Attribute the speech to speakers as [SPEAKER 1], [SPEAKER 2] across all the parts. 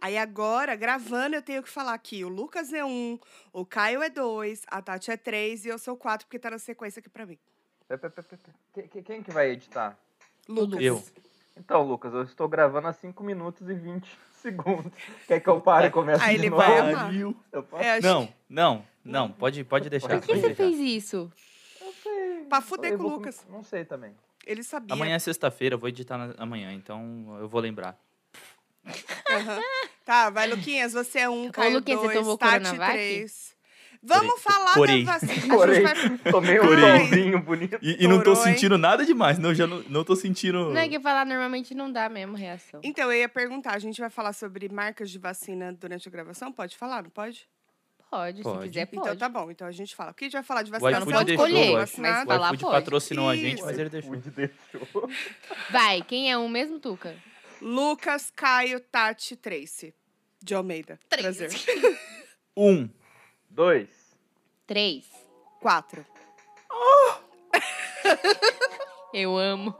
[SPEAKER 1] Aí agora, gravando, eu tenho que falar que o Lucas é um, o Caio é dois, a Tati é três e eu sou quatro, porque tá na sequência aqui pra mim.
[SPEAKER 2] Pe- pe- pe- pe- que- que- Quem que vai editar?
[SPEAKER 1] Lucas.
[SPEAKER 3] Eu.
[SPEAKER 2] Então, Lucas, eu estou gravando há 5 minutos e 20 segundos. Quer que eu pare e comece
[SPEAKER 1] Aí
[SPEAKER 2] de
[SPEAKER 1] ele
[SPEAKER 2] novo?
[SPEAKER 1] vai amar.
[SPEAKER 3] Pariu.
[SPEAKER 2] Eu posso...
[SPEAKER 1] É, acho
[SPEAKER 3] Não, não, não, pode, pode deixar.
[SPEAKER 2] Por
[SPEAKER 3] Pode
[SPEAKER 2] que
[SPEAKER 4] Por que você
[SPEAKER 3] deixar.
[SPEAKER 4] fez isso?
[SPEAKER 2] Não sei.
[SPEAKER 1] Pra fuder
[SPEAKER 2] Eu
[SPEAKER 1] com o
[SPEAKER 2] vou-
[SPEAKER 1] Lucas.
[SPEAKER 2] Não sei também.
[SPEAKER 1] Ele sabia.
[SPEAKER 3] Amanhã é sexta-feira, eu vou editar na- amanhã, então eu vou lembrar.
[SPEAKER 1] Aham. Tá, vai, Luquinhas, você é um, Caio
[SPEAKER 4] Luquinhas, você
[SPEAKER 1] dois,
[SPEAKER 4] tomou
[SPEAKER 1] Tati
[SPEAKER 4] Coronavac?
[SPEAKER 1] três. Vamos
[SPEAKER 3] Porém.
[SPEAKER 1] falar
[SPEAKER 3] Porém.
[SPEAKER 1] da vacina. A gente
[SPEAKER 2] Porém,
[SPEAKER 1] vai
[SPEAKER 2] tomei um
[SPEAKER 1] Ai.
[SPEAKER 2] solzinho bonito.
[SPEAKER 3] E, e não tô
[SPEAKER 1] Estourou, hein?
[SPEAKER 3] sentindo nada demais, não, já não, não tô sentindo...
[SPEAKER 4] Não é que falar normalmente não dá mesmo reação.
[SPEAKER 1] Então, eu ia perguntar, a gente vai falar sobre marcas de vacina durante a gravação? Pode falar, não pode?
[SPEAKER 4] Pode,
[SPEAKER 3] Pode.
[SPEAKER 4] se quiser, É, pode.
[SPEAKER 1] Então tá bom, então a gente fala. Porque a gente vai falar de
[SPEAKER 3] O
[SPEAKER 1] vacina,
[SPEAKER 3] iFood
[SPEAKER 1] não pode
[SPEAKER 3] deixou,
[SPEAKER 4] escolher,
[SPEAKER 1] escolher,
[SPEAKER 3] eu acho.
[SPEAKER 4] mas
[SPEAKER 1] vacinado.
[SPEAKER 3] O
[SPEAKER 4] falar
[SPEAKER 3] iFood
[SPEAKER 4] pode.
[SPEAKER 3] patrocinou a gente, mas ele deixou.
[SPEAKER 2] Pude, deixou.
[SPEAKER 4] Vai, quem é um mesmo, Tuca?
[SPEAKER 1] Lucas, Caio, Tati, Tracy. De Almeida.
[SPEAKER 4] Três.
[SPEAKER 1] Prazer.
[SPEAKER 3] Um.
[SPEAKER 2] Dois.
[SPEAKER 4] Três.
[SPEAKER 1] Quatro.
[SPEAKER 4] Eu amo.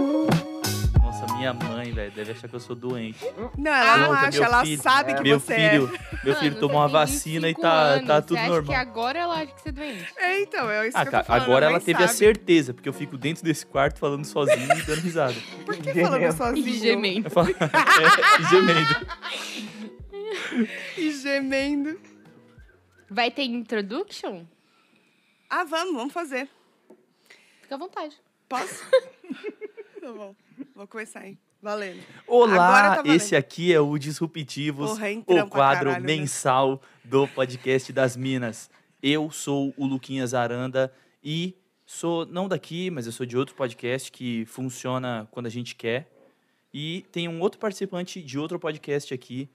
[SPEAKER 3] Nossa, minha mãe, velho, deve achar que eu sou doente.
[SPEAKER 1] Não, ela não
[SPEAKER 3] Nossa,
[SPEAKER 1] Ah, acha,
[SPEAKER 3] meu
[SPEAKER 1] ela
[SPEAKER 3] filho.
[SPEAKER 1] sabe que
[SPEAKER 3] meu
[SPEAKER 1] você é.
[SPEAKER 3] filho, meu
[SPEAKER 4] Mano,
[SPEAKER 3] filho
[SPEAKER 4] você
[SPEAKER 3] tomou uma
[SPEAKER 4] tem
[SPEAKER 3] vacina e
[SPEAKER 4] 25
[SPEAKER 3] tá,
[SPEAKER 4] anos.
[SPEAKER 3] tá
[SPEAKER 4] Você
[SPEAKER 3] tudo
[SPEAKER 4] acha
[SPEAKER 3] normal.
[SPEAKER 4] que agora ela acha que você é doente?
[SPEAKER 1] é. É, então, é isso
[SPEAKER 3] Ah,
[SPEAKER 1] que eu
[SPEAKER 3] cara,
[SPEAKER 1] tô falando,
[SPEAKER 3] agora
[SPEAKER 1] mãe
[SPEAKER 3] ela teve a
[SPEAKER 1] sabe.
[SPEAKER 3] certeza, porque eu fico dentro desse quarto falando sozinho e dando risada.
[SPEAKER 1] Por que falando
[SPEAKER 2] Gemendo.
[SPEAKER 1] sozinho?
[SPEAKER 4] E gemendo.
[SPEAKER 3] Eu falo, é, gemendo.
[SPEAKER 1] E gemendo.
[SPEAKER 4] Vai ter introduction?
[SPEAKER 1] Ah, vamos, vamos fazer.
[SPEAKER 4] Fica à vontade.
[SPEAKER 1] Posso? tá bom. Vou começar, hein? Valendo. Agora
[SPEAKER 3] Olá,
[SPEAKER 1] tá valendo.
[SPEAKER 3] esse aqui é o Disruptivos,
[SPEAKER 1] Porra, hein,
[SPEAKER 3] o
[SPEAKER 1] trampa
[SPEAKER 3] quadro
[SPEAKER 1] caralho, né?
[SPEAKER 3] mensal do podcast das Minas. Eu sou o Luquinhas Aranda e sou não daqui, mas eu sou de outro podcast que funciona quando a gente quer. E tem um outro participante de outro podcast aqui.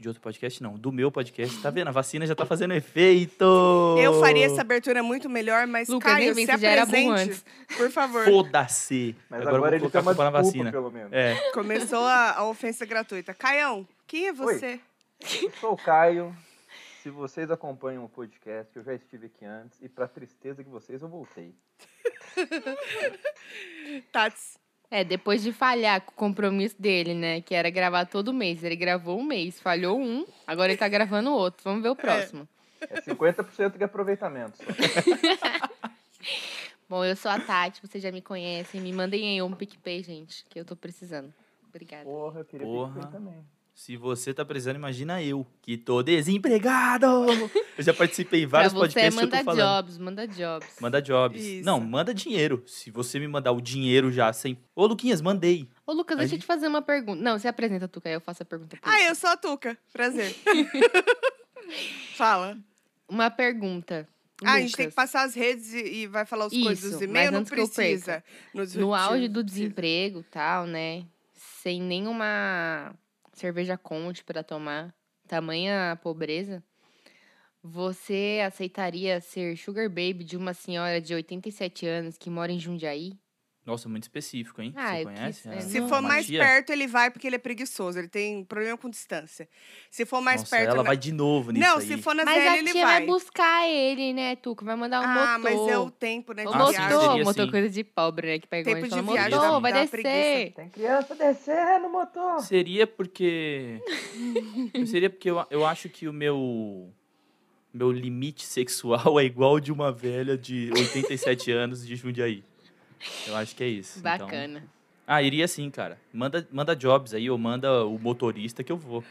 [SPEAKER 3] De outro podcast, não, do meu podcast. Tá vendo? A vacina já tá fazendo efeito!
[SPEAKER 1] Eu faria essa abertura muito melhor, mas
[SPEAKER 4] Lucas,
[SPEAKER 1] Caio,
[SPEAKER 4] nem vem
[SPEAKER 1] se
[SPEAKER 4] que já era bom
[SPEAKER 1] apresente, por favor.
[SPEAKER 3] Foda-se!
[SPEAKER 2] Mas agora,
[SPEAKER 3] eu
[SPEAKER 2] ele
[SPEAKER 3] vou
[SPEAKER 2] tem uma
[SPEAKER 3] colocar a culpa na
[SPEAKER 2] desculpa,
[SPEAKER 3] vacina.
[SPEAKER 2] pelo menos.
[SPEAKER 3] É.
[SPEAKER 1] Começou a, a ofensa gratuita. Caião, quem é você?
[SPEAKER 2] Eu sou o Caio. Se vocês acompanham o podcast, eu já estive aqui antes. E pra tristeza de vocês, eu voltei.
[SPEAKER 1] Tats.
[SPEAKER 4] É, depois de falhar com o compromisso dele, né? Que era gravar todo mês. Ele gravou um mês, falhou um, agora ele tá gravando outro. Vamos ver o próximo.
[SPEAKER 2] É 50% de aproveitamento só.
[SPEAKER 4] Bom, eu sou a Tati, vocês já me conhecem. Me mandem aí um PicPay, gente, que eu tô precisando. Obrigada.
[SPEAKER 2] Porra, eu queria
[SPEAKER 3] Porra.
[SPEAKER 2] Porra. também.
[SPEAKER 3] Se você tá precisando, imagina eu, que tô desempregado. Eu já participei em
[SPEAKER 4] Pra
[SPEAKER 3] vários
[SPEAKER 4] você é
[SPEAKER 3] podcasts que eu
[SPEAKER 4] manda
[SPEAKER 3] tô falando.
[SPEAKER 4] jobs, manda jobs.
[SPEAKER 3] Manda jobs.
[SPEAKER 1] Isso.
[SPEAKER 3] Não, manda dinheiro. Se você me mandar o dinheiro já sem. Ô, Luquinhas, mandei.
[SPEAKER 4] Ô, Lucas,
[SPEAKER 3] A
[SPEAKER 4] deixa eu
[SPEAKER 3] gente-
[SPEAKER 4] te fazer uma pergunta. Não, você apresenta, Tuca, aí eu faço a pergunta. pra
[SPEAKER 1] Ah,
[SPEAKER 4] você.
[SPEAKER 1] eu sou a Tuca. Prazer. Fala.
[SPEAKER 4] Uma pergunta.
[SPEAKER 1] Ah, a gente tem que
[SPEAKER 4] Lucas.
[SPEAKER 1] passar as redes e, e vai falar os coisas
[SPEAKER 4] Isso,
[SPEAKER 1] dos e-mails.
[SPEAKER 4] mas
[SPEAKER 1] Não
[SPEAKER 4] antes que eu
[SPEAKER 1] precisa.
[SPEAKER 4] No auge do
[SPEAKER 1] desempenho.
[SPEAKER 4] desemprego, tal, né? Sem nenhuma cerveja conte pra tomar, tamanha pobreza, você aceitaria ser sugar baby de uma senhora de 87 anos que mora em Jundiaí?
[SPEAKER 3] Nossa, muito específico, hein?
[SPEAKER 4] Ah,
[SPEAKER 3] você
[SPEAKER 4] eu
[SPEAKER 3] conhece?
[SPEAKER 4] quis- é,
[SPEAKER 3] a-
[SPEAKER 1] Se
[SPEAKER 3] a
[SPEAKER 1] for mais
[SPEAKER 3] Matia?
[SPEAKER 1] perto, ele vai porque ele é preguiçoso. Ele tem problema com distância. Se for mais
[SPEAKER 3] Nossa,
[SPEAKER 1] perto.
[SPEAKER 3] Ela
[SPEAKER 1] na-
[SPEAKER 3] vai de novo nisso.
[SPEAKER 1] Não,
[SPEAKER 3] aí.
[SPEAKER 1] se for na
[SPEAKER 4] Mas
[SPEAKER 1] ZL,
[SPEAKER 4] a
[SPEAKER 1] ele
[SPEAKER 4] tia vai.
[SPEAKER 1] vai.
[SPEAKER 4] buscar ele, né, Tuco? Vai mandar um
[SPEAKER 1] ah,
[SPEAKER 4] motor.
[SPEAKER 1] mas é o tempo, né?
[SPEAKER 4] O
[SPEAKER 1] De
[SPEAKER 3] Ah, sim,
[SPEAKER 4] motor,
[SPEAKER 3] seria
[SPEAKER 1] viagem.
[SPEAKER 4] o motor
[SPEAKER 3] assim.
[SPEAKER 4] coisa de pobre, né? Que pega
[SPEAKER 1] Tempo
[SPEAKER 4] e
[SPEAKER 1] de
[SPEAKER 4] fala,
[SPEAKER 1] viagem
[SPEAKER 4] motor,
[SPEAKER 3] dá-
[SPEAKER 4] vai
[SPEAKER 1] dá uma
[SPEAKER 4] descer.
[SPEAKER 2] Tem criança descendo no motor.
[SPEAKER 3] Seria porque. Seria porque eu, eu acho que o meu. Meu limite sexual é igual ao de uma velha de 87 anos de Jundiaí. Eu acho que é isso. então.
[SPEAKER 4] Bacana.
[SPEAKER 3] Ah, iria sim, cara. Manda, manda jobs aí, ou manda o motorista que eu vou.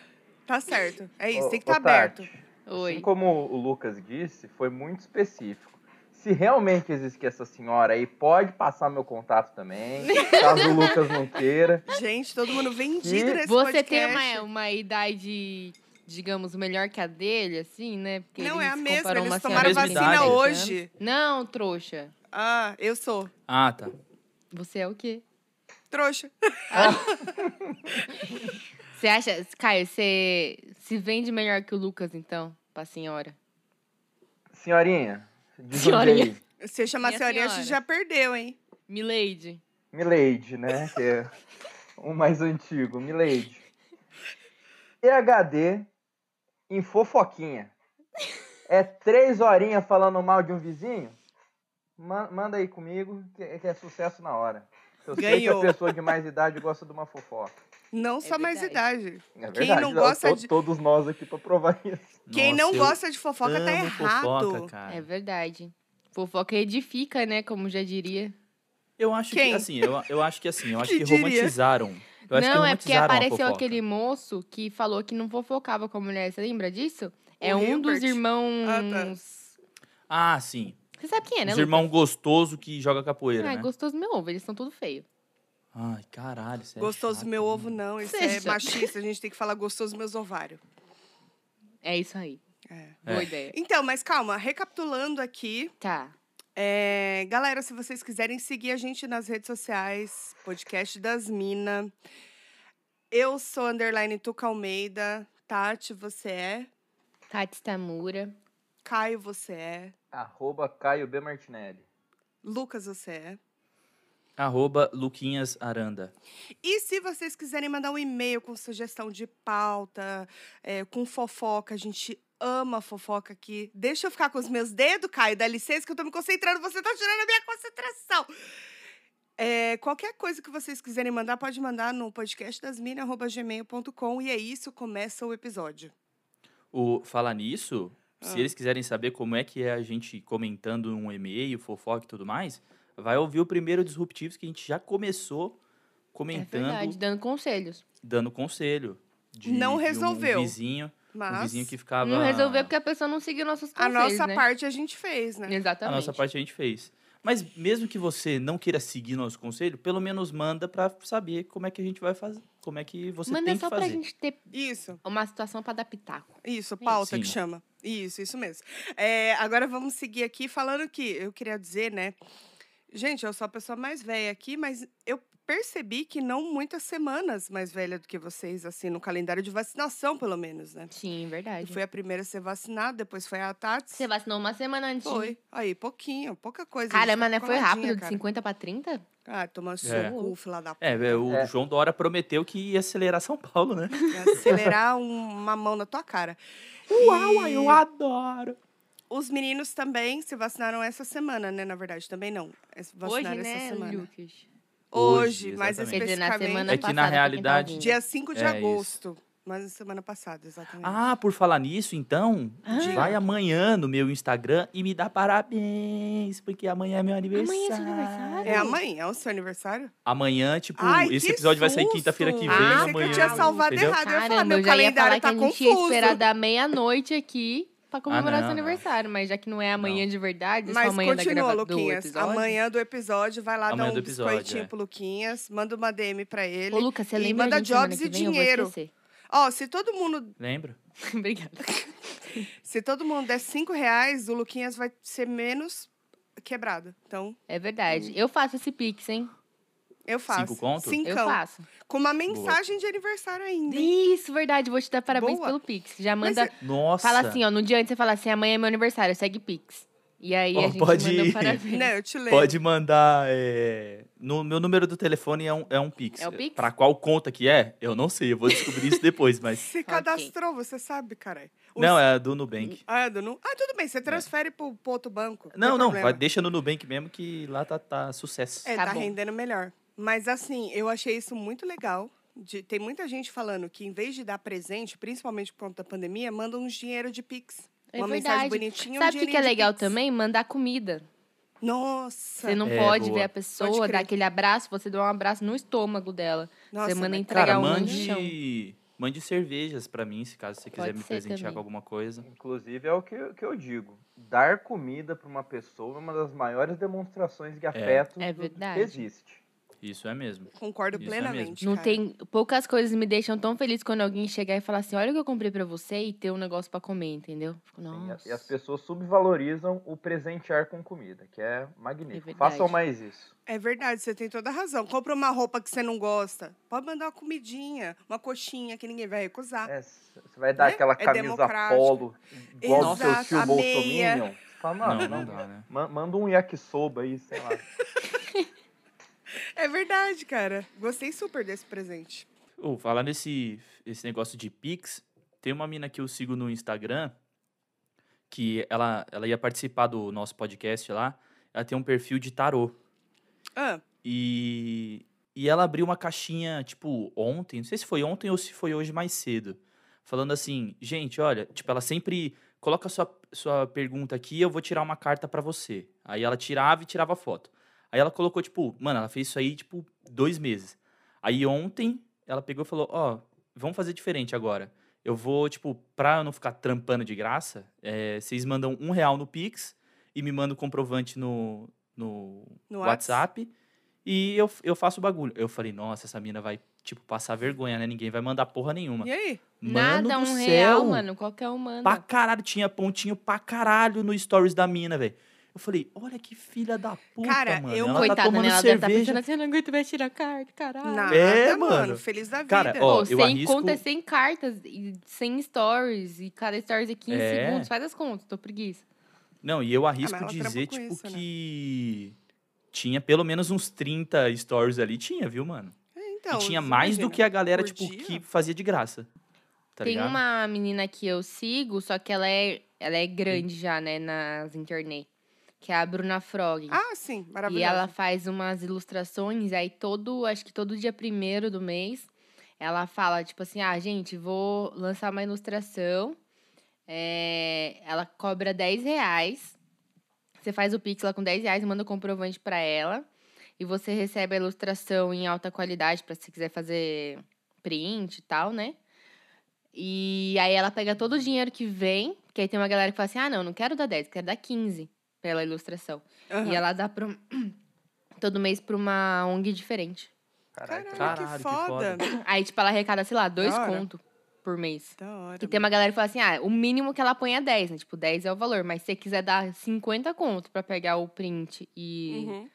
[SPEAKER 1] Tá certo. É isso,
[SPEAKER 2] Ô,
[SPEAKER 1] tem que
[SPEAKER 2] ô,
[SPEAKER 1] estar aberto.
[SPEAKER 2] Tati, Assim
[SPEAKER 4] Oi.
[SPEAKER 1] Então,
[SPEAKER 2] como o Lucas disse, foi muito específico. Se realmente existe essa senhora aí, pode passar meu contato também, caso o Lucas não queira.
[SPEAKER 1] Gente, todo mundo vendido
[SPEAKER 2] E
[SPEAKER 1] nesse
[SPEAKER 4] Hum? Você
[SPEAKER 1] podcast.
[SPEAKER 4] tem uma, uma idade, digamos, melhor que a dele, assim, né? Porque
[SPEAKER 1] Não, é a
[SPEAKER 4] eles
[SPEAKER 1] mesma.
[SPEAKER 4] comparam uma
[SPEAKER 1] Eles tomaram
[SPEAKER 4] senhora de
[SPEAKER 1] vacina
[SPEAKER 4] 87 anos.
[SPEAKER 1] hoje.
[SPEAKER 4] Não, trouxa.
[SPEAKER 1] Ah, eu sou.
[SPEAKER 3] Ah, tá.
[SPEAKER 4] Você é o quê?
[SPEAKER 1] Trouxa.
[SPEAKER 4] Você acha, Caio, você se vende melhor que o Lucas, então, pra senhora?
[SPEAKER 2] Senhorinha, é de
[SPEAKER 4] Senhorinha.
[SPEAKER 2] Jundiaí,
[SPEAKER 1] Se eu chamar
[SPEAKER 4] Minha
[SPEAKER 1] senhorinha, a
[SPEAKER 4] senhora.
[SPEAKER 1] gente já perdeu, hein?
[SPEAKER 4] Milady.
[SPEAKER 2] Milady, né? Que é o mais antigo, Milady. PHD em fofoquinha. É três horinhas falando mal de um vizinho? Ma- Manda aí comigo, que que é sucesso na hora. Eu sei que a
[SPEAKER 1] Ganhou.
[SPEAKER 2] pessoa de mais idade gosta de uma fofoca.
[SPEAKER 1] Não só mais idade.
[SPEAKER 2] É
[SPEAKER 1] Quem
[SPEAKER 2] verdade,
[SPEAKER 1] não
[SPEAKER 2] eu
[SPEAKER 1] gosta
[SPEAKER 2] tô-
[SPEAKER 1] de-
[SPEAKER 2] todos nós aqui pra provar isso.
[SPEAKER 1] Quem
[SPEAKER 3] Nossa,
[SPEAKER 1] não
[SPEAKER 3] eu
[SPEAKER 1] gosta de fofoca tá
[SPEAKER 3] amo
[SPEAKER 1] errado.
[SPEAKER 3] Fofoca, cara.
[SPEAKER 4] É verdade. Fofoca edifica, né? Como já diria.
[SPEAKER 3] Eu acho
[SPEAKER 1] Quem?
[SPEAKER 3] que assim, eu, eu acho que assim, eu acho
[SPEAKER 1] Que
[SPEAKER 3] que,
[SPEAKER 1] diria?
[SPEAKER 3] romantizaram. Eu acho que
[SPEAKER 4] não, é porque
[SPEAKER 3] romantizaram a
[SPEAKER 4] apareceu
[SPEAKER 3] fofoca.
[SPEAKER 4] aquele moço que falou que não fofocava com a mulher. Você lembra disso? É
[SPEAKER 1] O tá.
[SPEAKER 4] um dos
[SPEAKER 1] Hilbert?
[SPEAKER 4] irmãos.
[SPEAKER 3] Ah, sim.
[SPEAKER 4] Você sabe quem é, né?
[SPEAKER 3] Os
[SPEAKER 4] Lucas?
[SPEAKER 3] irmãos gostoso que joga capoeira,
[SPEAKER 4] Ah,
[SPEAKER 3] né?
[SPEAKER 4] gostoso meu ovo, eles são tudo feio.
[SPEAKER 3] Ai, caralho, isso é
[SPEAKER 1] Gostoso
[SPEAKER 3] chato,
[SPEAKER 1] meu
[SPEAKER 3] né?
[SPEAKER 1] ovo, não. Isso é
[SPEAKER 4] Seja.
[SPEAKER 1] machista. A gente tem que falar gostoso meus ovários.
[SPEAKER 4] É isso aí.
[SPEAKER 1] É.
[SPEAKER 4] Boa
[SPEAKER 3] É.
[SPEAKER 4] ideia.
[SPEAKER 1] Então, mas calma, recapitulando aqui.
[SPEAKER 4] Tá.
[SPEAKER 1] é, galera, se vocês quiserem seguir a gente nas redes sociais, podcast das Minas. Eu sou underline Tuca Almeida. Tati, você é.
[SPEAKER 4] Tati Tamura.
[SPEAKER 1] Caio, você é.
[SPEAKER 2] Arroba Caio B. Martinelli.
[SPEAKER 1] Lucas, você é.
[SPEAKER 3] Arroba Luquinhas Aranda.
[SPEAKER 1] E se vocês quiserem mandar um e-mail com sugestão de pauta, é, com fofoca, a gente ama fofoca aqui. Deixa eu ficar com os meus dedos, Caio, dá licença que eu tô me concentrando, você tá tirando a minha concentração. É, qualquer coisa que vocês quiserem mandar, pode mandar no podcastdasmina.gmail.com e é isso, começa o episódio.
[SPEAKER 3] O, falar nisso,
[SPEAKER 1] Ah.
[SPEAKER 3] se eles quiserem saber como é que é a gente comentando um e-mail, fofoca e tudo mais, vai ouvir o primeiro Disruptivos que a gente já começou
[SPEAKER 4] É
[SPEAKER 3] comentando,
[SPEAKER 4] verdade, dando conselhos.
[SPEAKER 3] dando conselho. De,
[SPEAKER 1] Não
[SPEAKER 3] de um
[SPEAKER 1] resolveu,
[SPEAKER 3] vizinho,
[SPEAKER 1] Mas
[SPEAKER 3] um vizinho que ficava...
[SPEAKER 4] Não resolveu porque a pessoa não seguiu nossos
[SPEAKER 1] a
[SPEAKER 4] conselhos,
[SPEAKER 1] nossa
[SPEAKER 4] né?
[SPEAKER 1] parte a gente fez, né?
[SPEAKER 4] Exatamente.
[SPEAKER 3] A nossa parte a gente fez. Mas mesmo que você não queira seguir nosso conselho, pelo menos manda pra saber como é que a gente vai fazer, como é que você
[SPEAKER 4] Manda
[SPEAKER 3] tem
[SPEAKER 4] só
[SPEAKER 3] que
[SPEAKER 4] pra
[SPEAKER 3] fazer.
[SPEAKER 4] gente ter
[SPEAKER 1] Isso,
[SPEAKER 4] uma situação pra dar pitaco.
[SPEAKER 1] isso, pauta que
[SPEAKER 3] Sim.
[SPEAKER 1] chama. Isso, isso mesmo. É, agora vamos seguir aqui falando que eu queria dizer, né? Gente, eu sou a pessoa mais velha aqui, mas eu percebi que não muitas semanas mais velha do que vocês, assim, no calendário de vacinação, pelo menos, né?
[SPEAKER 4] Sim,
[SPEAKER 1] Eu
[SPEAKER 4] verdade.
[SPEAKER 1] fui a primeira a ser vacinada, depois foi a Tati.
[SPEAKER 4] Você vacinou uma semana antes.
[SPEAKER 1] Foi. Aí, pouquinho, pouca coisa. a gente
[SPEAKER 4] Caramba,
[SPEAKER 1] tá
[SPEAKER 4] né? Foi
[SPEAKER 1] coladinha,
[SPEAKER 4] rápido, de
[SPEAKER 1] cara.
[SPEAKER 4] 50 pra 30?
[SPEAKER 1] Ah, tomando suco,
[SPEAKER 3] É.
[SPEAKER 1] fila da
[SPEAKER 3] É, é, o
[SPEAKER 2] É.
[SPEAKER 3] João Dora prometeu que ia acelerar São Paulo, né?
[SPEAKER 1] puta, acelerar um- uma mão na tua cara.
[SPEAKER 3] Uau,
[SPEAKER 1] E-
[SPEAKER 3] eu adoro!
[SPEAKER 1] Os meninos também se vacinaram essa semana, né? Na verdade, também não. É, se Vacinaram
[SPEAKER 4] Hoje,
[SPEAKER 1] essa
[SPEAKER 4] né,
[SPEAKER 1] semana.
[SPEAKER 4] Lucas?
[SPEAKER 1] Hoje,
[SPEAKER 3] Hoje,
[SPEAKER 1] mais
[SPEAKER 3] exatamente.
[SPEAKER 4] Quer dizer, na
[SPEAKER 1] especificamente.
[SPEAKER 4] semana
[SPEAKER 3] É que na
[SPEAKER 4] passada, pra quem tá
[SPEAKER 3] realidade-
[SPEAKER 4] ouvindo.
[SPEAKER 1] Dia 5 de
[SPEAKER 3] É, isso.
[SPEAKER 1] agosto. Mas na semana passada, exatamente.
[SPEAKER 3] Ah, por falar nisso, então,
[SPEAKER 4] Ah.
[SPEAKER 3] vai amanhã no meu Instagram e me dá parabéns, porque amanhã é meu aniversário.
[SPEAKER 4] seu aniversário?
[SPEAKER 1] É amanhã, é o seu aniversário?
[SPEAKER 3] Amanhã, tipo,
[SPEAKER 1] Ai,
[SPEAKER 3] esse
[SPEAKER 1] que
[SPEAKER 3] episódio vai sair
[SPEAKER 1] susto!
[SPEAKER 3] quinta-feira que vem,
[SPEAKER 1] Pensei
[SPEAKER 4] Ah,
[SPEAKER 1] que
[SPEAKER 3] amanhã.
[SPEAKER 1] eu tinha salvado
[SPEAKER 3] entendeu?
[SPEAKER 1] errado. eu ia falar,
[SPEAKER 4] Caramba,
[SPEAKER 1] meu
[SPEAKER 4] eu já ia
[SPEAKER 1] calendário
[SPEAKER 4] falar
[SPEAKER 1] tá
[SPEAKER 4] que a gente ia
[SPEAKER 1] confuso.
[SPEAKER 4] esperar da meia-noite aqui pra comemorar
[SPEAKER 3] Ah, não,
[SPEAKER 4] seu
[SPEAKER 3] não.
[SPEAKER 4] aniversário. Mas já que não é amanhã de verdade, é só
[SPEAKER 1] Mas
[SPEAKER 4] amanhã da
[SPEAKER 1] continua,
[SPEAKER 4] grava... do
[SPEAKER 1] Luquinhas.
[SPEAKER 4] episódio.
[SPEAKER 1] Amanhã do episódio, vai lá
[SPEAKER 3] Amanhã
[SPEAKER 1] dar um
[SPEAKER 3] do episódio,
[SPEAKER 1] biscoitinho
[SPEAKER 3] é.
[SPEAKER 1] pro Luquinhas, manda uma DM pra ele.
[SPEAKER 4] Ô, Lucas, você
[SPEAKER 1] E
[SPEAKER 4] lembra
[SPEAKER 1] manda
[SPEAKER 4] a gente semana
[SPEAKER 1] jobs
[SPEAKER 4] que
[SPEAKER 1] e
[SPEAKER 4] vem? Eu vou
[SPEAKER 1] dinheiro.
[SPEAKER 4] esquecer.
[SPEAKER 1] Ó, se todo mundo,
[SPEAKER 3] Lembra?
[SPEAKER 4] Obrigada.
[SPEAKER 1] se todo mundo der cinco reais, o Luquinhas vai ser menos quebrado. Então,
[SPEAKER 4] É verdade. Eu faço esse pix, hein?
[SPEAKER 1] eu faço.
[SPEAKER 3] conto?
[SPEAKER 1] Cincão.
[SPEAKER 4] Eu faço.
[SPEAKER 1] Com uma mensagem de aniversário ainda. hein?
[SPEAKER 4] Isso, verdade. Vou te dar parabéns
[SPEAKER 1] Boa. é-
[SPEAKER 4] pelo pix. Já manda...
[SPEAKER 3] Nossa.
[SPEAKER 4] Fala assim, ó. No dia antes você fala assim, amanhã é meu aniversário, segue pix. E aí
[SPEAKER 3] Ó,
[SPEAKER 4] a gente
[SPEAKER 3] pode
[SPEAKER 4] manda um
[SPEAKER 3] ir.
[SPEAKER 4] parabéns.
[SPEAKER 1] Não, Né, eu te lembro.
[SPEAKER 3] Pode mandar. é, No meu número do telefone é um, é um Pix.
[SPEAKER 4] É o Pix?
[SPEAKER 3] Pra qual conta que é? Eu não sei, eu vou descobrir isso depois, mas.
[SPEAKER 1] Você cadastrou, você sabe, caralho. Os-
[SPEAKER 3] Não, é a do Nubank.
[SPEAKER 1] Ah, é do Nu- ah, tudo bem, você transfere pro, pro outro banco.
[SPEAKER 3] Não,
[SPEAKER 1] tem
[SPEAKER 3] não,
[SPEAKER 1] problema.
[SPEAKER 3] vai, deixa no Nubank mesmo que lá tá, tá sucesso.
[SPEAKER 1] É,
[SPEAKER 4] Tá
[SPEAKER 1] tá,
[SPEAKER 4] bom.
[SPEAKER 1] rendendo melhor. Mas assim, eu achei isso muito legal. de- tem muita gente falando que em vez de dar presente, principalmente por conta da pandemia, manda uns dinheiro de Pix.
[SPEAKER 4] É
[SPEAKER 1] uma mensagem
[SPEAKER 4] verdade.
[SPEAKER 1] bonitinha,
[SPEAKER 4] Sabe
[SPEAKER 1] um
[SPEAKER 4] o que, que é
[SPEAKER 1] dinheirinho de
[SPEAKER 4] legal
[SPEAKER 1] Pix.
[SPEAKER 4] também? Mandar comida.
[SPEAKER 1] Nossa!
[SPEAKER 4] Você não
[SPEAKER 3] É,
[SPEAKER 4] pode
[SPEAKER 3] boa.
[SPEAKER 4] ver a
[SPEAKER 1] Pode
[SPEAKER 4] pessoa,
[SPEAKER 1] crer.
[SPEAKER 4] dar aquele abraço, você dá um abraço no estômago dela.
[SPEAKER 1] Nossa,
[SPEAKER 4] você manda
[SPEAKER 1] mas-
[SPEAKER 4] entregar
[SPEAKER 3] Cara,
[SPEAKER 4] um
[SPEAKER 3] mande, mande cervejas pra mim, se caso você quiser
[SPEAKER 4] Pode
[SPEAKER 3] me
[SPEAKER 4] ser
[SPEAKER 3] presentear
[SPEAKER 4] também.
[SPEAKER 3] com alguma coisa.
[SPEAKER 2] Inclusive, é o que, eu- que eu digo. Dar comida pra uma pessoa é uma das maiores demonstrações de afeto
[SPEAKER 4] É
[SPEAKER 2] do-
[SPEAKER 4] verdade.
[SPEAKER 2] que existe.
[SPEAKER 3] Isso é mesmo.
[SPEAKER 1] Concordo
[SPEAKER 3] Isso é mesmo.
[SPEAKER 1] plenamente.
[SPEAKER 4] Não
[SPEAKER 1] cara.
[SPEAKER 4] tem. Poucas coisas me deixam tão feliz quando alguém chegar e falar assim: olha o que eu comprei pra você e ter um negócio pra comer, entendeu? Fico,
[SPEAKER 2] Sim,
[SPEAKER 4] nossa.
[SPEAKER 2] E as pessoas subvalorizam o presentear com comida, que é magnífico.
[SPEAKER 4] verdade.
[SPEAKER 2] Façam mais isso.
[SPEAKER 1] É verdade, você tem toda a razão. Compra uma roupa que você não gosta. Pode mandar uma comidinha, uma coxinha que ninguém vai recusar.
[SPEAKER 2] É, c- você vai dar
[SPEAKER 1] É?
[SPEAKER 2] aquela
[SPEAKER 1] Ah. É
[SPEAKER 2] camisa
[SPEAKER 1] democrático.
[SPEAKER 2] polo igual do seu
[SPEAKER 1] Exato,
[SPEAKER 2] tio
[SPEAKER 1] a meia.
[SPEAKER 2] Bolsominion. Você Fala, não,
[SPEAKER 3] Não,
[SPEAKER 2] não,
[SPEAKER 3] não dá, né?
[SPEAKER 2] Ma- Manda um yakisoba aí, sei lá.
[SPEAKER 1] É verdade, cara. Gostei super desse presente.
[SPEAKER 3] Ô, falar nesse esse negócio de Pix, tem uma mina que eu sigo no Instagram que ela, ela ia participar do nosso podcast lá. Ela tem um perfil de tarô.
[SPEAKER 1] Ah,
[SPEAKER 3] E, e ela abriu uma caixinha, tipo, ontem, não sei se foi ontem ou se foi hoje mais cedo, falando assim: gente, olha, tipo, ela sempre coloca sua, sua pergunta aqui, eu vou tirar uma carta pra você. Aí ela tirava e tirava foto. Aí ela colocou, tipo, mano, ela fez isso aí, tipo, dois meses. Aí ontem ela pegou e falou: ó, vamos fazer diferente agora. Eu vou, tipo, pra eu não ficar trampando de graça, eh, vocês mandam um real no Pix e me mandam o comprovante no, no,
[SPEAKER 1] no
[SPEAKER 3] WhatsApp e eu, eu faço o bagulho. Eu falei, nossa, essa mina vai, tipo, passar vergonha, né? Ninguém vai mandar porra nenhuma.
[SPEAKER 1] E aí?
[SPEAKER 3] Mano
[SPEAKER 4] Nada,
[SPEAKER 3] do
[SPEAKER 4] um
[SPEAKER 3] céu!
[SPEAKER 4] real, mano. Qualquer um manda.
[SPEAKER 3] Pra caralho, tinha pontinho pra caralho no stories da mina, velho. Eu falei, olha que filha da puta,
[SPEAKER 1] Cara,
[SPEAKER 3] mano.
[SPEAKER 1] eu-
[SPEAKER 3] ela tá
[SPEAKER 4] Coitada, né?
[SPEAKER 3] tomando
[SPEAKER 4] Ela deve estar
[SPEAKER 3] cerveja.
[SPEAKER 4] pensando assim, eu não aguento mais tirar carta, caralho.
[SPEAKER 1] Nada,
[SPEAKER 3] É,
[SPEAKER 1] mano.
[SPEAKER 3] mano.
[SPEAKER 1] Feliz da vida.
[SPEAKER 3] Cara, ó,
[SPEAKER 4] Pô,
[SPEAKER 3] eu
[SPEAKER 4] 100
[SPEAKER 3] arrisco-
[SPEAKER 4] contas, 100 cartas, e 100 stories, e cada stories é 15
[SPEAKER 3] É.
[SPEAKER 4] segundos. Faz as contas, tô preguiça. assim.
[SPEAKER 3] Não, e eu
[SPEAKER 4] Ah,
[SPEAKER 3] arrisco
[SPEAKER 1] ela trampa
[SPEAKER 3] dizer,
[SPEAKER 1] com
[SPEAKER 3] tipo,
[SPEAKER 1] isso, né?
[SPEAKER 3] que tinha pelo menos uns 30 stories ali, tinha, viu, mano?
[SPEAKER 1] Então,
[SPEAKER 3] e tinha mais do que a galera,
[SPEAKER 1] por
[SPEAKER 3] tipo,
[SPEAKER 1] dia?
[SPEAKER 3] que fazia de graça. Tá
[SPEAKER 4] Tem
[SPEAKER 3] ligado?
[SPEAKER 4] uma menina que eu sigo, só que ela é, ela
[SPEAKER 3] Hum.
[SPEAKER 4] é grande já, né, nas internet. Que é a Bruna Frog.
[SPEAKER 1] Ah, sim,
[SPEAKER 4] E
[SPEAKER 1] maravilhoso.
[SPEAKER 4] ela faz umas ilustrações, aí todo, acho que todo dia primeiro do mês, ela fala, tipo assim, ah, gente, vou lançar uma ilustração. É, ela cobra 10 reais. Você faz o Pix lá com 10 reais, manda o comprovante pra ela. E você recebe a ilustração em alta qualidade, pra se quiser fazer print e tal, né? E aí ela pega todo o dinheiro que vem, que aí tem uma galera que fala assim, ah, não, não quero dar 10, quero dar 15 pela ilustração.
[SPEAKER 1] Aham.
[SPEAKER 4] E ela dá pra, um, todo mês pra uma ONG diferente.
[SPEAKER 2] Caraca.
[SPEAKER 1] Caralho,
[SPEAKER 3] Caralho,
[SPEAKER 1] que
[SPEAKER 3] que
[SPEAKER 1] foda.
[SPEAKER 4] Aí, tipo, ela arrecada, sei lá, dois
[SPEAKER 1] Da hora.
[SPEAKER 4] conto por mês.
[SPEAKER 1] Da hora.
[SPEAKER 4] Que tem uma galera que fala assim, ah, o mínimo que ela põe é 10, né? Tipo, 10 é o valor. Mas se você quiser dar 50 conto pra pegar o print e,
[SPEAKER 1] Uhum.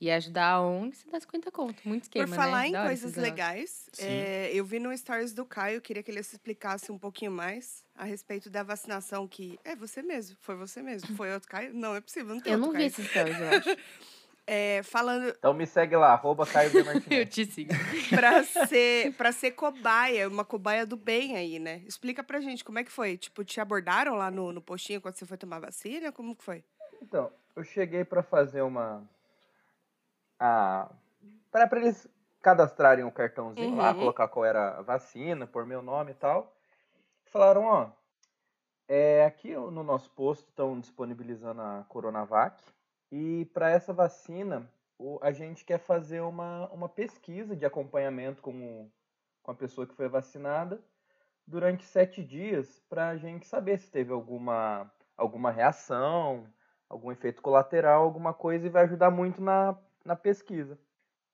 [SPEAKER 4] e ajudar a ONG, você dá 50 conto. Muito esquema,
[SPEAKER 1] Por falar
[SPEAKER 4] né?
[SPEAKER 1] em
[SPEAKER 4] Da hora
[SPEAKER 1] coisas
[SPEAKER 4] esses negócios.
[SPEAKER 1] legais,
[SPEAKER 3] Sim.
[SPEAKER 1] é, eu vi no Stories do Caio, queria que ele se explicasse um pouquinho mais a respeito da vacinação que... É você mesmo, foi você mesmo. Foi outro Caio? Não, é possível, não tem
[SPEAKER 4] Eu
[SPEAKER 1] outro
[SPEAKER 4] não
[SPEAKER 1] Caio.
[SPEAKER 4] vi esses stories, eu acho.
[SPEAKER 1] É, falando
[SPEAKER 2] Então me segue lá, arroba Caio B.
[SPEAKER 4] eu
[SPEAKER 2] Martinelli.
[SPEAKER 4] te sigo.
[SPEAKER 1] pra ser, pra ser cobaia, uma cobaia do bem aí, né? Explica pra gente como é que foi. Tipo, te abordaram lá no, no postinho quando você foi tomar vacina? Como que foi?
[SPEAKER 2] Então, eu cheguei pra fazer uma... A... Pra, pra eles cadastrarem um cartãozinho lá,
[SPEAKER 1] Uhum.
[SPEAKER 2] colocar qual era a vacina, pôr meu nome e tal. Falaram, ó, é, aqui no nosso posto estão disponibilizando a Coronavac. E para essa vacina, o- a gente quer fazer uma, uma pesquisa de acompanhamento com, o- com a pessoa que foi vacinada durante sete dias para a gente saber se teve alguma, alguma reação, algum efeito colateral, alguma coisa, e vai ajudar muito na, na pesquisa.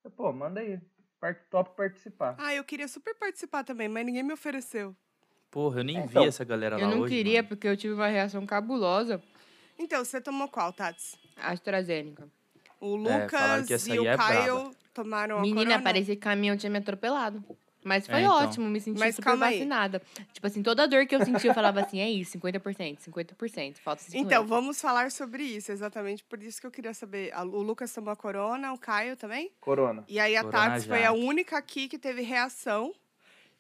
[SPEAKER 2] Eu, Pô, manda aí. Par- Top participar.
[SPEAKER 1] Ah, eu queria super participar também, mas ninguém me ofereceu.
[SPEAKER 3] Porra, eu nem
[SPEAKER 2] Então,
[SPEAKER 3] vi essa galera lá
[SPEAKER 4] Eu não
[SPEAKER 3] hoje,
[SPEAKER 4] queria,
[SPEAKER 3] mano.
[SPEAKER 4] porque eu tive uma reação cabulosa.
[SPEAKER 1] Então, você tomou qual, Tats?
[SPEAKER 4] AstraZeneca.
[SPEAKER 1] O
[SPEAKER 3] É, falaram que
[SPEAKER 1] Lucas
[SPEAKER 3] essa
[SPEAKER 1] e
[SPEAKER 3] aí
[SPEAKER 1] o
[SPEAKER 3] é
[SPEAKER 1] Caio tomaram a
[SPEAKER 4] Menina,
[SPEAKER 1] corona.
[SPEAKER 4] parecia que o caminhão tinha me atropelado. Mas foi
[SPEAKER 3] É, então.
[SPEAKER 4] ótimo, me senti
[SPEAKER 1] Mas
[SPEAKER 4] super
[SPEAKER 1] calma aí.
[SPEAKER 4] vacinada. Tipo assim, toda a dor que eu senti, eu falava assim, é isso, 50%, 50%, falta 50%.
[SPEAKER 1] Então, vamos falar sobre isso, exatamente por isso que eu queria saber. A- O Lucas tomou a corona, o Caio também.
[SPEAKER 2] Corona.
[SPEAKER 1] E aí a
[SPEAKER 3] Corona
[SPEAKER 1] Tati foi a
[SPEAKER 3] Jaque.
[SPEAKER 1] única aqui que teve reação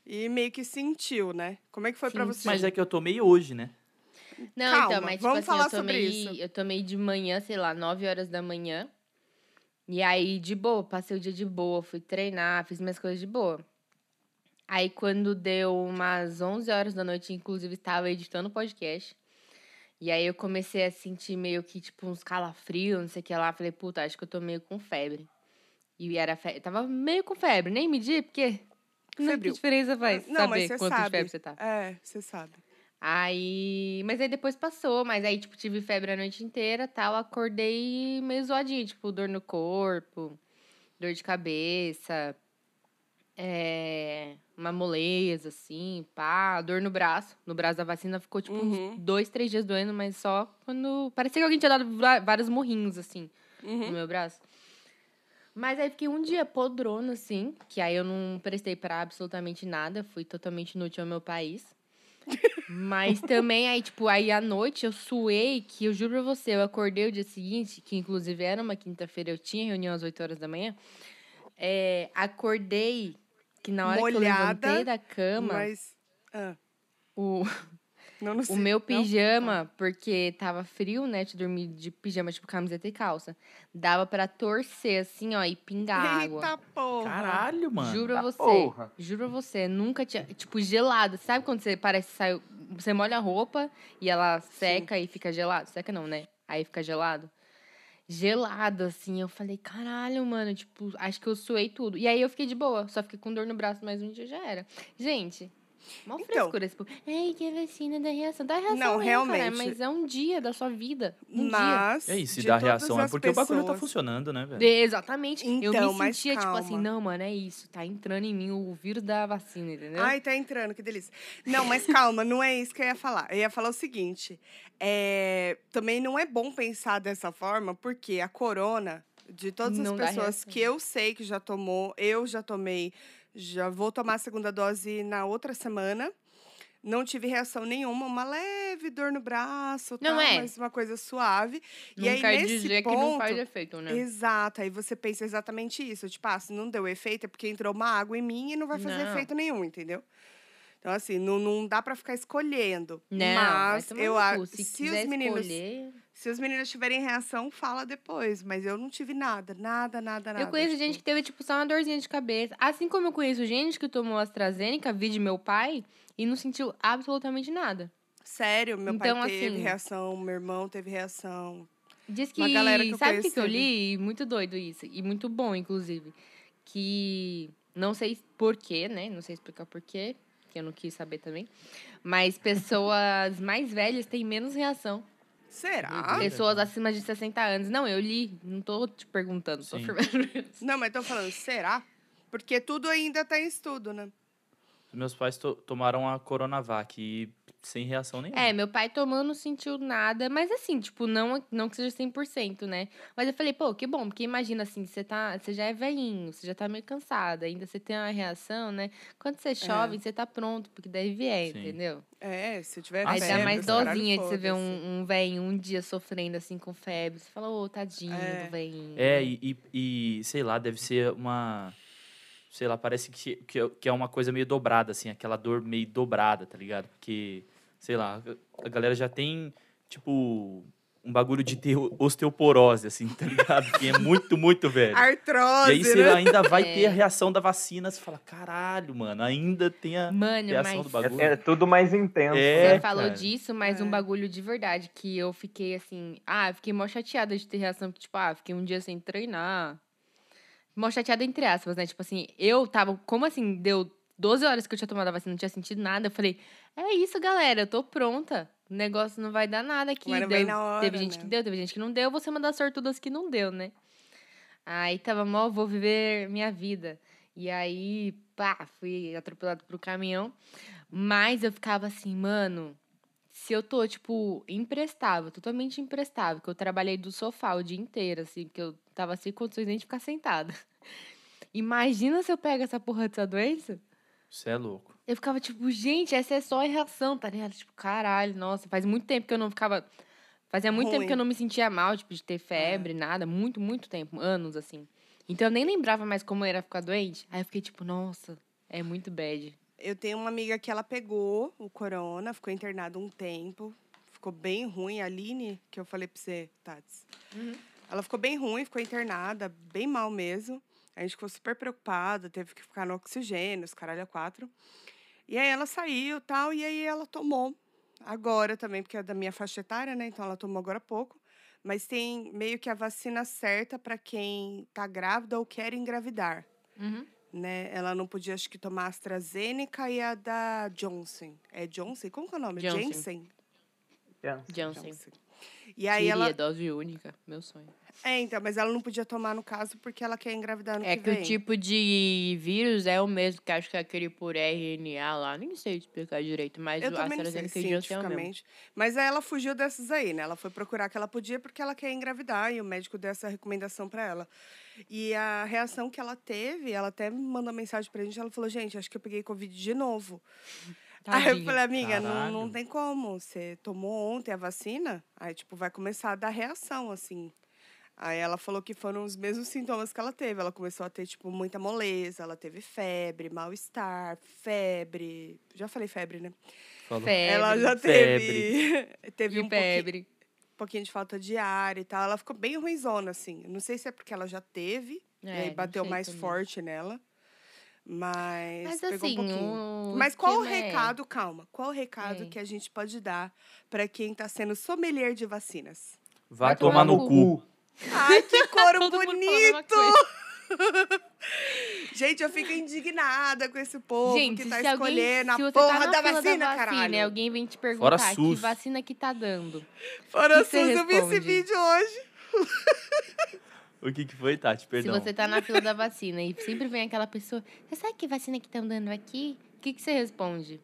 [SPEAKER 1] e meio que sentiu, né? Como é que foi pra
[SPEAKER 4] Sim,
[SPEAKER 1] você?
[SPEAKER 3] Mas é que eu tomei hoje, né?
[SPEAKER 4] Não,
[SPEAKER 1] Calma,
[SPEAKER 4] então, mas tipo
[SPEAKER 1] vamos
[SPEAKER 4] assim,
[SPEAKER 1] falar
[SPEAKER 4] eu
[SPEAKER 1] sobre
[SPEAKER 4] tomei,
[SPEAKER 1] isso.
[SPEAKER 4] eu tomei de manhã, sei lá, 9 horas da manhã. E aí, de boa, passei o dia de boa, fui treinar, fiz minhas coisas de boa. Aí, quando deu umas 11 horas da noite, inclusive, estava editando o podcast. E aí, eu comecei a sentir meio que, tipo, uns calafrios, não sei o que lá. Falei, puta, acho que eu tô meio com febre. E era febre, tava meio com febre, nem medi, porque... Não, que
[SPEAKER 1] Febril.
[SPEAKER 4] diferença faz
[SPEAKER 1] Não, mas
[SPEAKER 4] saber
[SPEAKER 1] você
[SPEAKER 4] quanto de
[SPEAKER 1] sabe.
[SPEAKER 4] febre você tá?
[SPEAKER 1] É, você sabe.
[SPEAKER 4] Aí. Mas aí depois passou, mas aí, tipo, tive febre a noite inteira tal. Acordei meio zoadinha, tipo, dor no corpo, dor de cabeça, é, uma moleza, assim, pá, dor no braço. No braço da vacina ficou, tipo,
[SPEAKER 1] Uhum.
[SPEAKER 4] uns dois, três dias doendo, mas só quando. Parecia que alguém tinha dado va- vários murrinhos, assim no
[SPEAKER 1] Uhum.
[SPEAKER 4] meu braço. Mas aí fiquei um dia podrona, assim, que aí eu não prestei pra absolutamente nada, fui totalmente inútil ao meu país. Mas também aí, tipo, aí à noite eu suei, que eu juro pra você, eu acordei o dia seguinte, que inclusive era uma quinta-feira, eu tinha reunião às 8 horas da manhã. É, acordei que na hora que eu
[SPEAKER 1] Molhada,
[SPEAKER 4] levantei da cama,
[SPEAKER 1] Mas. ah,
[SPEAKER 4] o...
[SPEAKER 1] Não, não sei.
[SPEAKER 4] O meu
[SPEAKER 1] Não?
[SPEAKER 4] pijama, porque tava frio, né? De dormir de pijama, tipo camiseta e calça. Dava pra torcer assim, ó, e pingar água.
[SPEAKER 1] Eita porra.
[SPEAKER 3] Caralho, mano.
[SPEAKER 4] Juro
[SPEAKER 2] Tá
[SPEAKER 4] pra você.
[SPEAKER 2] porra.
[SPEAKER 4] Juro pra você. Nunca tinha. Tipo, gelada. Sabe quando você parece que saiu. Você molha a roupa e ela seca e fica gelado? Seca não, né? Aí fica gelado. Gelado, assim. Eu falei, caralho, mano. Tipo, acho que eu suei tudo. E aí eu fiquei de boa. Só fiquei com dor no braço, mas um dia já era. Gente. Mó
[SPEAKER 1] Então.
[SPEAKER 4] frescura esse povo. Ei, que vacina da reação. Dá
[SPEAKER 1] Não,
[SPEAKER 4] reação, mesmo, Cara,
[SPEAKER 1] realmente.
[SPEAKER 4] mas é um dia da sua vida. Um dia.
[SPEAKER 1] Mas.
[SPEAKER 3] É isso, se
[SPEAKER 1] de
[SPEAKER 3] dá
[SPEAKER 1] todas
[SPEAKER 3] reação é
[SPEAKER 1] as
[SPEAKER 3] porque o bagulho tá
[SPEAKER 1] pessoas-
[SPEAKER 3] funcionando, né, velho?
[SPEAKER 4] É, Exatamente. eu
[SPEAKER 1] Então,
[SPEAKER 4] me
[SPEAKER 1] mas
[SPEAKER 4] sentia, tipo assim,
[SPEAKER 1] calma.
[SPEAKER 4] não, mano, é isso. Tá entrando em mim o vírus da vacina, entendeu?
[SPEAKER 1] Ai, tá entrando, que delícia. Não, mas calma, não é isso que eu ia falar. Eu ia falar o seguinte: é, também não é bom pensar dessa forma, porque a corona, de todas
[SPEAKER 4] Não dá
[SPEAKER 1] as pessoas
[SPEAKER 4] reação.
[SPEAKER 1] que eu sei que já tomou, eu já tomei, já vou tomar a segunda dose na outra semana. Não tive reação nenhuma, uma leve dor no braço,
[SPEAKER 4] Não
[SPEAKER 1] tal,
[SPEAKER 4] é.
[SPEAKER 1] mas uma coisa suave.
[SPEAKER 4] Não
[SPEAKER 1] e aí,
[SPEAKER 4] quer
[SPEAKER 1] nesse
[SPEAKER 4] dizer
[SPEAKER 1] ponto,
[SPEAKER 4] que não faz efeito, né?
[SPEAKER 1] Exato, aí você pensa exatamente isso. Tipo, ah, se não deu efeito é porque entrou uma água em mim e não vai fazer
[SPEAKER 4] Não.
[SPEAKER 1] efeito nenhum, entendeu? Então, assim, não, não dá pra ficar escolhendo.
[SPEAKER 4] Não, vai
[SPEAKER 1] mas
[SPEAKER 4] tomar
[SPEAKER 1] eu
[SPEAKER 4] no
[SPEAKER 1] a-
[SPEAKER 4] cu.
[SPEAKER 1] se,
[SPEAKER 4] quiser
[SPEAKER 1] os meninos,
[SPEAKER 4] escolher-
[SPEAKER 1] se os meninos tiverem reação, fala depois. Mas eu não tive nada, nada, nada, nada.
[SPEAKER 4] eu conheço
[SPEAKER 1] tipo,
[SPEAKER 4] gente que teve, tipo, só uma dorzinha de cabeça. Assim como eu conheço gente que tomou AstraZeneca, vi de meu pai, e não sentiu absolutamente nada.
[SPEAKER 1] Sério, meu
[SPEAKER 4] Então,
[SPEAKER 1] pai teve
[SPEAKER 4] assim-
[SPEAKER 1] reação, meu irmão teve reação.
[SPEAKER 4] Diz que.
[SPEAKER 1] Uma galera que eu
[SPEAKER 4] sabe o que,
[SPEAKER 1] conheço
[SPEAKER 4] que eu
[SPEAKER 1] teve.
[SPEAKER 4] li? Muito doido isso. E muito bom, inclusive. Que. Não sei porquê, né? Não sei explicar porquê, que eu não quis saber também. Mas pessoas mais velhas têm menos reação.
[SPEAKER 1] Será?
[SPEAKER 3] Doideira,
[SPEAKER 4] pessoas
[SPEAKER 3] cara.
[SPEAKER 4] acima de 60 anos. Não, eu li. Não tô te perguntando, tô
[SPEAKER 3] Sim.
[SPEAKER 4] afirmando.
[SPEAKER 1] Não, mas tô falando, será? Porque tudo ainda tá em estudo, né?
[SPEAKER 3] Meus pais to- tomaram a Coronavac e sem reação nenhuma.
[SPEAKER 4] É, meu pai tomou, não sentiu nada. Mas assim, tipo, não, não que seja 100%, né? Mas eu falei, pô, que bom. Porque imagina, assim, você tá, você já é velhinho, você já tá meio cansada. Ainda você tem uma reação, né? Quando você chove, você tá pronto, porque daí vier,
[SPEAKER 3] Sim.
[SPEAKER 4] entendeu?
[SPEAKER 1] É, se tiver
[SPEAKER 3] Ah,
[SPEAKER 4] Aí
[SPEAKER 1] febre,
[SPEAKER 4] dá mais
[SPEAKER 1] os caralho,
[SPEAKER 4] dozinha de você ver
[SPEAKER 1] foda-se.
[SPEAKER 4] um, um velhinho um dia sofrendo, assim, com febre. Você fala, ô, tadinho
[SPEAKER 1] É.
[SPEAKER 4] do velhinho.
[SPEAKER 3] É, e, e- e, sei lá, deve ser uma. Sei lá, parece que, que, é- que é uma coisa meio dobrada, assim, aquela dor meio dobrada, tá ligado? Porque, sei lá, a galera já tem, tipo, um bagulho de ter osteoporose, assim, tá ligado? Que é muito, muito velho. E
[SPEAKER 1] Artrose,
[SPEAKER 3] aí
[SPEAKER 1] né?
[SPEAKER 3] você ainda vai
[SPEAKER 4] É.
[SPEAKER 3] ter a reação da vacina, você fala, caralho, mano, ainda tem a.
[SPEAKER 4] Mano,
[SPEAKER 3] Reação
[SPEAKER 4] mas
[SPEAKER 3] do bagulho.
[SPEAKER 2] É, é tudo mais intenso. né?
[SPEAKER 3] É.
[SPEAKER 4] Você falou
[SPEAKER 3] cara.
[SPEAKER 4] disso, mas um
[SPEAKER 1] É.
[SPEAKER 4] bagulho de verdade que eu fiquei assim. Ah, eu fiquei mó chateada de ter reação. que, Tipo, ah, fiquei um dia sem treinar. Mó chateada entre aspas, né? Tipo assim, eu tava. Como assim? Deu 12 horas que eu tinha tomado a vacina, não tinha sentido nada. Eu falei, é isso, galera, eu tô pronta. O negócio não vai dar nada aqui.
[SPEAKER 1] Agora
[SPEAKER 4] Deu,
[SPEAKER 1] vem na hora,
[SPEAKER 4] teve gente
[SPEAKER 1] né?
[SPEAKER 4] que deu, teve gente que não deu. Você uma das sortudas que não deu, né? Aí tava mó, vou viver minha vida. E aí, pá, fui atropelado pro caminhão. Mas eu ficava assim, mano, se eu tô, tipo, imprestável, totalmente imprestável, que eu trabalhei do sofá o dia inteiro, assim, porque eu tava sem condições nem de ficar sentada. Imagina se eu pego essa porra dessa doença?
[SPEAKER 3] Você é louco.
[SPEAKER 4] Eu ficava tipo, gente, essa é só a reação, tá ligado? Tipo, caralho, nossa, faz muito tempo que eu não ficava. Fazia muito tempo
[SPEAKER 1] Ruim. É.
[SPEAKER 4] que eu não me sentia mal, tipo, de ter febre, nada. Muito, muito tempo, anos assim. Então eu nem lembrava mais como era ficar doente. Aí eu fiquei tipo, nossa, é muito bad.
[SPEAKER 1] Eu tenho uma amiga que ela pegou o corona, ficou internada um tempo, ficou bem ruim. A Aline, que eu falei pra você, Tats.
[SPEAKER 4] Uhum.
[SPEAKER 1] Ela ficou bem ruim, ficou internada, bem mal mesmo. A gente ficou super preocupada, teve que ficar no oxigênio, os caralho a quatro. E aí ela saiu e tal, e aí ela tomou. Agora também, porque é da minha faixa etária, né? Então ela tomou agora há pouco. Mas tem meio que a vacina certa para quem tá grávida ou quer engravidar né? Ela não podia, acho que, tomar a AstraZeneca e a da Johnson. É Johnson? Como que é o nome?
[SPEAKER 4] Johnson.
[SPEAKER 1] Jensen?
[SPEAKER 4] Johnson.
[SPEAKER 1] E aí ela...
[SPEAKER 4] dose única, meu sonho.
[SPEAKER 1] É, então, mas ela não podia tomar, no caso, porque ela quer engravidar no
[SPEAKER 4] É
[SPEAKER 1] que
[SPEAKER 4] que
[SPEAKER 1] vem.
[SPEAKER 4] o tipo de vírus é o mesmo que acho que é aquele por RNA lá. Nem sei explicar direito, mas
[SPEAKER 1] Eu
[SPEAKER 4] o
[SPEAKER 1] também não sei
[SPEAKER 4] AstraZeneca e Johnson é o mesmo.
[SPEAKER 1] cientificamente. Mas aí ela fugiu dessas aí, né? Ela foi procurar que ela podia porque ela quer engravidar e o médico deu essa recomendação para ela. E a reação que ela teve, ela até me mandou mensagem pra gente, ela falou: "Gente, acho que eu peguei COVID de novo". Aí eu
[SPEAKER 4] Tadinha.
[SPEAKER 1] falei, amiga, não,
[SPEAKER 3] Caralho.
[SPEAKER 1] não tem como. Você tomou ontem a vacina, aí, tipo, vai começar a dar reação, assim. Aí ela falou que foram os mesmos sintomas que ela teve. Ela começou a ter, tipo, muita moleza, ela teve febre, mal-estar, febre. Já falei febre, né?
[SPEAKER 3] Falou.
[SPEAKER 4] Febre.
[SPEAKER 1] Ela já teve. teve
[SPEAKER 4] e
[SPEAKER 1] um pouquinho,
[SPEAKER 4] febre.
[SPEAKER 1] pouquinho de falta de ar e tal. Ela ficou bem ruimzona, assim. Não sei se é porque ela já teve,
[SPEAKER 4] É,
[SPEAKER 1] e aí
[SPEAKER 4] não
[SPEAKER 1] bateu
[SPEAKER 4] sei
[SPEAKER 1] mais
[SPEAKER 4] também.
[SPEAKER 1] forte nela. Mas,
[SPEAKER 4] Mas
[SPEAKER 1] pegou um
[SPEAKER 4] assim,
[SPEAKER 1] pouquinho.
[SPEAKER 4] o
[SPEAKER 1] Mas qual o
[SPEAKER 4] esquema é-
[SPEAKER 1] recado, calma, qual o recado
[SPEAKER 4] É.
[SPEAKER 1] que a gente pode dar para quem tá sendo sommelier de vacinas?
[SPEAKER 3] Vai tomar no cu.
[SPEAKER 1] Ai, que couro
[SPEAKER 4] Todo mundo falando a
[SPEAKER 1] um bonito!
[SPEAKER 4] mesma coisa.
[SPEAKER 1] Gente, eu fico indignada com esse povo
[SPEAKER 4] Gente,
[SPEAKER 1] que tá
[SPEAKER 4] se alguém-
[SPEAKER 1] escolhendo
[SPEAKER 4] se
[SPEAKER 1] a
[SPEAKER 4] você tá
[SPEAKER 1] porra
[SPEAKER 4] na
[SPEAKER 1] da,
[SPEAKER 4] fila
[SPEAKER 1] vacina,
[SPEAKER 4] e
[SPEAKER 1] caralho.
[SPEAKER 4] alguém vem te perguntar que
[SPEAKER 3] SUS.
[SPEAKER 4] vacina que tá dando.
[SPEAKER 1] Fora
[SPEAKER 4] que você
[SPEAKER 1] SUS, eu vi esse
[SPEAKER 4] responde?
[SPEAKER 1] vídeo hoje.
[SPEAKER 3] O que, que foi, Tati? Perdão.
[SPEAKER 4] Se você tá na fila da vacina e sempre vem aquela pessoa, você sabe que vacina que estão dando aqui? O que, que você responde?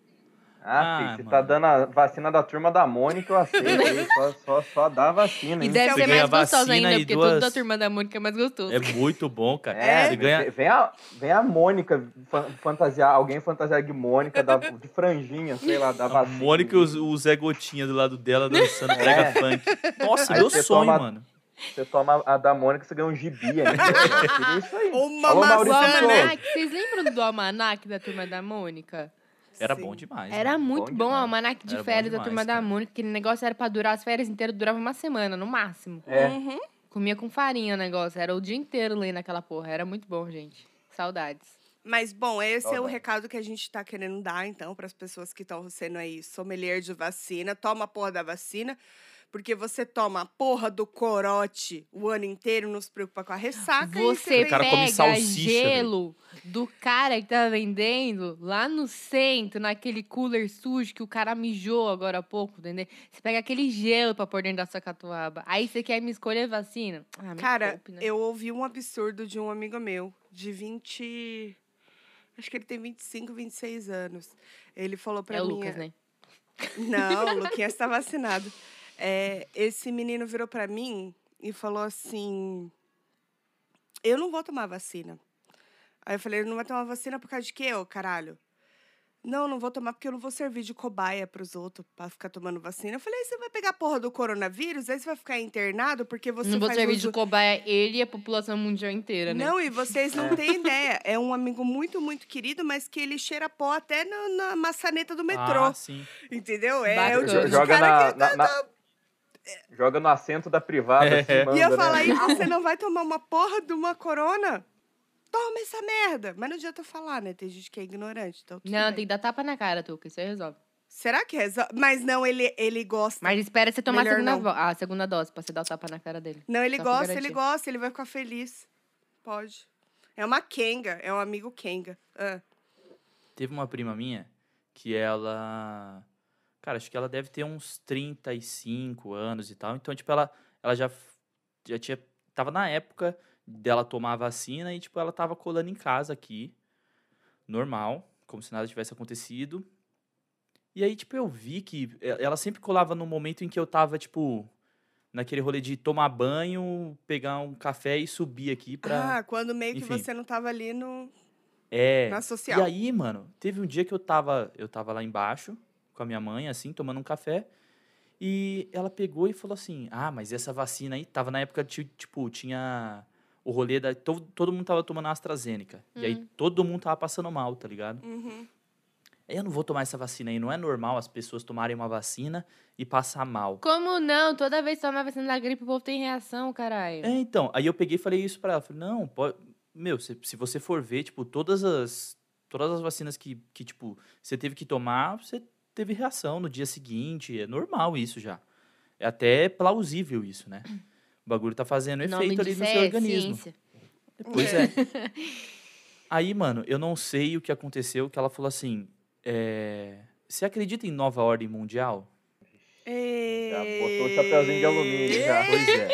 [SPEAKER 2] Ah,
[SPEAKER 3] Ah,
[SPEAKER 2] filho, você tá
[SPEAKER 3] mano.
[SPEAKER 2] dando a vacina da turma da Mônica, eu aceito. aí, só, só, só dá a vacina,
[SPEAKER 4] E
[SPEAKER 2] hein?
[SPEAKER 4] deve
[SPEAKER 1] Você
[SPEAKER 4] ser
[SPEAKER 3] ganha
[SPEAKER 4] mais gostosa
[SPEAKER 3] vacina
[SPEAKER 4] ainda,
[SPEAKER 3] e
[SPEAKER 4] porque
[SPEAKER 3] duas-
[SPEAKER 4] tudo da turma da Mônica é mais gostoso.
[SPEAKER 3] É muito bom, cara.
[SPEAKER 2] É,
[SPEAKER 3] Você ganha...
[SPEAKER 2] vem, a, vem a Mônica fa- fantasiar, alguém fantasiar de Mônica da, de franjinha, sei lá, da
[SPEAKER 3] A
[SPEAKER 2] vacina.
[SPEAKER 3] Mônica e o, o Zé Gotinha do lado dela dançando
[SPEAKER 2] assim. É.
[SPEAKER 3] brega funk. Nossa,
[SPEAKER 2] Aí
[SPEAKER 3] meu
[SPEAKER 2] você
[SPEAKER 3] sonho,
[SPEAKER 2] toma-
[SPEAKER 3] mano.
[SPEAKER 2] Você toma a da Mônica, você ganha um gibi ainda. Eu queria isso aí.
[SPEAKER 1] Ou uma
[SPEAKER 2] Alô,
[SPEAKER 4] O
[SPEAKER 1] maçã,
[SPEAKER 2] Maurício Souza.
[SPEAKER 1] né?
[SPEAKER 4] almanac, vocês lembram do almanac da turma da Mônica?
[SPEAKER 3] Era
[SPEAKER 1] Sim.
[SPEAKER 3] bom demais. né?
[SPEAKER 4] Era
[SPEAKER 3] mano.
[SPEAKER 4] muito bom, o
[SPEAKER 2] demais.
[SPEAKER 4] almanac de
[SPEAKER 3] Era bom
[SPEAKER 4] férias da
[SPEAKER 3] demais,
[SPEAKER 4] turma da
[SPEAKER 3] cara.
[SPEAKER 4] Mônica. Aquele negócio era pra durar as férias inteiras, durava uma semana, no máximo.
[SPEAKER 2] É.
[SPEAKER 1] Uhum.
[SPEAKER 4] Comia com farinha o negócio, era o dia inteiro lendo aquela porra. Era muito bom, gente. Saudades.
[SPEAKER 1] Mas, bom, esse é o
[SPEAKER 2] Saudade.
[SPEAKER 1] recado que a gente tá querendo dar, então, para as pessoas que estão sendo aí sommelier de vacina. Toma a porra da vacina, porque você toma a porra do corote o ano inteiro, não se preocupa com a ressaca.
[SPEAKER 4] Você
[SPEAKER 1] e
[SPEAKER 3] O cara
[SPEAKER 1] vem-
[SPEAKER 3] come
[SPEAKER 4] pega
[SPEAKER 3] salsicha,
[SPEAKER 4] gelo do cara que tá vendendo lá no centro, naquele cooler sujo que o cara mijou agora há pouco, entendeu? Você pega aquele gelo pra pôr dentro da sua catuaba. Aí você quer me escolher vacina? Ah, me
[SPEAKER 1] Cara,
[SPEAKER 4] poupe, né?
[SPEAKER 1] eu ouvi um absurdo de um amigo meu, de 20. Acho que ele tem 25, 26 anos. Ele falou pra
[SPEAKER 4] é o
[SPEAKER 1] mim.
[SPEAKER 4] Lucas, né?
[SPEAKER 1] Não, o Luquinhas está vacinado. É, esse menino virou para mim e falou assim: Eu não vou tomar vacina. Aí eu falei: Não vai tomar vacina por causa de quê, ô caralho? Não, não vou tomar porque eu não vou servir de cobaia pros outros pra ficar tomando vacina. Eu falei: "Aí Você vai pegar a porra do coronavírus? Aí você vai ficar internado porque você
[SPEAKER 4] não vou
[SPEAKER 1] faz
[SPEAKER 4] servir
[SPEAKER 1] uso...
[SPEAKER 4] de cobaia ele e a população mundial inteira, né?
[SPEAKER 1] Não, e vocês não
[SPEAKER 2] É.
[SPEAKER 1] têm ideia. É um amigo muito, muito querido, mas que ele cheira pó até na, na maçaneta do metrô.
[SPEAKER 3] Ah, sim.
[SPEAKER 1] Entendeu? É,
[SPEAKER 4] Bacana.
[SPEAKER 1] o tipo de
[SPEAKER 2] Joga
[SPEAKER 1] cara
[SPEAKER 2] na,
[SPEAKER 1] que tá-
[SPEAKER 2] na- na- joga no assento da privada.
[SPEAKER 3] É.
[SPEAKER 2] assim, manda,
[SPEAKER 1] E eu
[SPEAKER 2] né?
[SPEAKER 1] falar, e você não vai tomar uma porra de uma corona? Toma essa merda. Mas não adianta falar, né? Tem gente que é ignorante. Então tudo
[SPEAKER 4] Não,
[SPEAKER 1] bem.
[SPEAKER 4] tem que dar tapa na cara, Tuca. Isso aí resolve.
[SPEAKER 1] Será que resolve? Mas não, ele, ele gosta.
[SPEAKER 4] Mas espera você tomar a
[SPEAKER 1] Melhor
[SPEAKER 4] segunda,
[SPEAKER 1] não.
[SPEAKER 4] vo- a segunda dose pra você dar o tapa na cara dele.
[SPEAKER 1] Não, ele
[SPEAKER 4] Só por
[SPEAKER 1] gosta,
[SPEAKER 4] garantia.
[SPEAKER 1] ele gosta, ele vai ficar feliz. Pode. É uma Kenga, é um amigo Kenga. Ah,
[SPEAKER 3] Teve uma prima minha que ela. Cara, acho que ela deve ter uns 35 anos e tal. Então, tipo, ela, ela já, f- já tinha. Tava na época dela tomar a vacina e, tipo, ela tava colando em casa aqui. Normal, como se nada tivesse acontecido. E aí, tipo, eu vi que e- ela sempre colava no momento em que eu tava, tipo, naquele rolê de tomar banho, pegar um café e subir aqui pra.
[SPEAKER 1] ah, quando meio que
[SPEAKER 3] enfim.
[SPEAKER 1] você não tava ali no,
[SPEAKER 3] é.
[SPEAKER 1] na
[SPEAKER 3] E
[SPEAKER 1] social.
[SPEAKER 3] aí, mano, teve um dia que eu tava, eu tava lá embaixo com a minha mãe, assim, tomando um café. E ela pegou e falou assim: Ah, mas essa vacina aí tava na época, ti- tipo, tinha o rolê da. Todo, todo mundo tava tomando AstraZeneca. E aí todo mundo tava passando mal, tá ligado?
[SPEAKER 1] Uhum.
[SPEAKER 3] Eu não vou tomar essa vacina aí. Não é normal as pessoas tomarem uma vacina e passar mal.
[SPEAKER 4] Como não? Toda vez que toma a vacina da gripe, o povo tem reação, caralho.
[SPEAKER 3] É, então, aí eu peguei e falei isso pra ela. Falei, não, pode... Meu, se, se você for ver, tipo, todas as... Todas as vacinas que, que, tipo, você teve que tomar, você teve reação no dia seguinte. É normal isso já. É até plausível isso, né? O bagulho tá fazendo
[SPEAKER 4] O nome
[SPEAKER 3] efeito ali
[SPEAKER 4] disso
[SPEAKER 3] no seu
[SPEAKER 4] é
[SPEAKER 3] organismo.
[SPEAKER 4] ciência.
[SPEAKER 3] Pois é. Aí, mano, eu não sei o que aconteceu, que ela falou assim, é... Você acredita em nova ordem mundial?
[SPEAKER 1] É.
[SPEAKER 2] Já botou o chapeuzinho de alumínio, já.
[SPEAKER 3] Pois é.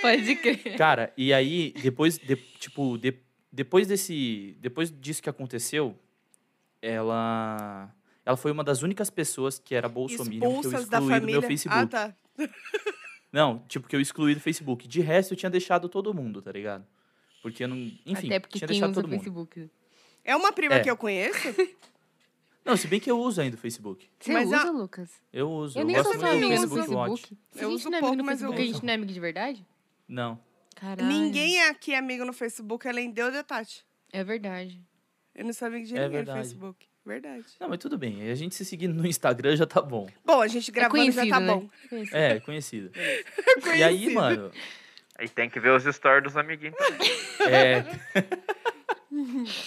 [SPEAKER 4] Pode crer.
[SPEAKER 3] Cara, e aí, depois, de- tipo, de- depois desse. Depois disso que aconteceu, ela. Ela foi uma das únicas pessoas que era bolsominion que eu
[SPEAKER 1] Expulsas da
[SPEAKER 3] excluí do
[SPEAKER 1] família.
[SPEAKER 3] meu Facebook.
[SPEAKER 1] ah, tá.
[SPEAKER 3] Não, tipo, que eu excluí do Facebook. De resto, eu tinha deixado todo mundo, tá ligado? Porque eu não. Enfim,
[SPEAKER 4] Até porque
[SPEAKER 3] tinha
[SPEAKER 4] quem
[SPEAKER 3] deixado
[SPEAKER 4] usa
[SPEAKER 3] todo
[SPEAKER 4] o
[SPEAKER 3] mundo.
[SPEAKER 4] Facebook.
[SPEAKER 1] É uma prima
[SPEAKER 3] É.
[SPEAKER 1] que eu conheço?
[SPEAKER 3] Não, se bem que eu uso ainda o Facebook.
[SPEAKER 4] Você
[SPEAKER 1] Mas
[SPEAKER 4] usa,
[SPEAKER 1] a-
[SPEAKER 4] Lucas?
[SPEAKER 3] Eu uso.
[SPEAKER 4] Eu
[SPEAKER 3] eu
[SPEAKER 4] nem
[SPEAKER 3] gosto
[SPEAKER 4] sou sua
[SPEAKER 3] muito
[SPEAKER 4] amiga
[SPEAKER 3] do
[SPEAKER 4] no
[SPEAKER 3] Facebook
[SPEAKER 4] Facebook.
[SPEAKER 3] Watch.
[SPEAKER 4] Se
[SPEAKER 1] Eu
[SPEAKER 4] a
[SPEAKER 1] uso
[SPEAKER 4] gente não é amigo
[SPEAKER 1] pouco,
[SPEAKER 4] no
[SPEAKER 1] mas eu
[SPEAKER 4] Facebook, a gente não é amigo de verdade?
[SPEAKER 3] Não.
[SPEAKER 4] Caralho.
[SPEAKER 1] Ninguém aqui é amigo no Facebook, além de eu e da Tati.
[SPEAKER 4] É verdade.
[SPEAKER 1] Eu não sou amigo de
[SPEAKER 3] É
[SPEAKER 1] ninguém no
[SPEAKER 3] verdade.
[SPEAKER 1] Facebook. Verdade.
[SPEAKER 3] Não, mas tudo bem. A gente se seguindo no Instagram já tá bom.
[SPEAKER 1] Bom, a gente gravando
[SPEAKER 4] é
[SPEAKER 1] já tá bom. É
[SPEAKER 4] Conhecido.
[SPEAKER 3] É, conhecido. E aí, mano,
[SPEAKER 2] E tem que ver os stories dos amiguinhos.
[SPEAKER 3] é,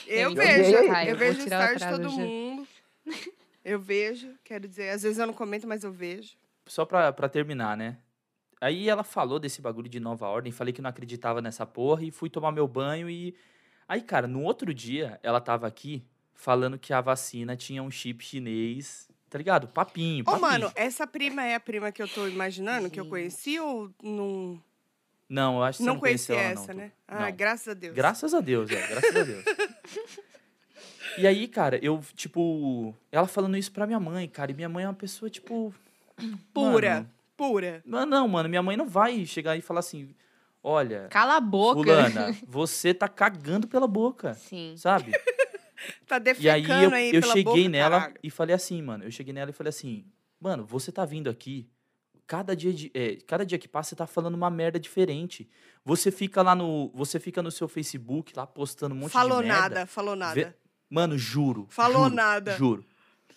[SPEAKER 1] Eu
[SPEAKER 4] Eu
[SPEAKER 1] vejo.
[SPEAKER 2] odeio.
[SPEAKER 1] Eu
[SPEAKER 4] Caio,
[SPEAKER 1] vejo
[SPEAKER 4] vou
[SPEAKER 1] os
[SPEAKER 4] tirar
[SPEAKER 1] stories
[SPEAKER 4] o
[SPEAKER 1] de todo
[SPEAKER 4] trado já.
[SPEAKER 1] mundo. Eu vejo, quero dizer. Às vezes eu não comento, mas eu vejo.
[SPEAKER 3] só pra, pra terminar, né? Aí ela falou desse bagulho de nova ordem, falei que não acreditava nessa porra e fui tomar meu banho e. Aí, cara, no outro dia ela tava aqui falando que a vacina tinha um chip chinês, tá ligado? Papinho,
[SPEAKER 1] Ô,
[SPEAKER 3] papinho.
[SPEAKER 1] mano, essa prima é a prima que eu tô imaginando, que eu
[SPEAKER 4] Gente.
[SPEAKER 1] conheci ou não,
[SPEAKER 3] Não, eu acho que você
[SPEAKER 1] não
[SPEAKER 3] não
[SPEAKER 1] conheci
[SPEAKER 3] conheceu ela,
[SPEAKER 1] essa,
[SPEAKER 3] não,
[SPEAKER 1] né?
[SPEAKER 3] Tu.
[SPEAKER 1] Ah,
[SPEAKER 3] Não.
[SPEAKER 1] graças a Deus.
[SPEAKER 3] Graças a Deus, é, graças a Deus. E aí, cara, eu, tipo, ela falando isso pra minha mãe, cara, e minha mãe é uma pessoa, tipo.
[SPEAKER 1] Pura,
[SPEAKER 3] mano,
[SPEAKER 1] pura.
[SPEAKER 3] Mas não, mano, minha mãe não vai chegar e falar assim: olha,
[SPEAKER 4] Cala a boca.
[SPEAKER 3] fulana, você tá cagando pela boca,
[SPEAKER 4] Sim.
[SPEAKER 3] sabe?
[SPEAKER 1] Tá
[SPEAKER 3] E aí
[SPEAKER 1] defecando
[SPEAKER 3] eu,
[SPEAKER 1] aí
[SPEAKER 3] eu
[SPEAKER 1] pela
[SPEAKER 3] cheguei
[SPEAKER 1] boca,
[SPEAKER 3] nela
[SPEAKER 1] caralho.
[SPEAKER 3] e falei assim, mano, eu cheguei nela e falei assim, mano, você tá vindo aqui, cada dia, de, é, cada dia que passa você tá falando uma merda diferente. Você fica lá no, você fica no seu Facebook lá postando um monte
[SPEAKER 1] falou
[SPEAKER 3] de merda.
[SPEAKER 1] nada, falou nada.
[SPEAKER 3] Vê- Mano, juro.
[SPEAKER 1] Falou
[SPEAKER 3] juro,
[SPEAKER 1] nada.
[SPEAKER 3] Juro.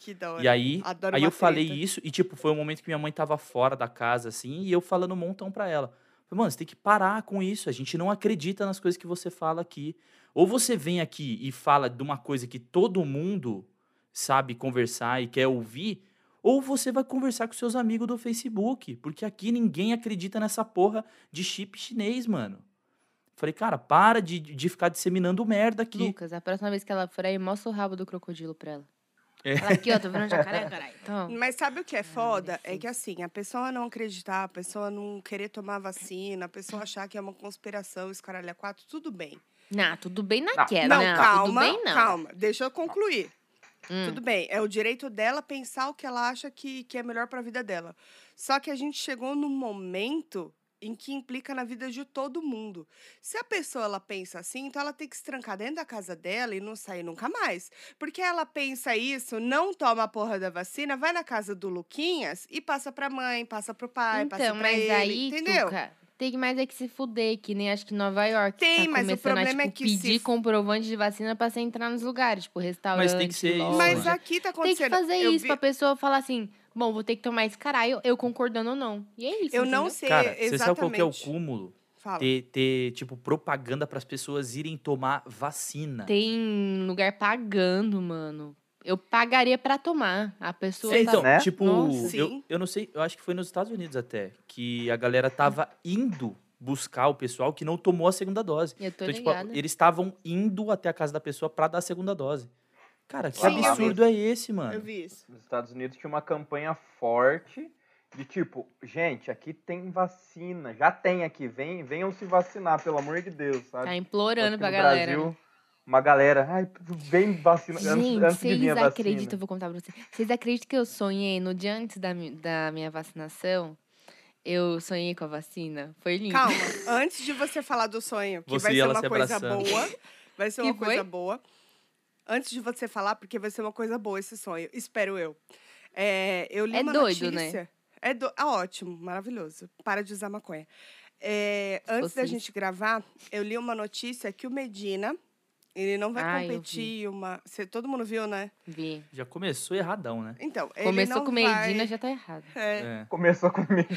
[SPEAKER 1] Que da hora.
[SPEAKER 3] E aí,
[SPEAKER 1] Adoro
[SPEAKER 3] aí
[SPEAKER 1] uma
[SPEAKER 3] eu falei
[SPEAKER 1] treta.
[SPEAKER 3] isso e, tipo, foi um momento que minha mãe tava fora da casa, assim, e eu falando um montão pra ela. Falei, mano, você tem que parar com isso. A gente não acredita nas coisas que você fala aqui. Ou você vem aqui e fala de uma coisa que todo mundo sabe conversar e quer ouvir, ou você vai conversar com seus amigos do Facebook. Porque aqui ninguém acredita nessa porra de chip chinês, mano. Falei, cara, para de, de ficar disseminando merda aqui.
[SPEAKER 4] Lucas, a próxima vez que ela for aí, mostra o rabo do crocodilo pra ela.
[SPEAKER 3] É.
[SPEAKER 4] Ela aqui, ó, tô vendo jacaré, caralho. Então,
[SPEAKER 1] Mas sabe o que é foda? É
[SPEAKER 4] sim.
[SPEAKER 1] que assim, a pessoa não acreditar, a pessoa não querer tomar vacina, a pessoa achar que é uma conspiração, esse caralho é quatro, tudo bem.
[SPEAKER 4] não, tudo bem naquela.
[SPEAKER 1] não,
[SPEAKER 4] Não,
[SPEAKER 1] calma,
[SPEAKER 4] tudo bem não.
[SPEAKER 1] calma. Deixa eu concluir.
[SPEAKER 4] Hum,
[SPEAKER 1] Tudo bem, é o direito dela pensar o que ela acha que, que é melhor para a vida dela. Só que a gente chegou num momento em que implica na vida de todo mundo. Se a pessoa ela pensa assim, então ela tem que se trancar dentro da casa dela e não sair nunca mais. Porque ela pensa isso, não toma a porra da vacina, vai na casa do Luquinhas e passa pra mãe, passa pro pai, passa
[SPEAKER 4] então,
[SPEAKER 1] pra
[SPEAKER 4] mas
[SPEAKER 1] ele,
[SPEAKER 4] aí,
[SPEAKER 1] entendeu?
[SPEAKER 4] Tuca, tem mais é que se fuder, que nem acho que Nova York
[SPEAKER 1] Tem,
[SPEAKER 4] tá
[SPEAKER 1] mas o
[SPEAKER 4] começando
[SPEAKER 1] problema
[SPEAKER 4] a,
[SPEAKER 1] é
[SPEAKER 4] tipo,
[SPEAKER 1] que se
[SPEAKER 4] pedir
[SPEAKER 1] fu-
[SPEAKER 4] comprovante de vacina pra você entrar nos lugares, tipo restaurante,
[SPEAKER 3] ser isso,
[SPEAKER 4] loja.
[SPEAKER 1] Mas
[SPEAKER 3] Olha,
[SPEAKER 1] aqui tá
[SPEAKER 4] Tem
[SPEAKER 1] acontecendo.
[SPEAKER 4] que fazer
[SPEAKER 1] Eu
[SPEAKER 4] isso
[SPEAKER 1] vi-
[SPEAKER 4] pra pessoa falar assim, bom, vou ter que tomar esse caralho, eu concordando ou não. E é isso,
[SPEAKER 1] Eu não
[SPEAKER 4] entendeu?
[SPEAKER 1] sei
[SPEAKER 3] Cara, você sabe qual
[SPEAKER 1] exatamente.
[SPEAKER 3] que é o cúmulo?
[SPEAKER 1] Fala.
[SPEAKER 3] ter, ter, tipo, propaganda para as pessoas irem tomar vacina.
[SPEAKER 4] Tem lugar pagando, mano. Eu pagaria pra tomar. A pessoa
[SPEAKER 3] É,
[SPEAKER 4] tá...
[SPEAKER 3] então,
[SPEAKER 2] Né?
[SPEAKER 3] tipo,
[SPEAKER 1] Nossa.
[SPEAKER 3] eu,
[SPEAKER 1] Sim.
[SPEAKER 3] eu não sei, eu acho que foi nos Estados Unidos até, que a galera tava indo buscar o pessoal que não tomou a segunda dose.
[SPEAKER 4] Eu tô
[SPEAKER 3] Então, tipo,
[SPEAKER 4] ligada.
[SPEAKER 3] eles estavam indo até a casa da pessoa para dar a segunda dose. Cara, que
[SPEAKER 1] Sim, eu vi.
[SPEAKER 3] absurdo é esse,
[SPEAKER 1] Eu
[SPEAKER 3] mano?
[SPEAKER 1] vi isso.
[SPEAKER 2] Nos Estados Unidos tinha uma campanha forte de tipo, gente, aqui tem vacina, já tem aqui, vem, venham se vacinar, pelo amor de Deus, sabe?
[SPEAKER 4] Tá implorando
[SPEAKER 2] Aqui
[SPEAKER 4] pra
[SPEAKER 2] no
[SPEAKER 4] galera.
[SPEAKER 2] Brasil, uma galera, ai, vem vacina, antes,
[SPEAKER 4] Gente,
[SPEAKER 2] antes de vir a
[SPEAKER 4] vocês
[SPEAKER 2] vacina.
[SPEAKER 4] acreditam, eu vou contar pra vocês. Vocês acreditam que eu sonhei no dia antes da, mi- da minha vacinação? Eu sonhei com a vacina? Foi lindo.
[SPEAKER 1] Calma, antes de você falar do sonho, que
[SPEAKER 3] Você
[SPEAKER 1] vai
[SPEAKER 3] e
[SPEAKER 1] ser
[SPEAKER 3] ela
[SPEAKER 1] uma
[SPEAKER 3] se
[SPEAKER 1] coisa
[SPEAKER 3] abraçando.
[SPEAKER 1] boa. Vai ser
[SPEAKER 4] Que
[SPEAKER 1] uma coisa
[SPEAKER 4] foi?
[SPEAKER 1] boa. Antes de você falar, porque vai ser uma coisa boa esse sonho, espero eu. É, eu li
[SPEAKER 4] É
[SPEAKER 1] uma
[SPEAKER 4] doido, né?
[SPEAKER 1] notícia. É do... ah, ótimo, maravilhoso. Para de usar maconha. É, antes da
[SPEAKER 4] fosse
[SPEAKER 1] gente gravar, eu li uma notícia que o Medina, ele não vai
[SPEAKER 4] Ah, eu
[SPEAKER 1] competir uma. Cê, todo mundo viu, né?
[SPEAKER 4] Vi.
[SPEAKER 3] Já começou erradão, né?
[SPEAKER 1] Então, ele
[SPEAKER 4] Começou
[SPEAKER 1] não
[SPEAKER 4] com Medina,
[SPEAKER 1] vai-
[SPEAKER 4] já tá errado.
[SPEAKER 1] é,
[SPEAKER 3] É.
[SPEAKER 2] Começou comigo.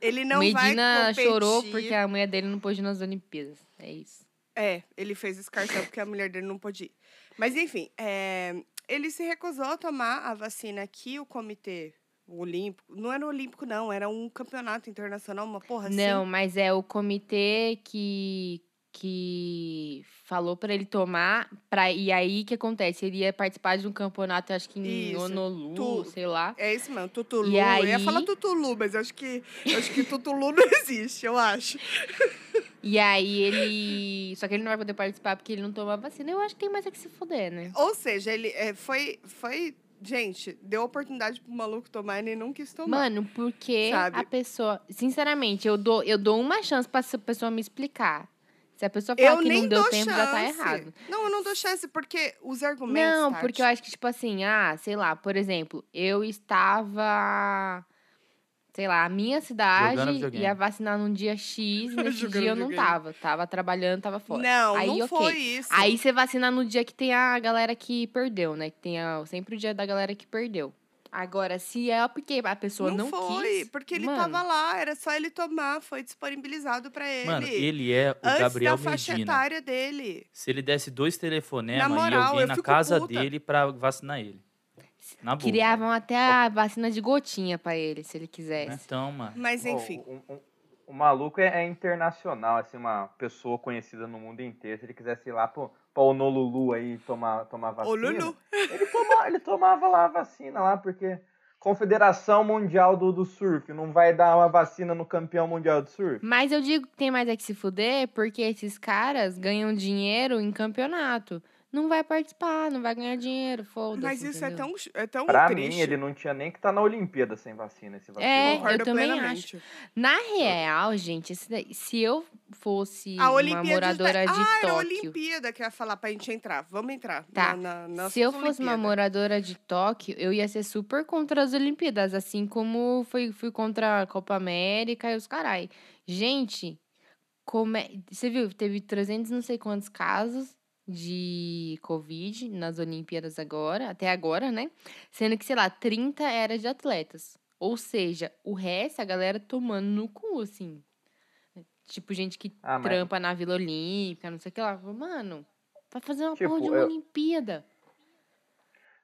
[SPEAKER 1] ele não vai
[SPEAKER 4] Medina
[SPEAKER 1] competir.
[SPEAKER 4] chorou porque a mulher dele não pôde ir nas Olimpíadas. É isso.
[SPEAKER 1] É, ele fez esse cartão porque a mulher dele não podia. ir. Mas enfim, é, ele se recusou a tomar a vacina que o comitê olímpico, não era olímpico não, era um campeonato internacional, uma porra assim.
[SPEAKER 4] Não, mas é o comitê que que falou pra ele tomar, pra, e aí o que acontece? Ele ia participar de um campeonato, acho que em
[SPEAKER 1] Isso,
[SPEAKER 4] Honolulu,
[SPEAKER 1] tu-
[SPEAKER 4] sei lá.
[SPEAKER 1] É isso mesmo, Tutulu.
[SPEAKER 4] E
[SPEAKER 1] Eu ia
[SPEAKER 4] aí?
[SPEAKER 1] falar Tutulu, mas eu acho que eu acho que Tutulu não existe, eu acho.
[SPEAKER 4] E aí ele. Só que ele não vai poder participar porque ele não tomou a vacina. Eu acho que tem mais é que se fuder, né?
[SPEAKER 1] Ou seja, ele é, foi foi gente, deu oportunidade pro maluco tomar e ele não quis tomar.
[SPEAKER 4] Mano, porque
[SPEAKER 1] Sabe?
[SPEAKER 4] a pessoa. Sinceramente, eu dou, eu dou uma chance pra essa pessoa me explicar. Se a pessoa falar
[SPEAKER 1] eu
[SPEAKER 4] que
[SPEAKER 1] nem
[SPEAKER 4] não deu
[SPEAKER 1] dou
[SPEAKER 4] tempo,
[SPEAKER 1] chance.
[SPEAKER 4] já tá errado.
[SPEAKER 1] Não, eu não dou chance porque os argumentos tá?
[SPEAKER 4] Não,
[SPEAKER 1] Tati,
[SPEAKER 4] tipo porque eu acho que, tipo assim, ah, sei lá, por exemplo, eu estava sei lá, a minha cidade
[SPEAKER 3] videogame.
[SPEAKER 4] ia vacinar num dia X, e nesse
[SPEAKER 1] Jogando
[SPEAKER 4] dia eu não
[SPEAKER 1] videogame.
[SPEAKER 4] tava. Tava trabalhando, tava fora.
[SPEAKER 1] Não,
[SPEAKER 4] Aí,
[SPEAKER 1] não
[SPEAKER 4] ok.
[SPEAKER 1] foi isso.
[SPEAKER 4] Aí você vacina no dia que tem a galera que perdeu, né? Que tem a- sempre o dia da galera que perdeu. Agora, se é porque a pessoa não,
[SPEAKER 1] foi,
[SPEAKER 4] quis,
[SPEAKER 1] porque ele
[SPEAKER 4] mano,
[SPEAKER 1] tava lá, era só ele tomar, foi disponibilizado pra ele.
[SPEAKER 3] Mano, ele é o
[SPEAKER 1] antes
[SPEAKER 3] Gabriel
[SPEAKER 1] da faixa
[SPEAKER 3] Medina.
[SPEAKER 1] etária dele.
[SPEAKER 3] Se ele desse dois telefonemas
[SPEAKER 1] Na
[SPEAKER 3] e
[SPEAKER 1] moral,
[SPEAKER 3] alguém
[SPEAKER 1] eu
[SPEAKER 3] na
[SPEAKER 1] fico
[SPEAKER 3] casa
[SPEAKER 1] puta.
[SPEAKER 3] dele pra vacinar ele. Na boa.
[SPEAKER 4] Criavam até a vacina de gotinha pra ele, se ele
[SPEAKER 3] Né?
[SPEAKER 4] quisesse.
[SPEAKER 3] Então, mano.
[SPEAKER 1] Mas
[SPEAKER 2] Ó,
[SPEAKER 1] enfim.
[SPEAKER 2] O, o- o maluco é, é internacional, assim, uma pessoa conhecida no mundo inteiro. Se ele quisesse ir lá pro, pra Honolulu aí tomar, tomar
[SPEAKER 1] Ô,
[SPEAKER 2] vacina.
[SPEAKER 1] Lulu.
[SPEAKER 2] Ele, toma, ele tomava lá a vacina lá, porque Confederação Mundial do, do Surf não vai dar uma vacina no campeão mundial do surf.
[SPEAKER 4] Mas eu digo que tem mais é que se fuder, porque esses caras ganham dinheiro em campeonato. Não vai participar, não vai ganhar dinheiro, foda-se.
[SPEAKER 1] Mas isso é
[SPEAKER 4] entendeu?
[SPEAKER 1] tão, é tão
[SPEAKER 2] Pra
[SPEAKER 1] triste.
[SPEAKER 2] mim, ele não tinha nem que estar na Olimpíada sem vacina, esse vacilo.
[SPEAKER 4] É,
[SPEAKER 2] lá.
[SPEAKER 1] Concordo
[SPEAKER 4] eu também
[SPEAKER 1] plenamente.
[SPEAKER 4] Na real, gente, esse daí- se eu fosse
[SPEAKER 1] A
[SPEAKER 4] uma
[SPEAKER 1] Olimpíada
[SPEAKER 4] moradora de,
[SPEAKER 1] Ah, era a
[SPEAKER 4] Tóquio.
[SPEAKER 1] Olimpíada que eu ia falar pra gente entrar. Vamos entrar.
[SPEAKER 4] Tá.
[SPEAKER 1] na- na- nas
[SPEAKER 4] Se eu fosse uma
[SPEAKER 1] Olimpíadas.
[SPEAKER 4] moradora de Tóquio, eu ia ser super contra as Olimpíadas, assim como fui, fui contra a Copa América e os carai. Gente, como é- você viu, teve 300 não sei quantos casos de Covid nas Olimpíadas agora, até agora, né? Sendo que, sei lá, 30 era de atletas. Ou seja, o resto, a galera tomando no cu, assim. Tipo, gente que
[SPEAKER 2] Ah, mas-
[SPEAKER 4] trampa na Vila Olímpica, não sei o que lá. Mano, vai fazer uma porra
[SPEAKER 2] Tipo,
[SPEAKER 4] de uma
[SPEAKER 2] eu-
[SPEAKER 4] Olimpíada.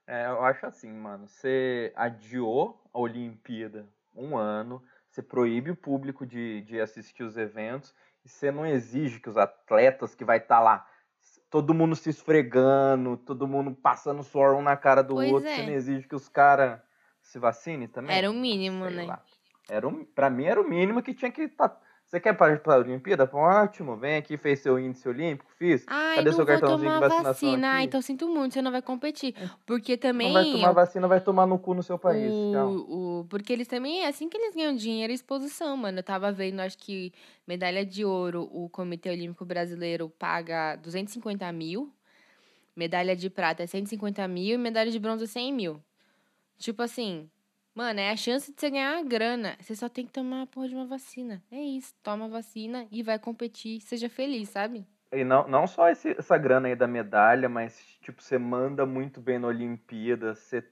[SPEAKER 2] É, eu acho assim, mano. Você adiou a Olimpíada um ano, você proíbe o público de, de assistir os eventos, e você não exige que os atletas que vai estar lá, todo mundo se esfregando, todo mundo passando suor um na cara do
[SPEAKER 4] Pois
[SPEAKER 2] outro,
[SPEAKER 4] é.
[SPEAKER 2] você não exige que os caras se vacinem também?
[SPEAKER 4] Era o mínimo,
[SPEAKER 2] Sei
[SPEAKER 4] né?
[SPEAKER 2] lá. Era o, pra mim era o mínimo que tinha que estar. Você quer participar da Olimpíada? Pô, Ótimo, vem aqui, fez seu índice olímpico, fiz.
[SPEAKER 4] Ai,
[SPEAKER 2] Cadê
[SPEAKER 4] não
[SPEAKER 2] seu
[SPEAKER 4] vou
[SPEAKER 2] cartãozinho de
[SPEAKER 4] tomar
[SPEAKER 2] vacinação
[SPEAKER 4] vacina. Ah,
[SPEAKER 2] aqui? É.
[SPEAKER 4] então sinto muito, você não vai competir. Porque também.
[SPEAKER 2] Não vai tomar vacina, vai tomar no cu no seu país. Tchau.
[SPEAKER 4] o, o, porque eles também, é assim que eles ganham dinheiro, é exposição, mano. Eu tava vendo, acho que medalha de ouro, o Comitê Olímpico Brasileiro paga 250 mil, medalha de prata é 150 mil e medalha de bronze é 100 mil. Tipo assim, mano, é a chance de você ganhar uma grana. Você só tem que tomar a porra de uma vacina. É isso, toma a vacina e vai competir, seja feliz, sabe?
[SPEAKER 2] E não, não só esse- essa grana aí da medalha, mas, tipo, você manda muito bem na Olimpíada, você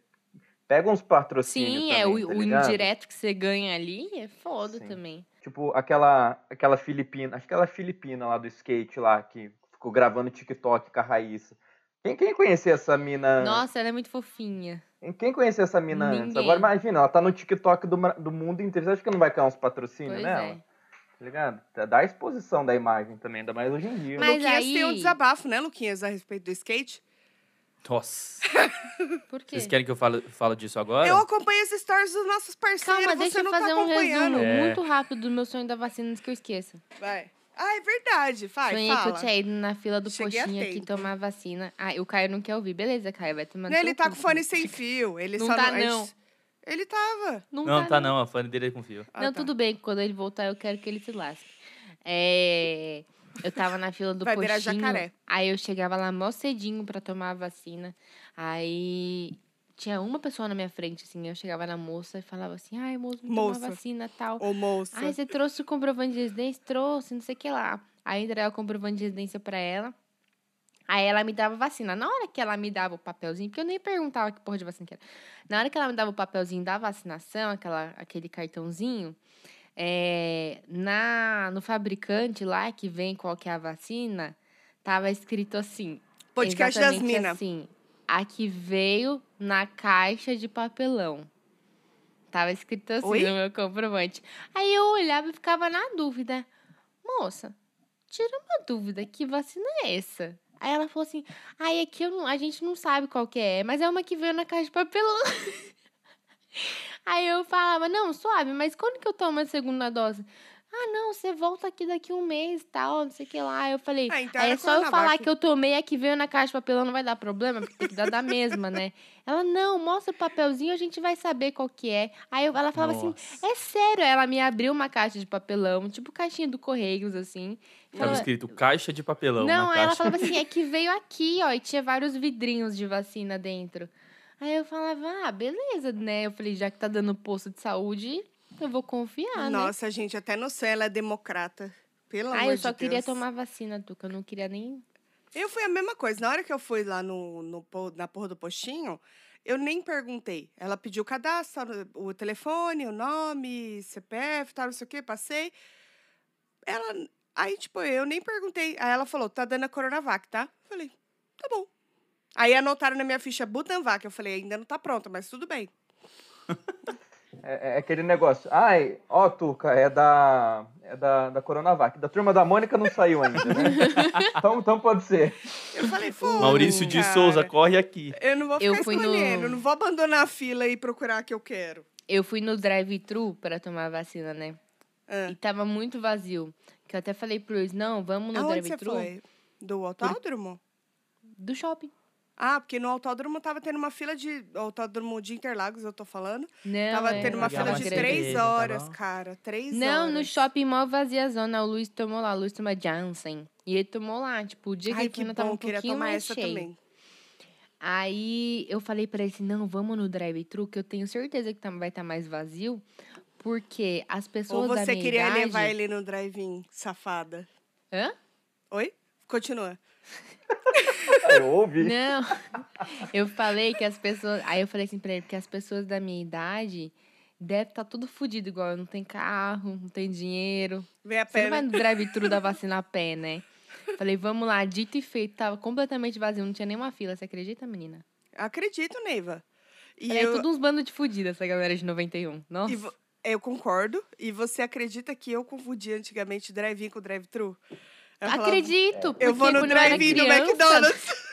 [SPEAKER 2] pega uns patrocínios
[SPEAKER 4] Sim,
[SPEAKER 2] também,
[SPEAKER 4] é o,
[SPEAKER 2] tá
[SPEAKER 4] o
[SPEAKER 2] ligado?
[SPEAKER 4] indireto que você ganha ali é foda
[SPEAKER 2] Sim.
[SPEAKER 4] também.
[SPEAKER 2] Tipo, aquela, aquela filipina, acho que aquela filipina lá do skate lá, que ficou gravando TikTok com a Raíssa. Quem, quem conhecia essa mina?
[SPEAKER 4] Nossa, ela é muito fofinha.
[SPEAKER 2] Quem conhecia essa mina antes?
[SPEAKER 4] Ninguém.
[SPEAKER 2] Agora imagina, ela tá no TikTok do, ma- do mundo inteiro. Você acha que não vai cair uns patrocínios
[SPEAKER 4] Pois
[SPEAKER 2] nela?
[SPEAKER 4] é.
[SPEAKER 2] Tá ligado? Dá a exposição da imagem também, ainda mais hoje em dia. né?
[SPEAKER 4] Mas
[SPEAKER 1] Luquinhas tem um
[SPEAKER 4] aí-
[SPEAKER 1] desabafo, né, Luquinhas, a respeito do skate?
[SPEAKER 3] Nossa.
[SPEAKER 4] Por quê?
[SPEAKER 3] Vocês querem que eu falo, falo disso agora?
[SPEAKER 1] Eu acompanho esses stories dos nossos parceiros,
[SPEAKER 4] Calma,
[SPEAKER 1] você
[SPEAKER 4] deixa eu
[SPEAKER 1] não
[SPEAKER 4] fazer
[SPEAKER 1] tá
[SPEAKER 4] um
[SPEAKER 1] acompanhando.
[SPEAKER 4] resumo
[SPEAKER 3] É.
[SPEAKER 4] muito rápido do meu sonho da vacina antes que eu esqueça.
[SPEAKER 1] Vai. Ah, é verdade. Vai,
[SPEAKER 4] Sonhei que eu
[SPEAKER 1] fala.
[SPEAKER 4] tinha ido na fila do
[SPEAKER 1] Cheguei a
[SPEAKER 4] postinho aqui
[SPEAKER 1] tempo.
[SPEAKER 4] tomar a vacina. Ah, e o Caio não quer ouvir. Beleza, Caio, vai tomar no
[SPEAKER 1] Não, ele
[SPEAKER 4] seu
[SPEAKER 1] tá
[SPEAKER 4] cu.
[SPEAKER 1] com fone sem fio. Ele
[SPEAKER 4] Não
[SPEAKER 1] só
[SPEAKER 4] tá,
[SPEAKER 1] não. a gente-
[SPEAKER 4] não.
[SPEAKER 1] Ele tava.
[SPEAKER 4] Não,
[SPEAKER 3] Não,
[SPEAKER 4] tá,
[SPEAKER 3] tá não. A fã dele é com fio.
[SPEAKER 1] Ah,
[SPEAKER 4] não,
[SPEAKER 1] tá.
[SPEAKER 4] tudo bem. Quando ele voltar, eu quero que ele se lasque. É... Eu tava na fila do
[SPEAKER 1] Vai
[SPEAKER 4] postinho.
[SPEAKER 1] virar jacaré.
[SPEAKER 4] Aí eu chegava lá mó cedinho pra tomar a vacina. Aí tinha uma pessoa na minha frente, assim. Eu chegava na moça e falava assim, ai, moço, me toma
[SPEAKER 1] Moça.
[SPEAKER 4] a vacina tal.
[SPEAKER 1] Ô, moça.
[SPEAKER 4] Ai, você trouxe o comprovante de residência? Trouxe, não sei o que lá. Aí entregava o comprovante de residência pra ela. Aí ela me dava vacina. Na hora que ela me dava o papelzinho, porque eu nem perguntava que porra de vacina que era. Na hora que ela me dava o papelzinho da vacinação, aquela, aquele cartãozinho, é, na, no fabricante lá que vem qual que é a vacina, tava escrito assim.
[SPEAKER 1] Podcast das
[SPEAKER 4] exatamente
[SPEAKER 1] minas.
[SPEAKER 4] Assim, a que veio na caixa de papelão. Tava escrito assim
[SPEAKER 1] Oi?
[SPEAKER 4] no meu comprovante. Aí eu olhava e ficava na dúvida. Moça, tira uma dúvida, que vacina é essa? Aí ela falou assim, ai, aqui eu não- a gente não sabe qual que é, mas é uma que veio na caixa de papelão. Aí eu falava, não, suave, mas quando que eu tomo a segunda dose? Ah, não, você volta aqui daqui um mês e tal, não sei o que lá. Eu falei,
[SPEAKER 1] Ah, então
[SPEAKER 4] Aí é
[SPEAKER 1] era
[SPEAKER 4] só eu falar
[SPEAKER 1] Coronavac.
[SPEAKER 4] que eu tomei a que veio na caixa de papelão, não vai dar problema, porque tem que dar da mesma, né? Ela, não, mostra o papelzinho, a gente vai saber qual que é. Aí eu- ela falava assim,
[SPEAKER 3] Nossa.
[SPEAKER 4] é sério, ela me abriu uma caixa de papelão, tipo caixinha do Correios, assim.
[SPEAKER 3] Tava
[SPEAKER 4] Ela-
[SPEAKER 3] escrito caixa de papelão
[SPEAKER 4] não,
[SPEAKER 3] na
[SPEAKER 4] aí ela
[SPEAKER 3] caixa.
[SPEAKER 4] falava assim, é que veio aqui, ó, e tinha vários vidrinhos de vacina dentro. Aí eu falava, ah, beleza, né? Eu falei, já que tá dando posto de saúde, Eu vou confiar, né?
[SPEAKER 1] Nossa, gente, até no céu ela é democrata. Pelo amor
[SPEAKER 4] Ah,
[SPEAKER 1] de
[SPEAKER 4] eu
[SPEAKER 1] Deus.
[SPEAKER 4] só queria tomar vacina, Tuca. Eu não queria nem.
[SPEAKER 1] Eu fui a mesma coisa. Na hora que eu fui lá no, no po- na porra do postinho, eu nem perguntei. Ela pediu o cadastro, o telefone, o nome, CPF, tal, não sei o quê, passei. Ela. Aí, tipo, eu nem perguntei. Aí ela falou: tá dando a Coronavac, tá? Falei, tá bom. Aí anotaram na minha ficha Butanvac. Eu falei, ainda não tá pronta, mas tudo bem.
[SPEAKER 2] É, é aquele negócio. Ai, ó, Tuca, é da. É da, da Coronavac. Da turma da Mônica não saiu ainda, né? então, então pode ser.
[SPEAKER 1] Eu falei, foda
[SPEAKER 3] Maurício de Souza, corre aqui.
[SPEAKER 1] Eu não vou
[SPEAKER 4] Eu
[SPEAKER 1] ficar
[SPEAKER 4] fui no-
[SPEAKER 1] escolhendo, não vou abandonar a fila e procurar a que eu quero.
[SPEAKER 4] Eu fui no drive-thru pra tomar vacina, né?
[SPEAKER 1] Ah.
[SPEAKER 4] E tava muito vazio. Que eu até falei pro Luiz, não, vamos no
[SPEAKER 1] Aonde você
[SPEAKER 4] drive-thru
[SPEAKER 1] foi? Do autódromo?
[SPEAKER 4] do shopping.
[SPEAKER 1] Ah, porque no autódromo tava tendo uma fila de. Autódromo de Interlagos, eu tô falando.
[SPEAKER 4] Não,
[SPEAKER 1] tava
[SPEAKER 4] é,
[SPEAKER 1] tendo uma
[SPEAKER 3] Legal,
[SPEAKER 1] fila
[SPEAKER 3] mas
[SPEAKER 1] de
[SPEAKER 3] você
[SPEAKER 1] três
[SPEAKER 3] vê, tá
[SPEAKER 1] horas,
[SPEAKER 3] bom.
[SPEAKER 1] cara. Três
[SPEAKER 4] Não,
[SPEAKER 1] horas.
[SPEAKER 4] no shopping mó vaziazona. O Luiz tomou lá, o Luiz toma Janssen. E ele tomou lá, tipo, o dia
[SPEAKER 1] Ai,
[SPEAKER 4] que
[SPEAKER 1] que
[SPEAKER 4] ele foi, tava
[SPEAKER 1] bom,
[SPEAKER 4] um
[SPEAKER 1] queria
[SPEAKER 4] pouquinho
[SPEAKER 1] tomar
[SPEAKER 4] mais
[SPEAKER 1] essa
[SPEAKER 4] cheio.
[SPEAKER 1] também.
[SPEAKER 4] Aí eu falei pra ele assim, não, vamos no drive-thru, que eu tenho certeza que tam- vai estar mais vazio, porque as
[SPEAKER 1] Ou
[SPEAKER 4] pessoas da
[SPEAKER 1] você
[SPEAKER 4] minha
[SPEAKER 1] queria
[SPEAKER 4] idade...
[SPEAKER 1] levar ele no drive-in, safada.
[SPEAKER 4] Hã?
[SPEAKER 1] Oi? Continua.
[SPEAKER 2] Eu
[SPEAKER 1] Né,
[SPEAKER 2] ouvi.
[SPEAKER 4] Não, eu falei que as pessoas... Aí eu falei assim pra ele, porque as pessoas da minha idade devem estar tudo fodido, igual eu não tem carro, não tem dinheiro.
[SPEAKER 1] Vem a
[SPEAKER 4] Você não vai
[SPEAKER 1] pena.
[SPEAKER 4] no drive-thru da vacina a pé, né? Falei, vamos lá, dito e feito, tava completamente vazio, não tinha nenhuma fila, você acredita, menina?
[SPEAKER 1] Acredito, Neiva. E
[SPEAKER 4] Falei, é
[SPEAKER 1] eu,
[SPEAKER 4] tudo uns bandos de fudida essa galera de 91. Nossa.
[SPEAKER 1] e vo- eu concordo. E você acredita que eu confundi antigamente drive-in com drive-thru? Eu falava, "É,
[SPEAKER 4] Acredito, porque
[SPEAKER 1] Eu vou no
[SPEAKER 4] quando eu era
[SPEAKER 1] drive-in do
[SPEAKER 4] criança-
[SPEAKER 1] McDonald's.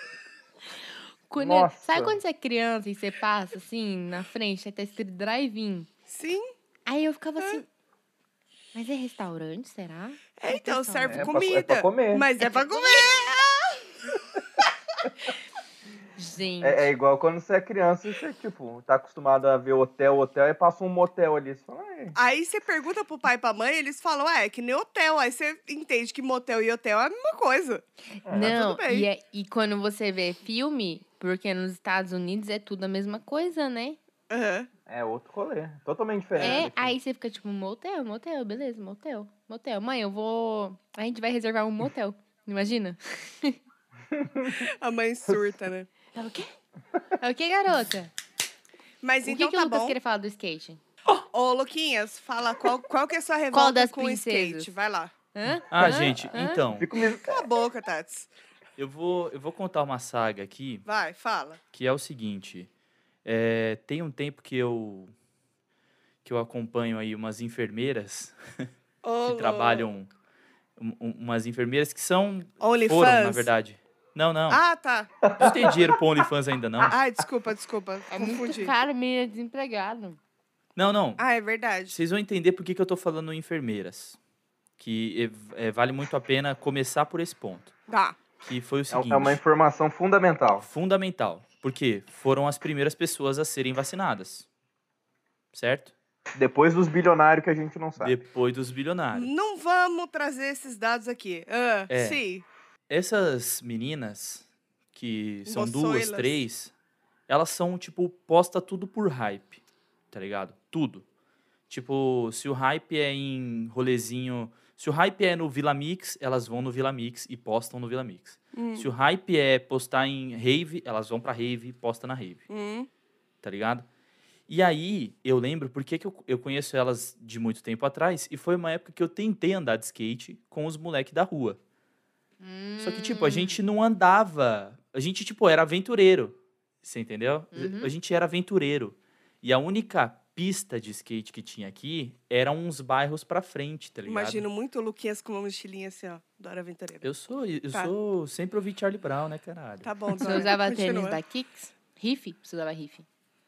[SPEAKER 4] Quando eu-
[SPEAKER 2] Nossa.
[SPEAKER 4] Sabe quando você é criança e você passa assim, na frente, aí tá escrito drive-in?
[SPEAKER 1] Sim. é,
[SPEAKER 4] Aí eu
[SPEAKER 1] Hum.
[SPEAKER 4] ficava assim. Mas é restaurante, será?
[SPEAKER 1] É, então, serve
[SPEAKER 2] É pra- é pra
[SPEAKER 1] comida.
[SPEAKER 2] comer.
[SPEAKER 1] Mas é pra comer.
[SPEAKER 4] Gente.
[SPEAKER 2] É, é igual quando você é criança e você, tipo, tá acostumado a ver hotel, hotel, e passa um motel ali. Você fala, ai,
[SPEAKER 1] Aí você pergunta pro pai e pra mãe, eles falam, ah, é que nem hotel. Aí você entende que motel e hotel é a mesma coisa.
[SPEAKER 2] é,
[SPEAKER 4] Não,
[SPEAKER 1] tudo bem.
[SPEAKER 4] e, é- e quando você vê filme, porque nos Estados Unidos é tudo a mesma coisa, né?
[SPEAKER 1] Aham.
[SPEAKER 2] é outro rolê. Totalmente
[SPEAKER 4] É,
[SPEAKER 2] diferente.
[SPEAKER 4] aí você fica tipo, motel, motel, beleza, motel, motel. Mãe, eu vou. A gente vai reservar um motel. Imagina?
[SPEAKER 1] A mãe surta, né?
[SPEAKER 4] É o quê? É o quê, garota?
[SPEAKER 1] Mas
[SPEAKER 4] o que,
[SPEAKER 1] então
[SPEAKER 4] que o
[SPEAKER 1] tá
[SPEAKER 4] Lucas
[SPEAKER 1] bom.
[SPEAKER 4] queria falar do skate?
[SPEAKER 1] Ô, Luquinhas, fala qual, qual que é a sua revolta
[SPEAKER 4] Qual das
[SPEAKER 1] com o skate.
[SPEAKER 4] princesas?
[SPEAKER 1] Vai lá.
[SPEAKER 4] Hã?
[SPEAKER 3] Ah,
[SPEAKER 4] Hã?
[SPEAKER 3] gente,
[SPEAKER 4] Hã?
[SPEAKER 3] então,
[SPEAKER 2] Fico me...
[SPEAKER 1] Cala a boca, Tats.
[SPEAKER 3] eu vou, eu vou contar uma saga aqui,
[SPEAKER 1] Vai, fala.
[SPEAKER 3] que é o seguinte. é, tem um tempo que eu que eu acompanho aí umas enfermeiras
[SPEAKER 1] Ô,
[SPEAKER 3] que
[SPEAKER 1] Lu.
[SPEAKER 3] trabalham um- um- umas enfermeiras que são foram, na
[SPEAKER 1] OnlyFans?
[SPEAKER 3] verdade. Não, não.
[SPEAKER 1] Ah, tá.
[SPEAKER 3] Não tem dinheiro pro OnlyFans ainda, não.
[SPEAKER 1] Ai, desculpa, desculpa.
[SPEAKER 4] É
[SPEAKER 1] Confundi.
[SPEAKER 4] muito caro, menina, é desempregado.
[SPEAKER 3] Não, não.
[SPEAKER 1] Ah, é verdade.
[SPEAKER 3] Vocês vão entender por que, que eu tô falando em enfermeiras. Que eh, eh, vale muito a pena começar por esse ponto.
[SPEAKER 1] Tá.
[SPEAKER 3] Que foi o
[SPEAKER 2] É um-
[SPEAKER 3] seguinte.
[SPEAKER 2] é uma informação fundamental.
[SPEAKER 3] fundamental. Porque foram as primeiras pessoas a serem vacinadas. Certo?
[SPEAKER 2] Depois dos bilionários que a gente não sabe.
[SPEAKER 3] Depois dos bilionários.
[SPEAKER 1] Não vamos trazer esses dados aqui. Ah,
[SPEAKER 3] É.
[SPEAKER 1] Sim.
[SPEAKER 3] Essas meninas, que são duas,
[SPEAKER 1] Moçoilas.
[SPEAKER 3] três, elas são, tipo, posta tudo por hype. Tá ligado? Tudo. Tipo, se o hype é em rolezinho. Se o hype é no Vila Mix, elas vão no Vila Mix e postam no Vila Mix.
[SPEAKER 1] Hum.
[SPEAKER 3] Se o hype é postar em rave, elas vão pra rave e postam na rave.
[SPEAKER 1] Hum.
[SPEAKER 3] tá ligado? E aí, eu lembro porque que eu, eu conheço elas de muito tempo atrás, e foi uma época que eu tentei andar de skate com os moleques da rua. Só que, tipo, a
[SPEAKER 4] Hum.
[SPEAKER 3] gente não andava. A gente, tipo, era aventureiro. Você entendeu?
[SPEAKER 4] Uhum.
[SPEAKER 3] A gente era aventureiro. E a única pista de skate que tinha aqui eram uns bairros pra frente, tá ligado?
[SPEAKER 1] Imagino muito o Luquinhas com uma mochilinha assim, ó. Dora Aventureira.
[SPEAKER 3] Eu sou, eu
[SPEAKER 1] Tá.
[SPEAKER 3] sou. Sempre ouvi Charlie Brown, né, caralho?
[SPEAKER 1] Tá bom,
[SPEAKER 4] Você
[SPEAKER 1] Dora.
[SPEAKER 4] usava
[SPEAKER 1] continua.
[SPEAKER 4] tênis da Kicks? Riff? Você usava riff?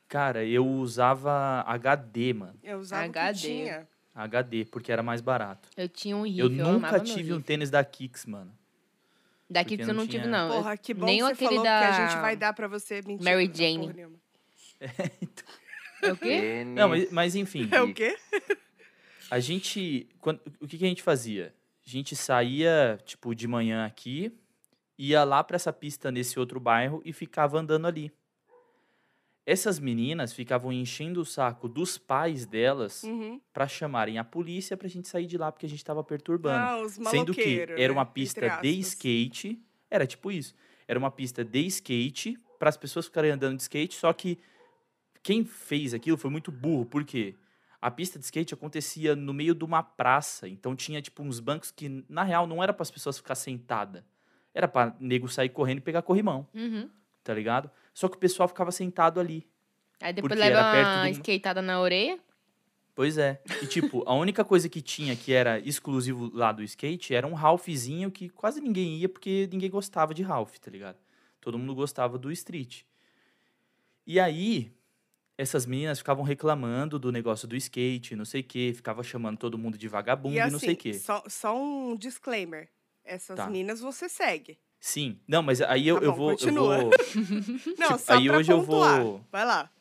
[SPEAKER 3] Cara, eu usava HD, mano.
[SPEAKER 1] Eu usava o
[SPEAKER 4] HD.
[SPEAKER 1] que tinha.
[SPEAKER 3] HD, porque era mais barato.
[SPEAKER 4] Eu tinha um riff.
[SPEAKER 3] Eu
[SPEAKER 4] amava
[SPEAKER 3] nunca
[SPEAKER 4] meu
[SPEAKER 3] tive um
[SPEAKER 4] riff.
[SPEAKER 3] tênis da Kicks, mano.
[SPEAKER 4] Da
[SPEAKER 3] porque
[SPEAKER 4] Kicks eu
[SPEAKER 3] não
[SPEAKER 4] não
[SPEAKER 3] tinha-
[SPEAKER 4] tive, não. Eu-
[SPEAKER 1] Porra, que bom
[SPEAKER 4] Nem
[SPEAKER 1] que você
[SPEAKER 4] aquele
[SPEAKER 1] falou
[SPEAKER 4] da...
[SPEAKER 1] que a gente vai dar pra você. Mentira,
[SPEAKER 4] Mary
[SPEAKER 1] não dá porra
[SPEAKER 4] Jane.
[SPEAKER 1] nenhuma.
[SPEAKER 4] É o quê?
[SPEAKER 2] Tênis.
[SPEAKER 3] Não, mas, mas enfim,
[SPEAKER 1] É o quê?
[SPEAKER 3] a gente. quando- o que, que a gente fazia? A gente saía, tipo, de manhã aqui, ia lá pra essa pista nesse outro bairro e ficava andando ali. Essas meninas ficavam enchendo o saco dos pais delas
[SPEAKER 1] Uhum.
[SPEAKER 3] pra chamarem a polícia pra gente sair de lá porque a gente tava perturbando.
[SPEAKER 1] Ah, os
[SPEAKER 3] Sendo que
[SPEAKER 1] maloqueiros,
[SPEAKER 3] era
[SPEAKER 1] né?
[SPEAKER 3] uma
[SPEAKER 1] Entre
[SPEAKER 3] pista de
[SPEAKER 1] aspas.
[SPEAKER 3] skate, era tipo isso. Era uma pista de skate para as pessoas ficarem andando de skate, só que quem fez aquilo foi muito burro, por quê? A pista de skate acontecia no meio de uma praça, então tinha tipo uns bancos que na real não era para as pessoas ficar sentada. Era para nego sair correndo e pegar corrimão,
[SPEAKER 4] Uhum.
[SPEAKER 3] tá ligado? Só que o pessoal ficava sentado ali.
[SPEAKER 4] Aí depois
[SPEAKER 3] Porque
[SPEAKER 4] leva
[SPEAKER 3] era perto
[SPEAKER 4] uma
[SPEAKER 3] de um-
[SPEAKER 4] skateada na orelha.
[SPEAKER 3] Pois é. E tipo, a única coisa que tinha que era exclusivo lá do skate era um Ralphzinho que quase ninguém ia porque ninguém gostava de Ralph, tá ligado? Todo mundo gostava do street. E aí, essas meninas ficavam reclamando do negócio do skate, não sei o quê, ficava chamando todo mundo de vagabundo e,
[SPEAKER 1] E assim,
[SPEAKER 3] não sei o quê.
[SPEAKER 1] Só, só um disclaimer. Essas
[SPEAKER 3] Tá.
[SPEAKER 1] meninas você segue.
[SPEAKER 3] Sim. Não, mas aí eu,
[SPEAKER 1] Tá
[SPEAKER 3] eu
[SPEAKER 1] bom,
[SPEAKER 3] vou. Eu
[SPEAKER 1] continua.
[SPEAKER 3] vou
[SPEAKER 1] Não,
[SPEAKER 3] Tipo,
[SPEAKER 1] só
[SPEAKER 3] aí
[SPEAKER 1] pra
[SPEAKER 3] hoje eu
[SPEAKER 1] pontuar.
[SPEAKER 3] vou-
[SPEAKER 1] Vai lá,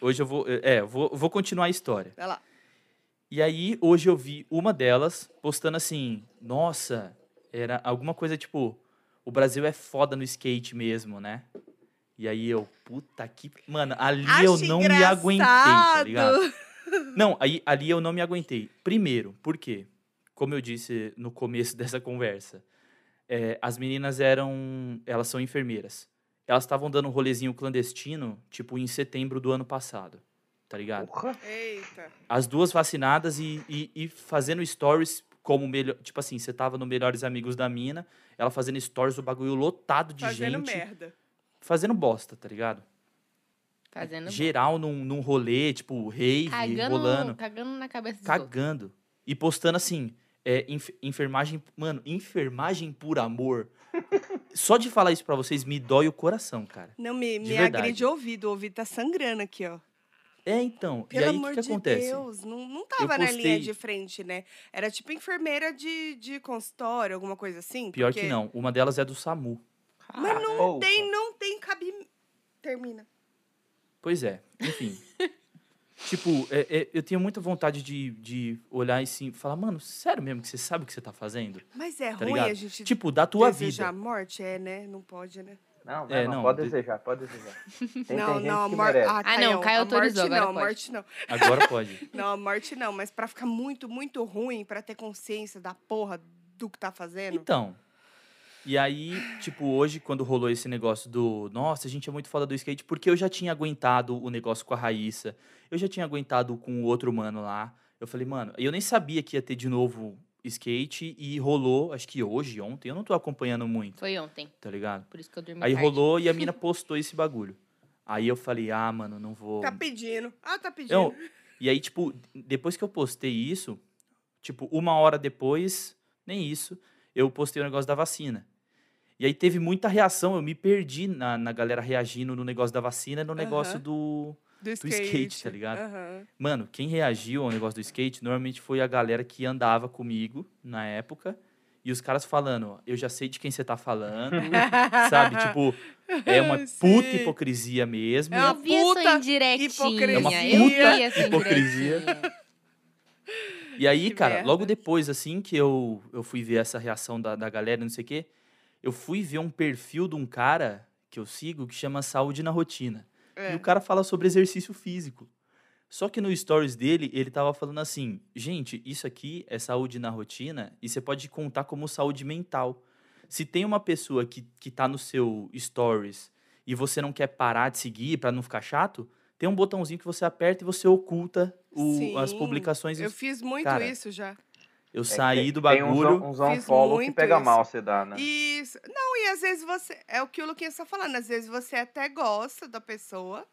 [SPEAKER 3] hoje eu vou. É, eu vou, vou continuar a história.
[SPEAKER 1] vai lá.
[SPEAKER 3] E aí, hoje eu vi uma delas postando assim: Nossa, era alguma coisa tipo, o Brasil é foda no skate mesmo, né? E aí eu, puta que. Mano, ali eu
[SPEAKER 1] Acho
[SPEAKER 3] não me
[SPEAKER 1] engraçado.
[SPEAKER 3] aguentei, tá ligado? Não, aí, ali eu não me aguentei. Primeiro, por quê? Como eu disse no começo dessa conversa, é, as meninas eram. Elas são enfermeiras. Elas estavam dando um rolezinho clandestino, tipo, em setembro do ano passado, tá ligado?
[SPEAKER 2] Porra.
[SPEAKER 1] Eita.
[SPEAKER 3] as duas vacinadas e, e, e fazendo stories como melhor. Tipo assim, você tava no Melhores Amigos da Mina, ela fazendo stories, o bagulho lotado de
[SPEAKER 1] Fazendo
[SPEAKER 3] gente.
[SPEAKER 1] merda.
[SPEAKER 3] Fazendo bosta, tá ligado?
[SPEAKER 4] Fazendo.
[SPEAKER 3] Geral num, num rolê, tipo, rave,
[SPEAKER 4] Cagando,
[SPEAKER 3] rolando,
[SPEAKER 4] cagando na cabeça dos outros.
[SPEAKER 3] cagando. E postando assim, é, enf- enfermagem. Mano, enfermagem por amor. Só de falar isso pra vocês me dói o coração, cara.
[SPEAKER 1] Não, me,
[SPEAKER 3] De
[SPEAKER 1] me
[SPEAKER 3] verdade.
[SPEAKER 1] agride o ouvido. O ouvido tá sangrando aqui, ó.
[SPEAKER 3] É, então.
[SPEAKER 1] Pelo
[SPEAKER 3] e aí, o
[SPEAKER 1] amor
[SPEAKER 3] que, que
[SPEAKER 1] de
[SPEAKER 3] acontece?
[SPEAKER 1] Deus, não, não tava na linha
[SPEAKER 3] postei-
[SPEAKER 1] de frente, né? Era tipo enfermeira de, de consultório, alguma coisa assim.
[SPEAKER 3] Pior
[SPEAKER 1] porque-
[SPEAKER 3] que não. Uma delas é do SAMU. é
[SPEAKER 4] Ah,
[SPEAKER 1] Mas não
[SPEAKER 2] Porra.
[SPEAKER 1] tem, não tem cabimento. Termina.
[SPEAKER 3] Pois é, enfim. tipo, é- é- eu tenho muita vontade de, de olhar e sim, falar, mano, sério mesmo que você sabe o que você tá fazendo?
[SPEAKER 1] Mas é
[SPEAKER 3] Tá
[SPEAKER 1] ruim
[SPEAKER 3] ligado?
[SPEAKER 1] a gente
[SPEAKER 3] Tipo, da tua
[SPEAKER 1] desejar a
[SPEAKER 3] vida.
[SPEAKER 1] morte? É, né? Não pode, né?
[SPEAKER 2] Não,
[SPEAKER 3] É,
[SPEAKER 2] não,
[SPEAKER 3] não,
[SPEAKER 2] pode
[SPEAKER 3] de-
[SPEAKER 2] desejar, pode desejar. Tem, tem
[SPEAKER 1] não,
[SPEAKER 2] gente
[SPEAKER 1] não, a
[SPEAKER 2] que
[SPEAKER 1] morte.
[SPEAKER 2] merece.
[SPEAKER 1] Ah,
[SPEAKER 4] Ah, não,
[SPEAKER 1] Caião,
[SPEAKER 4] Caio
[SPEAKER 1] a morte
[SPEAKER 4] autorizou, agora
[SPEAKER 1] não, a
[SPEAKER 4] pode.
[SPEAKER 1] morte não.
[SPEAKER 3] Agora pode.
[SPEAKER 1] Não, a morte não, mas pra ficar muito, muito ruim, pra ter consciência da porra do que tá fazendo.
[SPEAKER 3] Então. E aí, tipo, hoje, quando rolou esse negócio do nossa, a gente é muito foda do skate, porque eu já tinha aguentado o negócio com a Raíssa, eu já tinha aguentado com o outro mano lá. Eu falei, mano, eu nem sabia que ia ter de novo skate e rolou, acho que hoje, ontem, eu não tô acompanhando muito,
[SPEAKER 4] Foi ontem,
[SPEAKER 3] tá ligado?
[SPEAKER 4] por isso que eu dormi
[SPEAKER 3] Aí
[SPEAKER 4] tarde.
[SPEAKER 3] rolou e a mina postou esse bagulho. Aí eu falei, ah, mano, não vou.
[SPEAKER 1] Tá pedindo. Ah, tá pedindo.
[SPEAKER 3] Não, e aí, tipo, depois que eu postei isso, tipo, uma hora depois, nem isso, eu postei o negócio da vacina. E aí teve muita reação, eu me perdi na, na galera reagindo no negócio da vacina e no negócio
[SPEAKER 1] Aham.
[SPEAKER 3] do.
[SPEAKER 1] do
[SPEAKER 3] skate, tá ligado?
[SPEAKER 1] Aham.
[SPEAKER 3] Mano, quem reagiu ao negócio do skate normalmente foi a galera que andava comigo na época. E os caras falando, eu já sei de quem você tá falando, sabe? Tipo, é uma puta
[SPEAKER 1] Sim.
[SPEAKER 3] hipocrisia mesmo.
[SPEAKER 1] É uma
[SPEAKER 4] eu vi essa
[SPEAKER 1] puta
[SPEAKER 4] indiretinha.
[SPEAKER 1] hipocrisia.
[SPEAKER 3] É uma
[SPEAKER 4] eu vi
[SPEAKER 3] puta
[SPEAKER 4] essa
[SPEAKER 3] hipocrisia.
[SPEAKER 4] indiretinha.
[SPEAKER 3] E aí,
[SPEAKER 1] Que
[SPEAKER 3] cara,
[SPEAKER 1] merda.
[SPEAKER 3] logo depois, assim, que eu, eu fui ver essa reação da, da galera, não sei o quê, eu fui ver um perfil de um cara que eu sigo que chama Saúde na Rotina.
[SPEAKER 1] É.
[SPEAKER 3] E o cara fala sobre exercício físico. Só que no stories dele, ele tava falando assim: gente, isso aqui é saúde na rotina e você pode contar como saúde mental. Se tem uma pessoa que, que tá no seu stories e você não quer parar de seguir pra não ficar chato, tem um botãozinho que você aperta e você oculta o- as
[SPEAKER 1] Sim,
[SPEAKER 3] publicações.
[SPEAKER 1] Eu fiz muito
[SPEAKER 3] Cara,
[SPEAKER 1] isso já.
[SPEAKER 3] Eu
[SPEAKER 2] É que
[SPEAKER 3] saí
[SPEAKER 2] tem-
[SPEAKER 3] do
[SPEAKER 2] tem
[SPEAKER 3] bagulho.
[SPEAKER 2] Uns, on- uns
[SPEAKER 1] Fiz
[SPEAKER 2] unfollow que
[SPEAKER 1] muito
[SPEAKER 2] pega
[SPEAKER 1] isso.
[SPEAKER 2] mal você dá, né?
[SPEAKER 1] Isso. Não, e às vezes você. É o que o Luquinha está falando. Às vezes você até gosta da pessoa,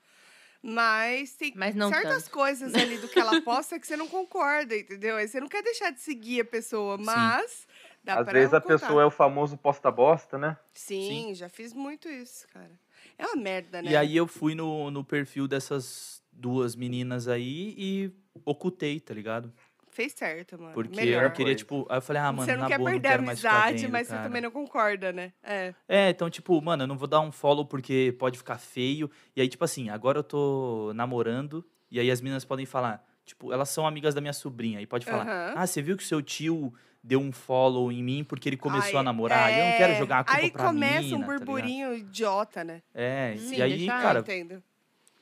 [SPEAKER 1] mas tem
[SPEAKER 4] Mas não
[SPEAKER 1] certas
[SPEAKER 4] tanto.
[SPEAKER 1] coisas ali do que ela posta que você não concorda, entendeu? Aí você não quer deixar de seguir a pessoa,
[SPEAKER 3] Sim.
[SPEAKER 1] mas. Dá
[SPEAKER 2] Às
[SPEAKER 1] pra
[SPEAKER 2] vezes a
[SPEAKER 1] contar.
[SPEAKER 2] pessoa é o famoso posta bosta, né?
[SPEAKER 3] um
[SPEAKER 1] Sim, já fiz muito isso, cara. É uma merda, né?
[SPEAKER 3] E aí eu fui no, no perfil dessas duas meninas aí e ocultei, tá ligado?
[SPEAKER 1] Fez certo, mano.
[SPEAKER 3] Porque eu
[SPEAKER 1] Melhor.
[SPEAKER 3] não queria,
[SPEAKER 2] Coisa.
[SPEAKER 3] tipo. Aí eu falei, ah, mano,
[SPEAKER 1] você não
[SPEAKER 3] na
[SPEAKER 1] quer
[SPEAKER 3] boa,
[SPEAKER 1] perder
[SPEAKER 3] não
[SPEAKER 1] a
[SPEAKER 3] quero mais ficar
[SPEAKER 1] amizade,
[SPEAKER 3] vendo,
[SPEAKER 1] mas
[SPEAKER 3] cara.
[SPEAKER 1] você também não concorda, né? É.
[SPEAKER 3] É, então, tipo, mano, eu não vou dar um follow porque pode ficar feio. E aí, tipo assim, agora eu tô namorando, e aí as meninas podem falar, tipo, elas são amigas da minha sobrinha, e pode falar,
[SPEAKER 1] Aham.
[SPEAKER 3] ah, você viu que o seu tio deu um follow em mim porque ele começou a
[SPEAKER 1] Aí-
[SPEAKER 3] namorar? E eu não quero
[SPEAKER 1] é,
[SPEAKER 3] jogar a culpa
[SPEAKER 1] Aí
[SPEAKER 3] pra
[SPEAKER 1] começa
[SPEAKER 3] mina,
[SPEAKER 1] um
[SPEAKER 3] tá ligado?
[SPEAKER 1] burburinho idiota, né?
[SPEAKER 3] é,
[SPEAKER 4] Sim,
[SPEAKER 3] e aí,
[SPEAKER 4] deixa-
[SPEAKER 1] Ah,
[SPEAKER 3] cara,
[SPEAKER 1] entendo.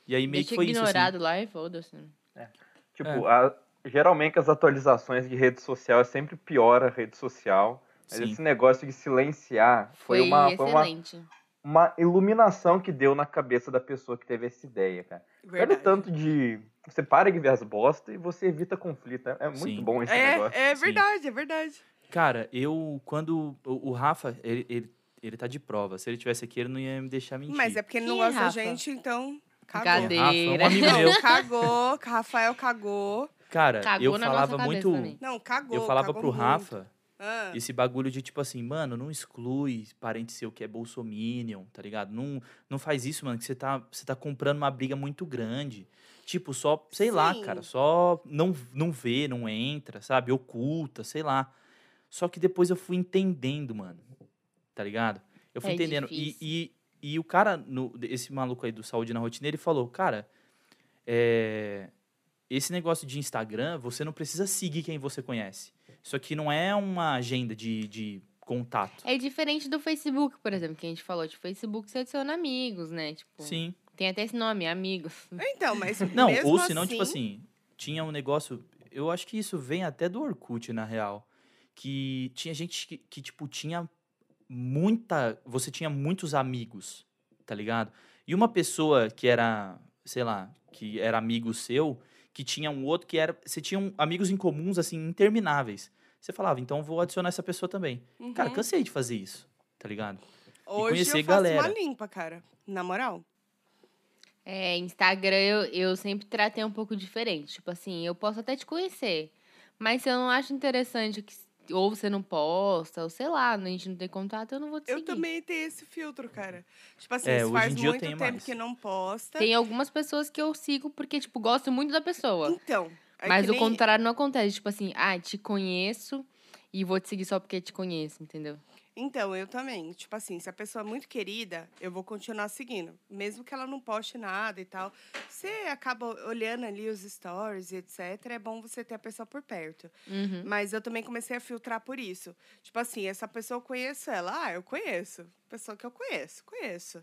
[SPEAKER 3] E aí meio
[SPEAKER 4] Deixa
[SPEAKER 3] que foi isso. Assim.
[SPEAKER 4] ignorado lá e foda-se.
[SPEAKER 3] É.
[SPEAKER 2] Tipo, a- geralmente as atualizações de rede social é sempre piora a rede social. Mas
[SPEAKER 3] Sim.
[SPEAKER 2] esse negócio de silenciar foi,
[SPEAKER 4] Foi,
[SPEAKER 2] uma, foi uma,
[SPEAKER 4] excelente.
[SPEAKER 2] uma iluminação que deu na cabeça da pessoa que teve essa ideia, cara. Olha o
[SPEAKER 1] Verdade.
[SPEAKER 2] tanto de. Você para de ver as bostas e você evita conflito. É, é muito
[SPEAKER 3] Sim.
[SPEAKER 2] bom esse negócio.
[SPEAKER 1] É, é
[SPEAKER 3] Sim.
[SPEAKER 1] verdade, é verdade.
[SPEAKER 3] Cara, eu. Quando. O, o Rafa, ele, ele, ele tá de prova. Se ele tivesse aqui, ele não ia me deixar mentir.
[SPEAKER 1] Mas é porque ele não
[SPEAKER 4] Ih,
[SPEAKER 1] gosta da
[SPEAKER 4] Rafa.
[SPEAKER 1] gente, então. Cagou.
[SPEAKER 4] Cadê?
[SPEAKER 3] Rafa, um amigo
[SPEAKER 1] Não,
[SPEAKER 3] meu.
[SPEAKER 1] cagou. Rafael cagou.
[SPEAKER 3] Cara,
[SPEAKER 4] Cagou
[SPEAKER 3] eu
[SPEAKER 4] na
[SPEAKER 3] falava
[SPEAKER 4] nossa cabeça
[SPEAKER 3] muito.
[SPEAKER 4] também.
[SPEAKER 1] Não, cagou.
[SPEAKER 3] Eu falava
[SPEAKER 1] cagou
[SPEAKER 3] pro
[SPEAKER 1] muito.
[SPEAKER 3] Rafa
[SPEAKER 1] Ah,
[SPEAKER 3] esse bagulho de tipo assim, mano, não exclui parente seu que é bolsominion, tá ligado? Não, não faz isso, mano, que você tá, você tá comprando uma briga muito grande. Tipo, só, sei lá,
[SPEAKER 1] Sim.
[SPEAKER 3] cara, só não, não vê, não entra, sabe? Oculta, sei lá. Só que depois eu fui entendendo, mano, tá ligado? Eu fui
[SPEAKER 4] É
[SPEAKER 3] entendendo. E,
[SPEAKER 4] difícil.
[SPEAKER 3] e, e o cara, no- esse maluco aí do Saúde na Rotina, ele falou, cara, é, esse negócio de Instagram, você não precisa seguir quem você conhece. Isso aqui não é uma agenda de, de contato.
[SPEAKER 4] É diferente do Facebook, por exemplo, que a gente falou. Tipo, Facebook você adiciona amigos, né? Tipo,
[SPEAKER 3] Sim.
[SPEAKER 4] tem até esse nome, amigos.
[SPEAKER 1] Então, mas.
[SPEAKER 3] Não,
[SPEAKER 1] mesmo
[SPEAKER 3] ou senão, tipo
[SPEAKER 1] assim.
[SPEAKER 3] assim, tinha um negócio. Eu acho que isso vem até do Orkut, na real. Que tinha gente que, que, tipo, tinha muita. Você tinha muitos amigos, tá ligado? E uma pessoa que era, sei lá, que era amigo seu, que tinha um outro que era. Você tinha um- amigos em comuns, assim, intermináveis. Você falava, então vou adicionar essa pessoa também. assim, Cara,
[SPEAKER 1] uhum.
[SPEAKER 3] cansei de fazer isso, tá ligado?
[SPEAKER 1] Hoje eu
[SPEAKER 3] conhecer
[SPEAKER 1] faço
[SPEAKER 3] galera.
[SPEAKER 1] uma limpa, cara. Na moral.
[SPEAKER 4] É, Instagram eu, eu sempre tratei um pouco diferente. Tipo assim, eu posso até te conhecer, mas se eu não acho interessante, que, ou você não posta, ou sei lá, a gente não tem contato, eu não vou te
[SPEAKER 1] Eu
[SPEAKER 4] seguir.
[SPEAKER 1] também tenho esse filtro, cara. Tipo assim,
[SPEAKER 3] É,
[SPEAKER 1] isso
[SPEAKER 3] hoje
[SPEAKER 1] faz
[SPEAKER 3] em dia eu
[SPEAKER 1] muito
[SPEAKER 3] tenho
[SPEAKER 1] tempo
[SPEAKER 3] mais.
[SPEAKER 1] que não posta.
[SPEAKER 4] Tem algumas pessoas que eu sigo porque, tipo, gosto muito da pessoa.
[SPEAKER 1] Então. é
[SPEAKER 4] mas
[SPEAKER 1] que
[SPEAKER 4] o
[SPEAKER 1] nem-
[SPEAKER 4] contrário não acontece. Tipo assim, ah, te conheço e vou te seguir só porque te conheço, entendeu?
[SPEAKER 1] Então, eu também. Tipo assim, se a pessoa é muito querida, eu vou continuar seguindo. Mesmo que ela não poste nada e tal. Você acaba olhando ali os stories e etc. É bom você ter a pessoa por perto.
[SPEAKER 4] Uhum.
[SPEAKER 1] Mas eu também comecei a filtrar por isso. Tipo assim, essa pessoa eu conheço ela. Ah, eu conheço. Pessoa que eu conheço, conheço.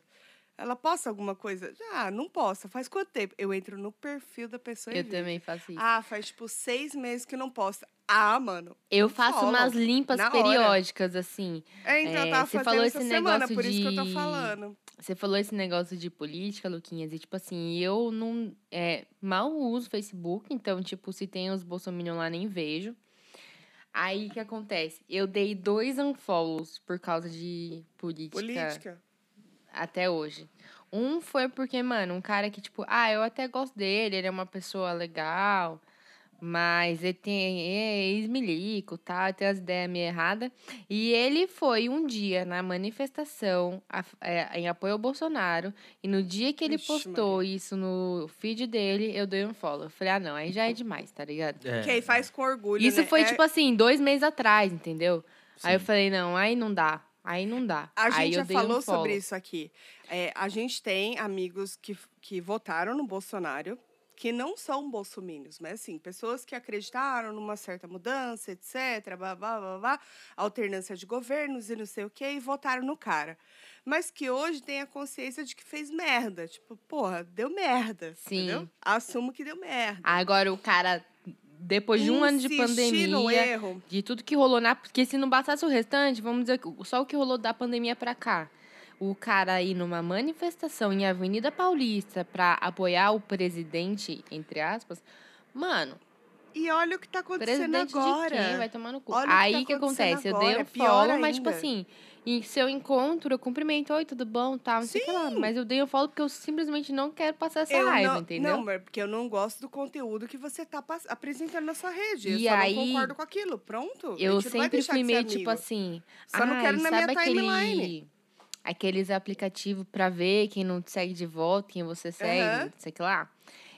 [SPEAKER 1] Ela posta alguma coisa? Ah, não posta. Faz quanto tempo? Eu entro no perfil da pessoa e
[SPEAKER 4] Eu
[SPEAKER 1] vejo.
[SPEAKER 4] também faço isso.
[SPEAKER 1] Ah, faz tipo seis meses que não posta. Ah, mano.
[SPEAKER 4] Eu
[SPEAKER 1] não
[SPEAKER 4] faço
[SPEAKER 1] follow.
[SPEAKER 4] umas limpas
[SPEAKER 1] na hora.
[SPEAKER 4] periódicas, assim.
[SPEAKER 1] É, então
[SPEAKER 4] É,
[SPEAKER 1] eu tava
[SPEAKER 4] você
[SPEAKER 1] fazendo
[SPEAKER 4] falou
[SPEAKER 1] essa
[SPEAKER 4] esse
[SPEAKER 1] semana,
[SPEAKER 4] negócio
[SPEAKER 1] por isso que eu tô
[SPEAKER 4] de-
[SPEAKER 1] falando.
[SPEAKER 4] Você falou esse negócio de política, Luquinhas, e tipo assim, eu não é, mal uso Facebook, então, tipo, se tem os bolsominion lá, nem vejo. Aí o que acontece? Eu dei dois unfollows por causa de
[SPEAKER 1] Política.
[SPEAKER 4] até hoje. Um foi porque, mano, um cara que, tipo, ah, eu até gosto dele, ele é uma pessoa legal, mas ele tem é ex-milico, tá? Tem as ideias meio erradas. E ele foi um dia na manifestação a- é, em apoio ao Bolsonaro, e no dia que ele
[SPEAKER 1] Ixi,
[SPEAKER 4] postou isso no feed dele, eu dei um follow. Eu falei, ah, não, aí já é demais, tá ligado?
[SPEAKER 3] É,
[SPEAKER 1] Que aí faz com orgulho,
[SPEAKER 4] Isso
[SPEAKER 1] né?
[SPEAKER 4] foi,
[SPEAKER 1] É,
[SPEAKER 4] tipo assim, dois meses atrás, entendeu? Aí eu
[SPEAKER 3] É, sim.
[SPEAKER 4] falei, não, aí não dá. Aí não dá.
[SPEAKER 1] A gente
[SPEAKER 4] aí eu
[SPEAKER 1] já
[SPEAKER 4] dei um
[SPEAKER 1] falou
[SPEAKER 4] follow.
[SPEAKER 1] sobre isso aqui. É, a gente tem amigos que, que votaram no Bolsonaro, que não são bolsomínios, mas assim, pessoas que acreditaram numa certa mudança, etc., blá, blá, blá, blá, alternância de governos e não sei o quê, e votaram no cara. Mas que hoje tem a consciência de que fez merda. Tipo, porra, deu merda.
[SPEAKER 4] Sim.
[SPEAKER 1] Entendeu? Assumo que deu merda.
[SPEAKER 4] Agora o cara, depois de um ano de
[SPEAKER 1] Insistir no
[SPEAKER 4] pandemia,
[SPEAKER 1] erro.
[SPEAKER 4] de tudo que rolou na. Porque se não bastasse o restante, vamos dizer que só o que rolou da pandemia pra cá. O cara ir numa manifestação em Avenida Paulista pra apoiar o presidente, entre aspas. Mano,
[SPEAKER 1] E olha o que tá acontecendo
[SPEAKER 4] presidente
[SPEAKER 1] agora.
[SPEAKER 4] de quem? Vai tomar no cu.
[SPEAKER 1] Olha o que tá
[SPEAKER 4] Aí o que,
[SPEAKER 1] acontecendo
[SPEAKER 4] acontece? Eu
[SPEAKER 1] agora,
[SPEAKER 4] dei
[SPEAKER 1] é
[SPEAKER 4] um
[SPEAKER 1] pior
[SPEAKER 4] follow, mas tipo
[SPEAKER 1] ainda.
[SPEAKER 4] assim, em seu encontro, eu cumprimento, oi, tudo bom, tal, não sei o que lá. Mas eu dei um follow porque eu simplesmente não quero passar essa raiva,
[SPEAKER 1] não,
[SPEAKER 4] entendeu?
[SPEAKER 1] Não, mas porque eu não gosto do conteúdo que você tá pas- apresentando na sua rede. eu
[SPEAKER 4] E
[SPEAKER 1] só
[SPEAKER 4] aí,
[SPEAKER 1] não concordo com aquilo. Pronto. a
[SPEAKER 4] Eu
[SPEAKER 1] gente não vai
[SPEAKER 4] sempre
[SPEAKER 1] deixar
[SPEAKER 4] fui
[SPEAKER 1] de ser
[SPEAKER 4] meio
[SPEAKER 1] amigo.
[SPEAKER 4] tipo assim.
[SPEAKER 1] Só não
[SPEAKER 4] "Ai,
[SPEAKER 1] quero na minha
[SPEAKER 4] sabe
[SPEAKER 1] timeline.
[SPEAKER 4] aquele- Aqueles aplicativos pra ver quem não te segue de volta, quem você segue,
[SPEAKER 1] Aham.
[SPEAKER 4] não sei o que lá.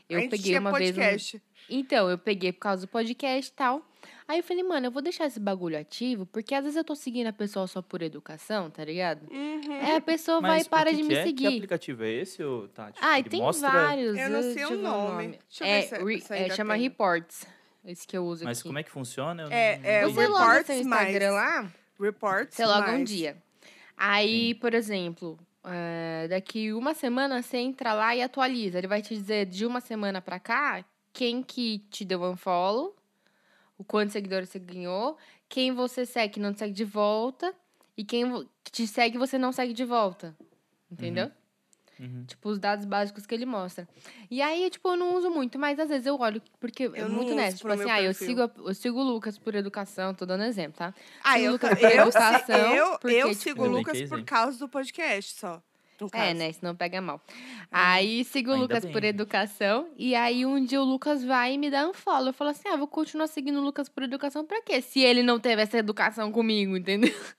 [SPEAKER 4] Eu
[SPEAKER 1] a gente
[SPEAKER 4] peguei
[SPEAKER 1] tinha
[SPEAKER 4] uma vez. um-
[SPEAKER 1] podcast.
[SPEAKER 4] Então, eu peguei por causa do podcast e tal. Aí eu falei, mano, eu vou deixar esse bagulho ativo, porque às vezes eu tô seguindo a pessoa só por educação, tá ligado?
[SPEAKER 1] Uhum.
[SPEAKER 4] Aí a pessoa vai
[SPEAKER 3] Mas
[SPEAKER 4] e para
[SPEAKER 3] o que
[SPEAKER 4] de
[SPEAKER 3] que
[SPEAKER 4] me
[SPEAKER 3] é? Que
[SPEAKER 4] seguir.
[SPEAKER 3] aplicativo é esse, ô, Tati?
[SPEAKER 4] Ai,
[SPEAKER 3] Ele
[SPEAKER 4] tem
[SPEAKER 3] mostra...
[SPEAKER 4] vários.
[SPEAKER 1] Eu não sei
[SPEAKER 4] deixa
[SPEAKER 1] o
[SPEAKER 4] eu ver
[SPEAKER 1] nome. Deixa eu ver
[SPEAKER 4] É,
[SPEAKER 1] se-
[SPEAKER 4] re-
[SPEAKER 1] se
[SPEAKER 4] é,
[SPEAKER 1] ainda
[SPEAKER 4] chama
[SPEAKER 1] tem.
[SPEAKER 4] Reports. Esse que eu uso
[SPEAKER 3] Mas
[SPEAKER 4] aqui.
[SPEAKER 3] como é que funciona? Eu
[SPEAKER 1] É,
[SPEAKER 3] não-
[SPEAKER 1] é,
[SPEAKER 3] não
[SPEAKER 4] Você
[SPEAKER 3] lembro.
[SPEAKER 4] loga
[SPEAKER 1] Reports
[SPEAKER 4] seu
[SPEAKER 1] mais-
[SPEAKER 4] Instagram lá?
[SPEAKER 1] Reports.
[SPEAKER 4] Você loga um
[SPEAKER 1] mais.
[SPEAKER 4] dia. Aí, por exemplo, é, daqui uma semana você entra lá e atualiza. Ele vai te dizer de uma semana pra cá quem que te deu unfollow, o quantos seguidores você ganhou, quem você segue e não te segue de volta e quem vo- que te segue e você não segue de volta. Entendeu?
[SPEAKER 3] Uhum.
[SPEAKER 4] Tipo, os dados básicos que ele mostra. E aí, tipo, eu não uso muito, mas às vezes eu olho, porque é
[SPEAKER 1] Eu não
[SPEAKER 4] muito
[SPEAKER 1] uso
[SPEAKER 4] nessa.
[SPEAKER 1] pro
[SPEAKER 4] Tipo assim,
[SPEAKER 1] meu
[SPEAKER 4] ah, eu
[SPEAKER 1] perfil.
[SPEAKER 4] sigo, a- eu sigo o Lucas por educação, tô dando exemplo, tá?
[SPEAKER 1] Ah,
[SPEAKER 4] Sigo o
[SPEAKER 1] eu,
[SPEAKER 4] Lucas por
[SPEAKER 1] eu, se-
[SPEAKER 4] educação,
[SPEAKER 1] eu,
[SPEAKER 4] porque,
[SPEAKER 1] eu
[SPEAKER 4] tipo,
[SPEAKER 1] sigo o
[SPEAKER 3] Eu nem
[SPEAKER 1] Lucas por
[SPEAKER 3] casei.
[SPEAKER 1] causa do podcast só. no
[SPEAKER 4] É,
[SPEAKER 1] caso.
[SPEAKER 4] né? Senão pega mal.
[SPEAKER 1] É.
[SPEAKER 4] Aí sigo o
[SPEAKER 3] Ainda
[SPEAKER 4] Lucas
[SPEAKER 3] bem,
[SPEAKER 4] por
[SPEAKER 3] gente.
[SPEAKER 4] educação. E aí um dia o Lucas vai e me dá um follow. Eu falo assim: ah, vou continuar seguindo o Lucas por educação pra quê? Se ele não teve essa educação comigo, entendeu?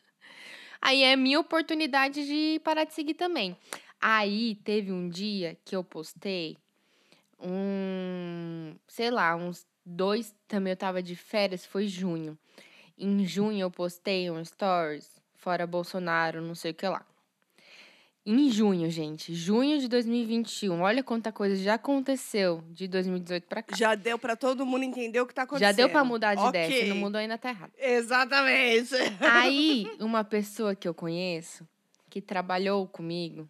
[SPEAKER 4] Aí é minha oportunidade de parar de seguir também. Aí teve um dia que eu postei um. Sei lá, uns dois. Também eu tava de férias, foi junho. Em junho eu postei um stories, fora Bolsonaro, não sei o que lá. Em junho, gente, junho de 2021. Olha quanta coisa já aconteceu de 2018 pra cá.
[SPEAKER 1] Já deu pra todo mundo entender o que tá acontecendo.
[SPEAKER 4] Já deu pra mudar de
[SPEAKER 1] Ok.
[SPEAKER 4] ideia, se não mudou ainda tá errado.
[SPEAKER 1] Exatamente.
[SPEAKER 4] Aí, uma pessoa que eu conheço, que trabalhou comigo,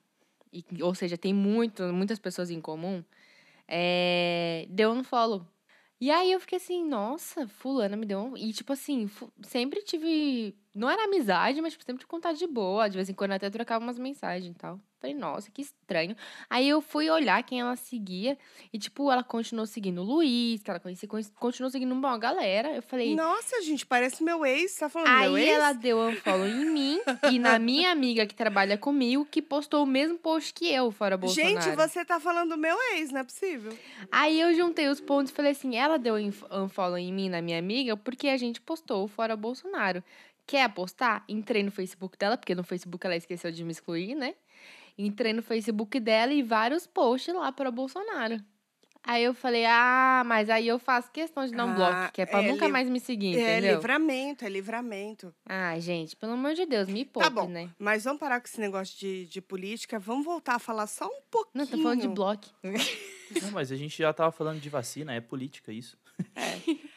[SPEAKER 4] e- ou seja, tem muito, muitas pessoas em comum, é, deu um follow. E aí eu fiquei assim, nossa, fulana me deu um... E tipo assim, fu- sempre tive... Não era amizade, mas tipo, sempre tive contato de boa. De vez em quando até trocava umas mensagens e tal. Falei, nossa, que estranho. Aí eu fui olhar quem ela seguia. E tipo, ela continuou seguindo o Luiz, que ela conhecia. Continuou seguindo uma galera. Eu falei,
[SPEAKER 1] Nossa, gente, parece meu ex. Tá falando meu
[SPEAKER 4] Aí
[SPEAKER 1] ex?
[SPEAKER 4] ela deu unfollow em mim e na minha amiga que trabalha comigo, que postou o mesmo post que eu, fora Bolsonaro.
[SPEAKER 1] Gente, você tá falando do meu ex, não é possível.
[SPEAKER 4] Aí eu juntei os pontos e falei assim, ela deu inf- unfollow em mim, na minha amiga, porque a gente postou o fora Bolsonaro. Quer apostar? Entrei no Facebook dela, porque no Facebook ela esqueceu de me excluir, né? Entrei no Facebook dela e vários posts lá para Bolsonaro. Aí eu falei, ah, mas aí eu faço questão de dar um
[SPEAKER 1] Ah,
[SPEAKER 4] bloco, que é pra
[SPEAKER 1] é
[SPEAKER 4] nunca
[SPEAKER 1] liv-
[SPEAKER 4] mais me seguir,
[SPEAKER 1] É
[SPEAKER 4] entendeu?
[SPEAKER 1] livramento, é livramento.
[SPEAKER 4] Ah, gente, pelo amor de Deus, me poupe,
[SPEAKER 1] Tá bom.
[SPEAKER 4] né?
[SPEAKER 1] Mas vamos parar com esse negócio de, de política. Vamos voltar a falar só um pouquinho.
[SPEAKER 4] Não, tô falando de bloco.
[SPEAKER 3] Não, mas a gente já tava falando de vacina, é política isso.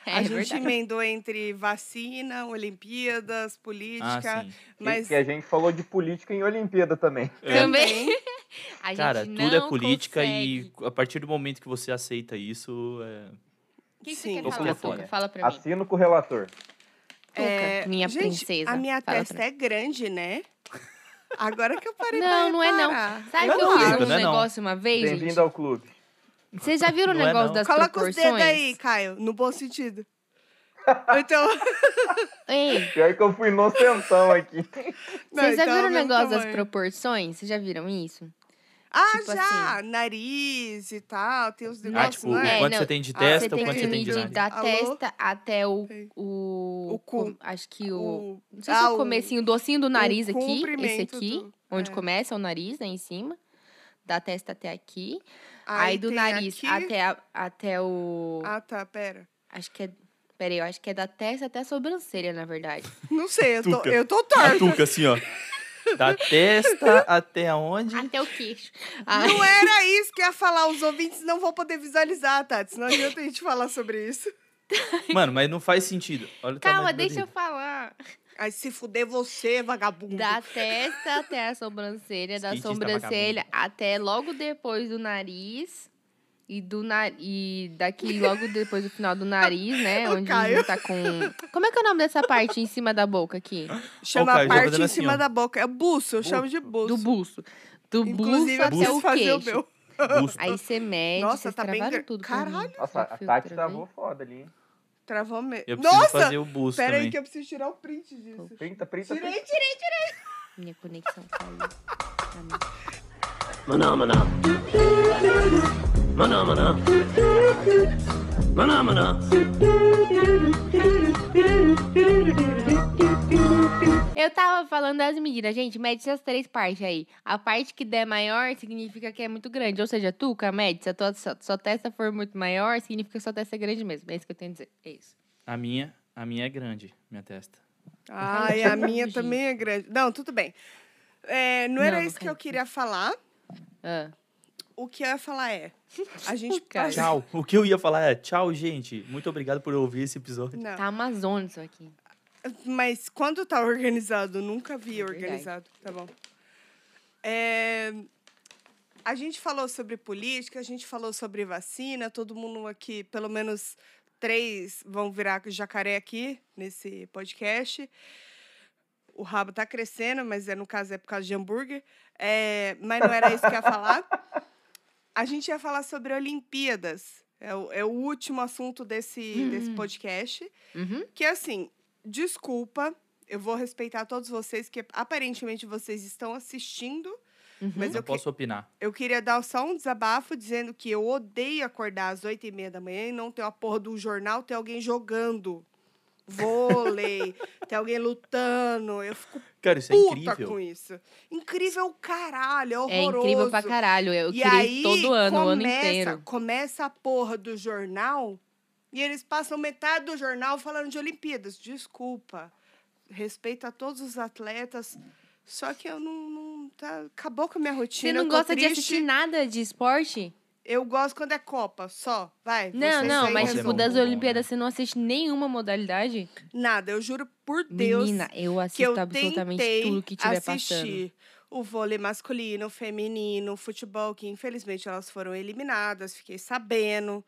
[SPEAKER 4] É,
[SPEAKER 1] A gente
[SPEAKER 4] verdade.
[SPEAKER 1] emendou entre vacina, Olimpíadas,
[SPEAKER 3] Ah,
[SPEAKER 1] política.
[SPEAKER 3] sim.
[SPEAKER 1] mas
[SPEAKER 2] Que a gente falou de política em Olimpíada também.
[SPEAKER 4] Também. A gente
[SPEAKER 3] Cara, tudo é
[SPEAKER 4] não
[SPEAKER 3] política
[SPEAKER 4] consegue.
[SPEAKER 3] e a partir do momento que você aceita isso, é,
[SPEAKER 4] O que, que
[SPEAKER 1] Sim,
[SPEAKER 4] você quer
[SPEAKER 3] vou
[SPEAKER 4] falar,
[SPEAKER 3] pular
[SPEAKER 4] Tuca?
[SPEAKER 3] fora.
[SPEAKER 4] Fala pra mim.
[SPEAKER 2] Assino com o relator.
[SPEAKER 4] Tuca, minha
[SPEAKER 1] É, gente,
[SPEAKER 4] princesa.
[SPEAKER 1] A minha
[SPEAKER 4] Fala pra
[SPEAKER 1] testa é grande, né? Agora que eu parei
[SPEAKER 4] Não, não é não.
[SPEAKER 1] não.
[SPEAKER 4] Sabe
[SPEAKER 1] Eu
[SPEAKER 4] que eu
[SPEAKER 1] não
[SPEAKER 4] fiz
[SPEAKER 3] acho.
[SPEAKER 4] um
[SPEAKER 3] Não é não.
[SPEAKER 4] negócio uma vez, gente?
[SPEAKER 2] Bem-vindo ao clube.
[SPEAKER 4] Vocês já viram o
[SPEAKER 3] Não é
[SPEAKER 4] negócio
[SPEAKER 3] não.
[SPEAKER 4] das
[SPEAKER 1] Coloca os
[SPEAKER 4] proporções?
[SPEAKER 1] dedos aí, Caio, no bom sentido. Ou Então,
[SPEAKER 4] Ei,
[SPEAKER 2] Pior que eu fui inocentão aqui.
[SPEAKER 1] não,
[SPEAKER 4] vocês já
[SPEAKER 1] então é
[SPEAKER 4] viram
[SPEAKER 1] mesmo
[SPEAKER 4] o negócio das
[SPEAKER 1] tamanho.
[SPEAKER 4] proporções? Vocês já viram isso?
[SPEAKER 1] Ah,
[SPEAKER 4] tipo
[SPEAKER 1] já! Nariz e tal, tem os
[SPEAKER 3] Ah,
[SPEAKER 1] negócios,
[SPEAKER 3] tipo,
[SPEAKER 1] não é?
[SPEAKER 4] é,
[SPEAKER 3] quanto
[SPEAKER 4] não.
[SPEAKER 3] você tem de
[SPEAKER 1] Ah,
[SPEAKER 3] testa,
[SPEAKER 4] você
[SPEAKER 3] ou
[SPEAKER 4] tem
[SPEAKER 3] quanto
[SPEAKER 4] que
[SPEAKER 3] você tem de
[SPEAKER 4] medir
[SPEAKER 3] nada.
[SPEAKER 4] da
[SPEAKER 1] Alô?
[SPEAKER 4] testa até o...
[SPEAKER 1] Sei.
[SPEAKER 4] O,
[SPEAKER 1] O cu.
[SPEAKER 4] Acho que o...
[SPEAKER 1] O,
[SPEAKER 4] Não sei se é
[SPEAKER 1] ah,
[SPEAKER 4] o comecinho, o docinho do nariz aqui, esse
[SPEAKER 1] comprimento
[SPEAKER 4] aqui,
[SPEAKER 1] do-
[SPEAKER 4] onde
[SPEAKER 1] é.
[SPEAKER 4] começa o nariz, né, em cima, da testa até aqui.
[SPEAKER 1] Aí,
[SPEAKER 4] Aí, do
[SPEAKER 1] tem
[SPEAKER 4] nariz
[SPEAKER 1] aqui-
[SPEAKER 4] até, a- até o...
[SPEAKER 1] Ah, tá, pera.
[SPEAKER 4] Acho que é... Peraí, eu acho que é da testa até a sobrancelha, na verdade.
[SPEAKER 1] Não sei, eu tô,
[SPEAKER 3] Tuca.
[SPEAKER 1] eu tô
[SPEAKER 3] A
[SPEAKER 1] torta.
[SPEAKER 3] tuca, assim, ó. Da testa até onde?
[SPEAKER 4] até o queixo. Ai,
[SPEAKER 1] Não era isso que eu ia falar, os ouvintes não vão poder visualizar, Tati. Senão adianta a gente falar sobre isso.
[SPEAKER 3] Mano, mas não faz sentido. Olha o
[SPEAKER 4] Calma,
[SPEAKER 3] tamanho do meu
[SPEAKER 4] deixa eu
[SPEAKER 3] dedo.
[SPEAKER 4] falar.
[SPEAKER 1] Aí se fuder você, vagabundo.
[SPEAKER 4] Da testa até a sobrancelha, da
[SPEAKER 3] Skatista
[SPEAKER 4] sobrancelha até logo depois do nariz. E do na... e daqui logo depois do final do nariz, né?
[SPEAKER 1] O
[SPEAKER 4] onde
[SPEAKER 1] Caio.
[SPEAKER 4] tá com. Como é que é o nome dessa parte em cima da boca aqui?
[SPEAKER 1] Chama
[SPEAKER 3] Ô,
[SPEAKER 1] a
[SPEAKER 3] Caio, já
[SPEAKER 1] parte
[SPEAKER 3] fazendo
[SPEAKER 1] em
[SPEAKER 3] assim,
[SPEAKER 1] cima
[SPEAKER 3] ó.
[SPEAKER 1] da boca. É buço, eu chamo de buço.
[SPEAKER 4] Do buço. Do
[SPEAKER 1] Inclusive,
[SPEAKER 4] buço
[SPEAKER 1] eu
[SPEAKER 4] até
[SPEAKER 1] preciso
[SPEAKER 4] o
[SPEAKER 1] fazer o
[SPEAKER 4] queixo.
[SPEAKER 1] meu.
[SPEAKER 3] Busto.
[SPEAKER 4] Aí você mede,
[SPEAKER 1] Nossa,
[SPEAKER 4] vocês
[SPEAKER 1] tá bem
[SPEAKER 4] travaram
[SPEAKER 1] gra-
[SPEAKER 4] tudo pra mim. né?
[SPEAKER 1] Caralho.
[SPEAKER 2] Nossa,
[SPEAKER 4] Só
[SPEAKER 2] a
[SPEAKER 4] que eu
[SPEAKER 2] Tati
[SPEAKER 4] travei.
[SPEAKER 2] travou foda ali, hein?
[SPEAKER 1] Travou mesmo.
[SPEAKER 3] Eu preciso
[SPEAKER 1] Nossa!
[SPEAKER 3] fazer o busto
[SPEAKER 1] Pera aí
[SPEAKER 3] também.
[SPEAKER 1] que eu preciso tirar o print disso.
[SPEAKER 2] 30, 30,
[SPEAKER 1] Tirei,
[SPEAKER 2] 30.
[SPEAKER 1] tirei.
[SPEAKER 4] Minha conexão caiu. Pra mim.
[SPEAKER 5] Mana mana. Mana mana. Mana mana.
[SPEAKER 4] Eu tava falando das medidas, gente, mede essas três partes aí. A parte que der maior significa que é muito grande. Ou seja, Tuca, mede, se a tua, sua, sua testa for muito maior, significa que sua testa é grande mesmo. É isso que eu tenho a dizer. É isso.
[SPEAKER 3] A minha, a minha é grande, minha testa.
[SPEAKER 1] Ai, a minha também é grande. Não, tudo bem. É, não era
[SPEAKER 4] Não, não
[SPEAKER 1] isso que
[SPEAKER 4] quero.
[SPEAKER 1] eu queria falar.
[SPEAKER 4] Ah.
[SPEAKER 1] O que eu ia falar é... A gente...
[SPEAKER 4] Cara.
[SPEAKER 1] passa-
[SPEAKER 3] Tchau. O que eu ia falar é tchau, gente. Muito obrigado por ouvir esse episódio.
[SPEAKER 1] Não.
[SPEAKER 4] Tá amazônico isso aqui.
[SPEAKER 1] Mas quando tá organizado, nunca vi
[SPEAKER 4] É verdade.
[SPEAKER 1] organizado, tá bom? É, a gente falou sobre política, a gente falou sobre vacina, todo mundo aqui, pelo menos três, vão virar jacaré aqui nesse podcast. O rabo tá crescendo, mas é, no caso é por causa de hambúrguer. É, mas não era isso que eu ia falar. A gente ia falar sobre Olimpíadas. É o, é o último assunto desse, desse
[SPEAKER 4] Hum.
[SPEAKER 1] podcast.
[SPEAKER 4] Uhum.
[SPEAKER 1] Que assim, desculpa, eu vou respeitar todos vocês, que aparentemente vocês estão assistindo.
[SPEAKER 4] uhum.
[SPEAKER 1] Mas
[SPEAKER 3] Não
[SPEAKER 1] eu que-
[SPEAKER 3] posso opinar.
[SPEAKER 1] Eu queria dar só um desabafo dizendo que eu odeio acordar às oito e meia da manhã e não ter uma porra do jornal, ter alguém jogando vôlei, ter alguém lutando. Eu fico
[SPEAKER 3] Cara, isso é
[SPEAKER 1] puta
[SPEAKER 3] incrível.
[SPEAKER 1] com isso. Incrível caralho, é
[SPEAKER 4] É
[SPEAKER 1] horroroso.
[SPEAKER 4] incrível pra caralho. Eu
[SPEAKER 1] E
[SPEAKER 4] queria
[SPEAKER 1] aí,
[SPEAKER 4] ir todo ano, o ano
[SPEAKER 1] começa-
[SPEAKER 4] inteiro.
[SPEAKER 1] Começa a porra do jornal e eles passam metade do jornal falando de Olimpíadas. Desculpa. Respeito a todos os atletas. Só que eu não. não- tá- acabou com a minha rotina.
[SPEAKER 4] Você não
[SPEAKER 1] eu tô
[SPEAKER 4] gosta de
[SPEAKER 1] triste.
[SPEAKER 4] assistir nada de esporte?
[SPEAKER 1] Eu gosto quando é Copa, só. Vai.
[SPEAKER 4] Não,
[SPEAKER 1] vocês
[SPEAKER 4] não,
[SPEAKER 1] aí
[SPEAKER 4] mas tipo,
[SPEAKER 3] Nossa, é
[SPEAKER 1] resolvam.
[SPEAKER 3] muito
[SPEAKER 4] das
[SPEAKER 3] bom,
[SPEAKER 2] né?
[SPEAKER 4] Olimpíadas você não assiste nenhuma modalidade?
[SPEAKER 1] Nada, eu juro por Deus
[SPEAKER 4] Menina, eu
[SPEAKER 1] que eu
[SPEAKER 4] assisto absolutamente
[SPEAKER 1] tentei
[SPEAKER 4] tudo que tiver passando.
[SPEAKER 1] assistir o vôlei masculino, feminino, o futebol, que infelizmente elas foram eliminadas, fiquei sabendo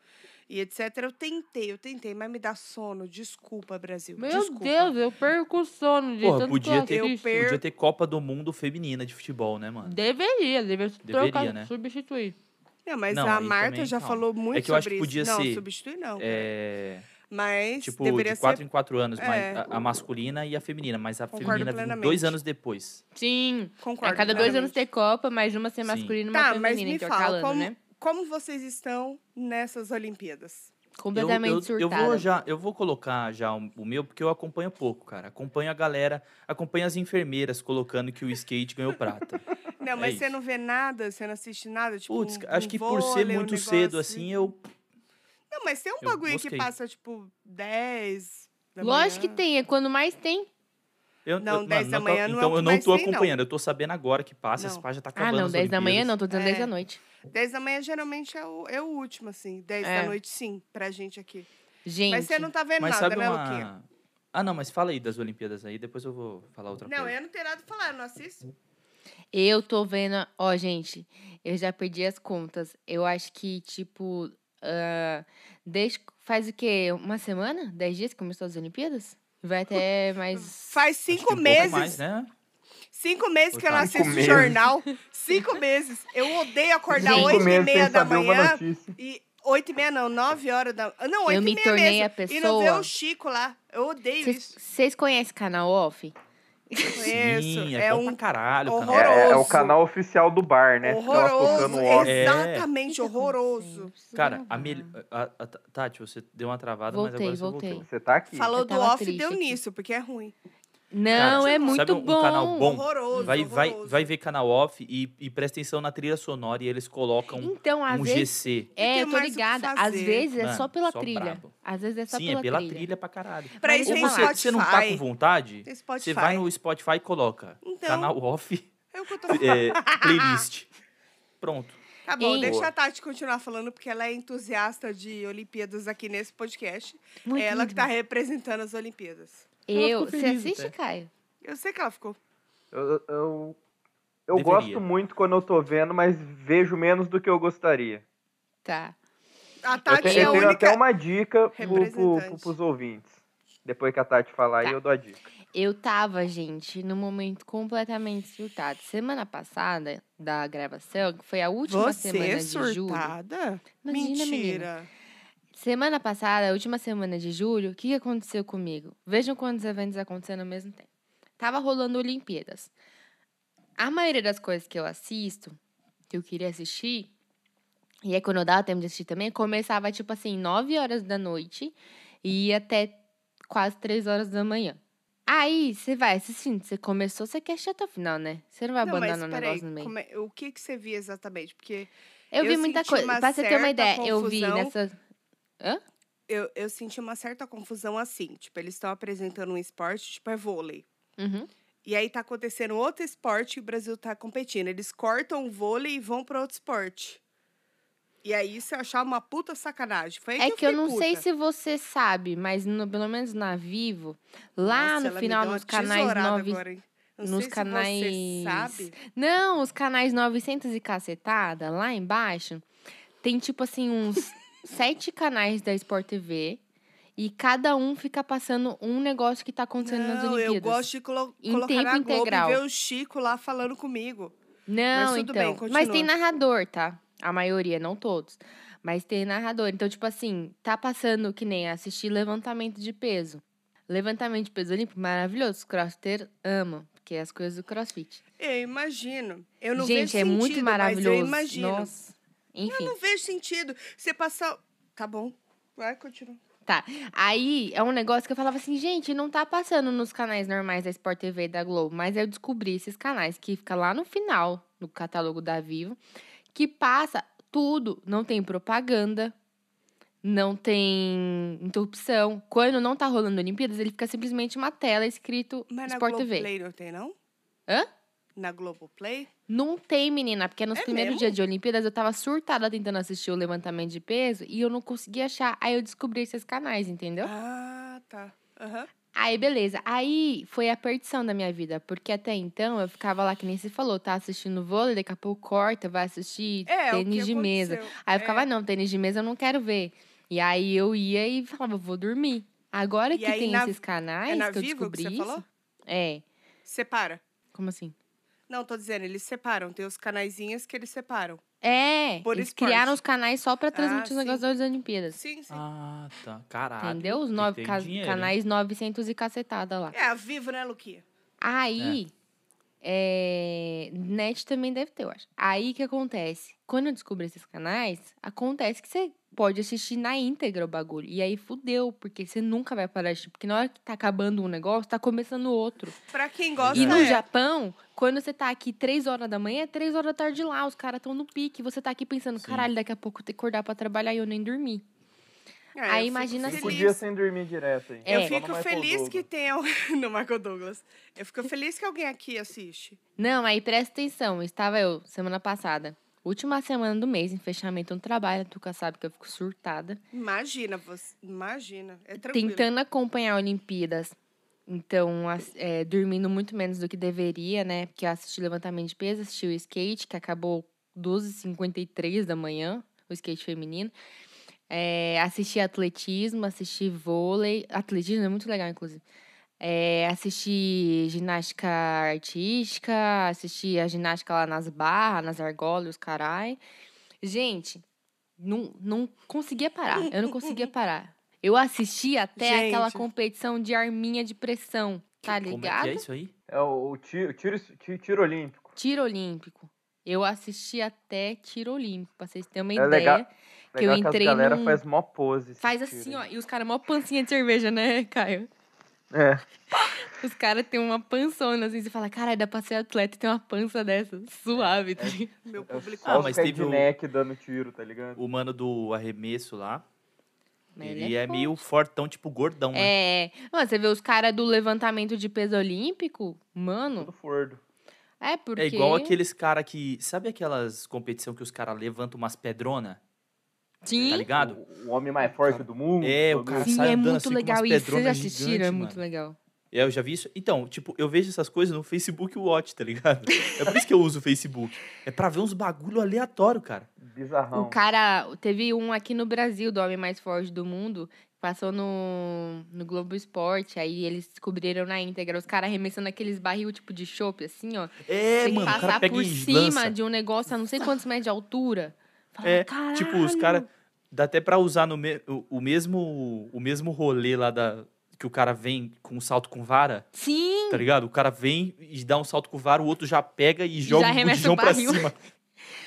[SPEAKER 1] e etc. Eu tentei, eu tentei, mas me dá sono. Desculpa, Brasil.
[SPEAKER 4] Meu
[SPEAKER 1] desculpa.
[SPEAKER 4] Deus, eu perco o sono de
[SPEAKER 3] Porra,
[SPEAKER 4] tanto
[SPEAKER 3] podia
[SPEAKER 4] que
[SPEAKER 3] ter,
[SPEAKER 1] Eu
[SPEAKER 4] eu assisto.
[SPEAKER 1] per-
[SPEAKER 3] podia ter Copa do Mundo feminina de futebol, né, mano?
[SPEAKER 4] Deveria, deveria,
[SPEAKER 3] Deveria,
[SPEAKER 4] trocar,
[SPEAKER 3] né?
[SPEAKER 4] substituir.
[SPEAKER 1] Não, mas
[SPEAKER 3] Não,
[SPEAKER 1] a
[SPEAKER 3] aí
[SPEAKER 1] Marta
[SPEAKER 3] também,
[SPEAKER 1] já
[SPEAKER 3] calma.
[SPEAKER 1] falou muito
[SPEAKER 3] É que eu acho
[SPEAKER 1] sobre
[SPEAKER 3] que podia
[SPEAKER 1] isso.
[SPEAKER 3] ser,
[SPEAKER 1] Não, substituir não.
[SPEAKER 3] É,
[SPEAKER 1] mas
[SPEAKER 3] tipo,
[SPEAKER 1] deveria
[SPEAKER 3] de 4
[SPEAKER 1] ser.
[SPEAKER 3] em 4 anos, mas
[SPEAKER 1] É.
[SPEAKER 3] a, a masculina e a feminina, mas a
[SPEAKER 1] Concordo
[SPEAKER 3] feminina vem
[SPEAKER 1] plenamente.
[SPEAKER 3] dois anos depois.
[SPEAKER 4] Sim.
[SPEAKER 1] Concordo.
[SPEAKER 4] a cada dois anos
[SPEAKER 1] plenamente.
[SPEAKER 4] ter Copa, mas uma ser
[SPEAKER 3] Sim.
[SPEAKER 4] masculina e uma
[SPEAKER 1] Tá,
[SPEAKER 4] feminina,
[SPEAKER 1] mas me fala,
[SPEAKER 4] intercalando,
[SPEAKER 1] como,
[SPEAKER 4] né?
[SPEAKER 1] como vocês estão nessas Olimpíadas?
[SPEAKER 3] Eu,
[SPEAKER 4] Completamente
[SPEAKER 3] eu, eu
[SPEAKER 4] surtada.
[SPEAKER 3] vou já, eu vou colocar já o, o meu, porque eu acompanho pouco, cara. Acompanho a galera, acompanho as enfermeiras colocando que o skate ganhou prata.
[SPEAKER 1] Não, mas
[SPEAKER 3] É
[SPEAKER 1] você
[SPEAKER 3] isso.
[SPEAKER 1] não vê nada, você não assiste nada, tipo.
[SPEAKER 3] Putz,
[SPEAKER 1] um-
[SPEAKER 3] acho
[SPEAKER 1] um
[SPEAKER 3] que por ser
[SPEAKER 1] vôlei, um
[SPEAKER 3] muito cedo
[SPEAKER 1] negócio.
[SPEAKER 3] assim, eu
[SPEAKER 1] Não, mas tem um
[SPEAKER 3] eu
[SPEAKER 1] bagulho que
[SPEAKER 3] mosquei.
[SPEAKER 1] passa, tipo, 10. Da
[SPEAKER 4] Lógico que
[SPEAKER 1] manhã.
[SPEAKER 4] tem, é quando mais tem.
[SPEAKER 3] Eu,
[SPEAKER 1] Não,
[SPEAKER 3] eu,
[SPEAKER 1] 10 da
[SPEAKER 3] tô-
[SPEAKER 1] manhã não é o
[SPEAKER 3] Então
[SPEAKER 1] que
[SPEAKER 3] eu não
[SPEAKER 1] mais
[SPEAKER 3] tô
[SPEAKER 1] tem, não.
[SPEAKER 3] acompanhando, eu tô sabendo agora que passa, esse
[SPEAKER 1] Não.
[SPEAKER 3] pá já tá
[SPEAKER 4] Ah,
[SPEAKER 3] acabando.
[SPEAKER 4] não,
[SPEAKER 3] as
[SPEAKER 4] 10 da manhã
[SPEAKER 3] Olimpíadas.
[SPEAKER 4] não, tô dizendo
[SPEAKER 1] É.
[SPEAKER 4] 10 da noite.
[SPEAKER 1] 10 da manhã geralmente é o, é o último, assim. 10
[SPEAKER 4] É.
[SPEAKER 1] da noite, sim, pra gente aqui.
[SPEAKER 4] Gente,
[SPEAKER 1] Mas você não tá vendo
[SPEAKER 3] Mas
[SPEAKER 1] nada,
[SPEAKER 3] sabe
[SPEAKER 1] né, Luquinha?
[SPEAKER 3] uma. Ah, não, mas fala aí das Olimpíadas aí, depois eu vou falar outra
[SPEAKER 1] Não, é
[SPEAKER 3] coisa.
[SPEAKER 1] eu não tenho nada pra falar, eu não assisto.
[SPEAKER 4] eu tô vendo. a- Ó, gente, eu já perdi as contas. Eu acho que, tipo. ah, desde. Faz o quê? Uma semana? 10 dias que começou as Olimpíadas? Vai até mais.
[SPEAKER 1] Faz
[SPEAKER 3] Acho que
[SPEAKER 1] cinco
[SPEAKER 3] um pouco
[SPEAKER 1] meses.
[SPEAKER 3] mais, né?
[SPEAKER 1] Cinco meses que eu não
[SPEAKER 3] Cinco
[SPEAKER 1] assisto
[SPEAKER 2] meses.
[SPEAKER 1] jornal. Cinco meses. Eu odeio acordar
[SPEAKER 4] Gente.
[SPEAKER 1] oito
[SPEAKER 2] Cinco
[SPEAKER 1] e
[SPEAKER 2] meses
[SPEAKER 1] meia
[SPEAKER 2] sem
[SPEAKER 1] da
[SPEAKER 2] saber uma
[SPEAKER 1] manhã.
[SPEAKER 2] notícia.
[SPEAKER 1] E oito e meia não, nove horas da Não, oito
[SPEAKER 4] Eu
[SPEAKER 1] e
[SPEAKER 4] me
[SPEAKER 1] meia
[SPEAKER 4] tornei
[SPEAKER 1] mesmo.
[SPEAKER 4] a
[SPEAKER 1] E não ver
[SPEAKER 4] pessoa.
[SPEAKER 1] o Chico lá. Eu odeio
[SPEAKER 4] Vocês
[SPEAKER 1] isso.
[SPEAKER 4] vocês conhecem canal off?
[SPEAKER 1] Conheço.
[SPEAKER 3] Sim,
[SPEAKER 1] é,
[SPEAKER 3] é, bom
[SPEAKER 1] um
[SPEAKER 3] pra caralho, o
[SPEAKER 1] horroroso.
[SPEAKER 3] canal.
[SPEAKER 2] É, é o canal oficial do bar, né? Fica lá tocando
[SPEAKER 1] horroroso.
[SPEAKER 2] o off.
[SPEAKER 3] É.
[SPEAKER 1] Exatamente,
[SPEAKER 4] O que tá acontecendo?
[SPEAKER 1] horroroso. Uhum.
[SPEAKER 4] Eu preciso
[SPEAKER 3] Cara, a,
[SPEAKER 4] gravar.
[SPEAKER 3] mel... a, a- a- Tati, você deu uma travada, mas
[SPEAKER 4] Voltei,
[SPEAKER 3] agora você
[SPEAKER 4] voltei.
[SPEAKER 3] voltou.
[SPEAKER 2] Você tá aqui.
[SPEAKER 1] Falou
[SPEAKER 4] Eu
[SPEAKER 1] do
[SPEAKER 4] tava
[SPEAKER 1] off e
[SPEAKER 4] triste
[SPEAKER 1] deu
[SPEAKER 4] aqui.
[SPEAKER 1] nisso, porque é ruim.
[SPEAKER 4] Não,
[SPEAKER 3] Cara,
[SPEAKER 4] é muito
[SPEAKER 3] sabe um- um
[SPEAKER 4] bom.
[SPEAKER 3] canal bom?
[SPEAKER 1] horroroso,
[SPEAKER 3] Vai, vai,
[SPEAKER 1] horroroso.
[SPEAKER 3] vai ver canal off e, e presta atenção na trilha sonora e eles colocam
[SPEAKER 4] Então, às
[SPEAKER 3] um
[SPEAKER 4] vezes.
[SPEAKER 3] GC.
[SPEAKER 1] tem
[SPEAKER 4] É, eu tô
[SPEAKER 1] mais o que
[SPEAKER 4] ligada. Às
[SPEAKER 1] fazer.
[SPEAKER 4] vezes é
[SPEAKER 3] Mano,
[SPEAKER 4] só pela
[SPEAKER 3] só
[SPEAKER 4] trilha.
[SPEAKER 3] brabo.
[SPEAKER 4] Às vezes é só
[SPEAKER 3] Sim,
[SPEAKER 4] pela,
[SPEAKER 3] é pela trilha. pra caralho.
[SPEAKER 1] Pra
[SPEAKER 4] Mas
[SPEAKER 1] isso
[SPEAKER 3] Ou
[SPEAKER 1] tem
[SPEAKER 3] você,
[SPEAKER 1] Spotify.
[SPEAKER 3] você não tá com vontade,
[SPEAKER 1] Tem Spotify.
[SPEAKER 3] você vai no Spotify e coloca
[SPEAKER 1] Então,
[SPEAKER 3] canal off
[SPEAKER 1] é o que eu tô falando.
[SPEAKER 3] é, playlist. Pronto.
[SPEAKER 1] Tá bom,
[SPEAKER 4] Ei.
[SPEAKER 1] deixa a Tati continuar falando, porque ela é entusiasta de Olimpíadas aqui nesse podcast.
[SPEAKER 4] Muito
[SPEAKER 1] é ela que
[SPEAKER 4] lindo.
[SPEAKER 1] tá representando as Olimpíadas.
[SPEAKER 4] Eu.
[SPEAKER 3] Ela ficou
[SPEAKER 4] Você
[SPEAKER 3] feliz
[SPEAKER 4] assiste,
[SPEAKER 3] até.
[SPEAKER 4] Caio?
[SPEAKER 1] Eu sei que ela ficou.
[SPEAKER 2] Eu, eu, eu
[SPEAKER 3] Deveria.
[SPEAKER 2] gosto muito quando eu tô vendo, mas vejo menos do que eu gostaria.
[SPEAKER 4] Tá.
[SPEAKER 1] A
[SPEAKER 2] Eu,
[SPEAKER 1] Tati
[SPEAKER 2] te-
[SPEAKER 1] é
[SPEAKER 2] eu
[SPEAKER 1] a
[SPEAKER 2] tenho até
[SPEAKER 1] única.
[SPEAKER 2] uma dica pro, pro,
[SPEAKER 1] representante.
[SPEAKER 2] pro, pros ouvintes. Depois que a Tati falar
[SPEAKER 4] Tá.
[SPEAKER 2] aí, eu dou a dica.
[SPEAKER 4] Eu tava, gente, num momento completamente surtado. Semana passada, da gravação, que foi a última
[SPEAKER 1] Você
[SPEAKER 4] semana
[SPEAKER 1] é
[SPEAKER 4] de julho.
[SPEAKER 1] surtada?
[SPEAKER 4] Imagina, menina.
[SPEAKER 1] Mentira.
[SPEAKER 4] Semana passada, a última semana de julho, o que que aconteceu comigo? Vejam quantos eventos acontecendo ao mesmo tempo. Tava rolando Olimpíadas. A maioria das coisas que eu assisto, que eu queria assistir, e é quando eu dava tempo de assistir também, começava tipo assim, 9 horas da noite e ia até quase 3 horas da manhã. Aí, você vai assistindo, você começou, você quer assistir até o final, né? Você não vai
[SPEAKER 1] Não, mas
[SPEAKER 4] abandonar o
[SPEAKER 1] peraí,
[SPEAKER 4] negócio no meio.
[SPEAKER 1] como é- o que, que você via exatamente? Porque
[SPEAKER 4] Eu,
[SPEAKER 1] eu
[SPEAKER 4] vi muita
[SPEAKER 1] senti
[SPEAKER 4] coisa.
[SPEAKER 1] uma
[SPEAKER 4] Pra você ter uma
[SPEAKER 1] certa
[SPEAKER 4] ideia, eu vi
[SPEAKER 1] confusão.
[SPEAKER 4] nessa.
[SPEAKER 1] eu, eu senti uma certa confusão assim. Tipo, eles estão apresentando um esporte, tipo, é vôlei.
[SPEAKER 4] Uhum.
[SPEAKER 1] E aí tá acontecendo outro esporte e o Brasil tá competindo. Eles cortam o vôlei e vão pra outro esporte. E aí você achar uma puta sacanagem. Foi aí
[SPEAKER 4] É que eu
[SPEAKER 1] fiquei
[SPEAKER 4] não sei
[SPEAKER 1] puta.
[SPEAKER 4] se você sabe, mas no- pelo menos na Vivo, lá
[SPEAKER 1] Nossa,
[SPEAKER 4] no
[SPEAKER 1] ela me
[SPEAKER 4] final
[SPEAKER 1] deu uma
[SPEAKER 4] nos canais
[SPEAKER 1] tesourada
[SPEAKER 4] 9,
[SPEAKER 1] agora, hein? Eu
[SPEAKER 4] nos
[SPEAKER 1] sei Se você
[SPEAKER 4] canais-
[SPEAKER 1] sabe.
[SPEAKER 4] Não, os canais 900 e cacetada, lá embaixo, tem tipo assim uns sete canais da Sport TV e cada um fica passando um negócio que tá acontecendo nas
[SPEAKER 1] Não,
[SPEAKER 4] Olimpíadas.
[SPEAKER 1] eu gosto de colo-
[SPEAKER 4] Em
[SPEAKER 1] colocar
[SPEAKER 4] tempo
[SPEAKER 1] na Globo
[SPEAKER 4] integral.
[SPEAKER 1] e ver o Chico lá falando comigo.
[SPEAKER 4] Não,
[SPEAKER 1] tudo bem,
[SPEAKER 4] então. mas tem
[SPEAKER 1] continua.
[SPEAKER 4] narrador, tá? A maioria, não todos. Mas tem narrador. Então, tipo assim, tá passando que nem assistir levantamento de peso. Levantamento de peso olímpico, maravilhoso. Os crossfiteiros amam, porque é as coisas do crossfit.
[SPEAKER 1] Eu imagino. Eu não
[SPEAKER 4] Gente,
[SPEAKER 1] vejo
[SPEAKER 4] é
[SPEAKER 1] sentido,
[SPEAKER 4] muito
[SPEAKER 1] Mas
[SPEAKER 4] maravilhoso.
[SPEAKER 1] eu imagino.
[SPEAKER 4] Nossa. Enfim.
[SPEAKER 1] Não vejo sentido. Você passar. Tá bom. Vai, continua.
[SPEAKER 4] Aí é um negócio que eu falava assim, gente, não tá passando nos canais normais da Sport TV e da Globo, mas eu descobri esses canais que fica lá no final no catálogo da Vivo, que passa tudo, não tem propaganda, não tem interrupção. Quando não tá rolando Olimpíadas, ele fica simplesmente uma tela escrito
[SPEAKER 1] Mas na
[SPEAKER 4] Sport TV.
[SPEAKER 1] Globoplay não tem, não?
[SPEAKER 4] Hã?
[SPEAKER 1] Na Globoplay?
[SPEAKER 4] Não tem, menina, porque nos
[SPEAKER 1] É
[SPEAKER 4] primeiros
[SPEAKER 1] mesmo?
[SPEAKER 4] dias de Olimpíadas eu tava surtada tentando assistir o levantamento de peso e eu não conseguia achar. Aí eu descobri esses canais, entendeu?
[SPEAKER 1] Ah, tá. Aham.
[SPEAKER 4] Aí, beleza. Aí foi a perdição da minha vida, porque até então eu ficava lá, que nem você falou, tá assistindo vôlei, daqui a pouco corta, vai assistir
[SPEAKER 1] É, o que
[SPEAKER 4] tênis de mesa.
[SPEAKER 1] aconteceu.
[SPEAKER 4] Aí
[SPEAKER 1] É.
[SPEAKER 4] eu ficava, não, tênis de mesa eu não quero ver. E aí eu ia e falava, vou dormir. Agora
[SPEAKER 1] E
[SPEAKER 4] que
[SPEAKER 1] aí
[SPEAKER 4] tem
[SPEAKER 1] na-
[SPEAKER 4] esses canais
[SPEAKER 1] é na
[SPEAKER 4] que eu
[SPEAKER 1] Vivo
[SPEAKER 4] descobri
[SPEAKER 1] que você
[SPEAKER 4] isso.
[SPEAKER 1] falou?
[SPEAKER 4] É,
[SPEAKER 1] Separa.
[SPEAKER 4] como assim?
[SPEAKER 1] Não, tô dizendo, eles separam. Tem os canaizinhos que eles separam.
[SPEAKER 4] É,
[SPEAKER 1] Por
[SPEAKER 4] eles
[SPEAKER 1] esporte. Ah,
[SPEAKER 4] criaram os canais só pra transmitir
[SPEAKER 1] sim.
[SPEAKER 4] os negócios das Olimpíadas.
[SPEAKER 1] Sim, sim.
[SPEAKER 3] Ah, tá. Caralho.
[SPEAKER 4] Entendeu? Os
[SPEAKER 3] tem que
[SPEAKER 4] nove
[SPEAKER 3] ter
[SPEAKER 4] ca-
[SPEAKER 3] dinheiro, né? hein?
[SPEAKER 4] canais 900 e cacetada lá.
[SPEAKER 1] É a Vivo, né, Luquinha?
[SPEAKER 4] Aí, é, net também deve ter, eu acho. Aí o que acontece? Quando eu descubro esses canais, acontece que você pode assistir na íntegra o bagulho. E aí fudeu, porque você nunca vai parar de assistir. Porque na hora que tá acabando um negócio, tá começando outro.
[SPEAKER 1] Pra quem gosta,
[SPEAKER 4] E no
[SPEAKER 1] é.
[SPEAKER 4] Japão, quando você tá aqui três horas da manhã, é três horas da tarde lá. Os caras tão no pique. Você tá aqui pensando,
[SPEAKER 3] Sim.
[SPEAKER 4] caralho, daqui a pouco eu tenho que acordar pra trabalhar e eu nem dormi.
[SPEAKER 1] É,
[SPEAKER 4] Aí
[SPEAKER 1] eu fico
[SPEAKER 4] imagina
[SPEAKER 2] Cinco
[SPEAKER 4] assim.
[SPEAKER 1] feliz.
[SPEAKER 2] dias sem dormir direto, hein?
[SPEAKER 4] É.
[SPEAKER 1] Eu
[SPEAKER 2] Só no
[SPEAKER 1] fico
[SPEAKER 2] Michael
[SPEAKER 1] feliz
[SPEAKER 2] Douglas.
[SPEAKER 1] que tenha. no Michael Douglas. Eu fico feliz que alguém aqui assiste.
[SPEAKER 4] Não, aí presta atenção. Estava eu, semana passada, última semana do mês, em fechamento no trabalho. A Tuca sabe que eu fico surtada.
[SPEAKER 1] Imagina, você. Imagina. É tranquilo.
[SPEAKER 4] Tentando acompanhar a Olimpíadas. Então, as- é, dormindo muito menos do que deveria, né? Porque eu assisti levantamento de peso, assisti o skate, que acabou 12h53 da manhã, o skate feminino. É, assisti atletismo, assisti vôlei. Atletismo é muito legal, inclusive. É, assisti ginástica artística, assisti a ginástica lá nas barras, nas argolas, os carai. Gente, não, não conseguia parar. Eu não conseguia parar. Eu assisti até aquela
[SPEAKER 1] Gente.
[SPEAKER 4] competição de arminha de pressão, tá
[SPEAKER 3] Como
[SPEAKER 4] ligado?
[SPEAKER 3] é que é isso aí?
[SPEAKER 2] É o, o tiro, o tiro, ti- tiro olímpico.
[SPEAKER 4] Tiro olímpico. Eu assisti até tiro olímpico, pra vocês terem uma
[SPEAKER 2] É
[SPEAKER 4] ideia.
[SPEAKER 2] legal-
[SPEAKER 4] Que eu
[SPEAKER 2] Legal que as
[SPEAKER 4] entrei
[SPEAKER 2] galera
[SPEAKER 4] num-
[SPEAKER 2] faz mó pose. esse
[SPEAKER 4] Faz
[SPEAKER 2] tiro
[SPEAKER 4] assim, ó,
[SPEAKER 2] aí.
[SPEAKER 4] e os caras, mó pancinha de cerveja, né, Caio?
[SPEAKER 2] É.
[SPEAKER 4] Os caras têm uma pançona, assim, você fala, caralho, dá pra ser atleta e ter uma pança dessa. Suave, tá ligado?
[SPEAKER 1] Meu
[SPEAKER 2] É
[SPEAKER 1] público.
[SPEAKER 2] só
[SPEAKER 3] Ah,
[SPEAKER 2] os
[SPEAKER 3] mas
[SPEAKER 2] pé
[SPEAKER 3] teve
[SPEAKER 2] de
[SPEAKER 3] o-
[SPEAKER 2] neck dando tiro, tá ligado?
[SPEAKER 3] O mano do arremesso lá,
[SPEAKER 4] Mas
[SPEAKER 3] ele,
[SPEAKER 4] ele
[SPEAKER 3] é,
[SPEAKER 4] forte.
[SPEAKER 3] meio fortão, tipo gordão, né?
[SPEAKER 4] É. Mano, você vê os caras do levantamento de peso olímpico? Mano,
[SPEAKER 2] Tudo fordo.
[SPEAKER 4] é porque.
[SPEAKER 3] É igual aqueles cara que... Sabe aquelas competição que os caras levantam umas pedrona,
[SPEAKER 4] Sim.
[SPEAKER 3] tá ligado?
[SPEAKER 2] O, o homem mais forte do mundo.
[SPEAKER 3] É, o
[SPEAKER 2] todo
[SPEAKER 3] cara-
[SPEAKER 2] mundo.
[SPEAKER 4] Sim,
[SPEAKER 3] sai
[SPEAKER 4] é
[SPEAKER 3] andando
[SPEAKER 4] muito
[SPEAKER 3] assim com
[SPEAKER 4] legal
[SPEAKER 3] umas
[SPEAKER 4] isso. Vocês já
[SPEAKER 3] pedronas
[SPEAKER 4] assistiram?
[SPEAKER 3] gigantes,
[SPEAKER 4] é muito
[SPEAKER 3] mano.
[SPEAKER 4] legal.
[SPEAKER 3] É, eu já vi isso. Então, tipo, eu vejo essas coisas no Facebook Watch, tá ligado? É por isso que eu uso o Facebook. É pra ver uns bagulho aleatório, cara.
[SPEAKER 2] Bizarrão.
[SPEAKER 4] O cara. Teve um aqui no Brasil, do homem mais forte do mundo. Passou no, no Globo Esporte, aí eles descobriram na íntegra. Os caras arremessando aqueles barril tipo de chope, assim, ó.
[SPEAKER 3] É,
[SPEAKER 4] tem que
[SPEAKER 3] mano, o cara
[SPEAKER 4] passar
[SPEAKER 3] pega
[SPEAKER 4] por
[SPEAKER 3] e
[SPEAKER 4] cima
[SPEAKER 3] lança.
[SPEAKER 4] de um negócio a não sei quantos metros de altura. Fala,
[SPEAKER 3] É,
[SPEAKER 4] caralho.
[SPEAKER 3] Tipo, os caras. Dá até pra usar no me- o, o mesmo, o mesmo rolê lá da. Que o cara vem com um salto com vara,
[SPEAKER 4] Sim!
[SPEAKER 3] tá ligado? O cara vem e dá um salto com vara, o outro já pega e joga o
[SPEAKER 4] arremessa
[SPEAKER 3] botijão
[SPEAKER 4] o
[SPEAKER 3] pra
[SPEAKER 4] barril.
[SPEAKER 3] cima.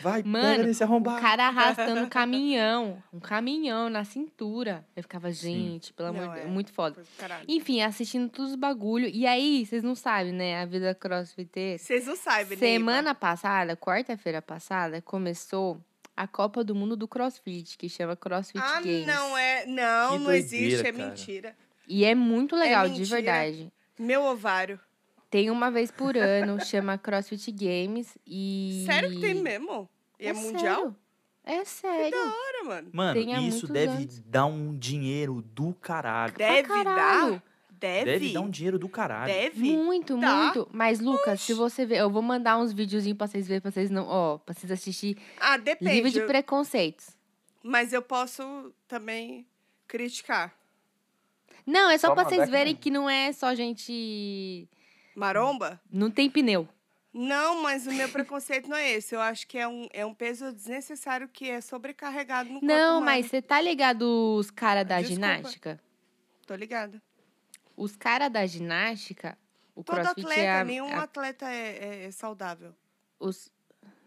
[SPEAKER 3] Vai, pega
[SPEAKER 4] Mano,
[SPEAKER 3] nesse
[SPEAKER 4] O
[SPEAKER 3] arrombado.
[SPEAKER 4] cara arrastando um caminhão. Um caminhão na cintura. Eu ficava,
[SPEAKER 3] Sim.
[SPEAKER 4] gente, pelo amor de
[SPEAKER 1] Não,
[SPEAKER 4] Deus,
[SPEAKER 1] é.
[SPEAKER 4] muito foda.
[SPEAKER 1] Caralho.
[SPEAKER 4] Enfim, assistindo todos os bagulho. E aí, vocês não sabem, né? A vida crossfiteira.
[SPEAKER 1] Vocês não sabem, né?
[SPEAKER 4] Semana passada, quarta-feira passada, começou a Copa do Mundo do CrossFit, que chama CrossFit
[SPEAKER 1] Ah,
[SPEAKER 4] Games.
[SPEAKER 1] não é. Não,
[SPEAKER 3] Que
[SPEAKER 1] não
[SPEAKER 3] doideira,
[SPEAKER 1] existe, é
[SPEAKER 3] cara.
[SPEAKER 1] mentira.
[SPEAKER 4] E é muito legal, de
[SPEAKER 1] mentira.
[SPEAKER 4] verdade.
[SPEAKER 1] Meu ovário.
[SPEAKER 4] Tem uma vez por ano, chama CrossFit Games e.
[SPEAKER 1] Sério que tem mesmo? E é, mundial? Então,
[SPEAKER 4] sério. É sério.
[SPEAKER 1] Cara, mano.
[SPEAKER 3] Mano,
[SPEAKER 4] Tem há
[SPEAKER 3] isso
[SPEAKER 4] muitos
[SPEAKER 3] deve
[SPEAKER 4] anos.
[SPEAKER 3] dar um dinheiro do caralho.
[SPEAKER 4] Pra
[SPEAKER 1] Deve
[SPEAKER 4] caralho.
[SPEAKER 1] dar. Deve.
[SPEAKER 3] Deve, dar um dinheiro do caralho.
[SPEAKER 1] Deve.
[SPEAKER 4] Muito,
[SPEAKER 1] Tá.
[SPEAKER 4] muito. Mas, Lucas, se você ver, eu vou mandar uns videozinhos pra vocês verem, pra vocês não. Ó, pra vocês assistir
[SPEAKER 1] Ah,
[SPEAKER 4] livre
[SPEAKER 1] depende.
[SPEAKER 4] de preconceitos.
[SPEAKER 1] Mas eu posso também criticar.
[SPEAKER 4] Não, é só
[SPEAKER 2] Só
[SPEAKER 4] pra
[SPEAKER 2] mandar
[SPEAKER 4] vocês
[SPEAKER 2] que
[SPEAKER 4] verem
[SPEAKER 2] não.
[SPEAKER 4] que não é só gente.
[SPEAKER 1] Maromba?
[SPEAKER 4] Não tem pneu.
[SPEAKER 1] Não, mas o meu preconceito não é esse. Eu acho que é um, é um peso desnecessário que é sobrecarregado no corpo
[SPEAKER 4] Não,
[SPEAKER 1] humano.
[SPEAKER 4] mas você tá ligado os caras da
[SPEAKER 1] Desculpa.
[SPEAKER 4] ginástica?
[SPEAKER 1] Tô ligada.
[SPEAKER 4] Os caras da ginástica, o
[SPEAKER 1] Todo
[SPEAKER 4] crossfit
[SPEAKER 1] atleta,
[SPEAKER 4] é a-
[SPEAKER 1] nenhum
[SPEAKER 4] a-
[SPEAKER 1] atleta é, é- é saudável.
[SPEAKER 4] os...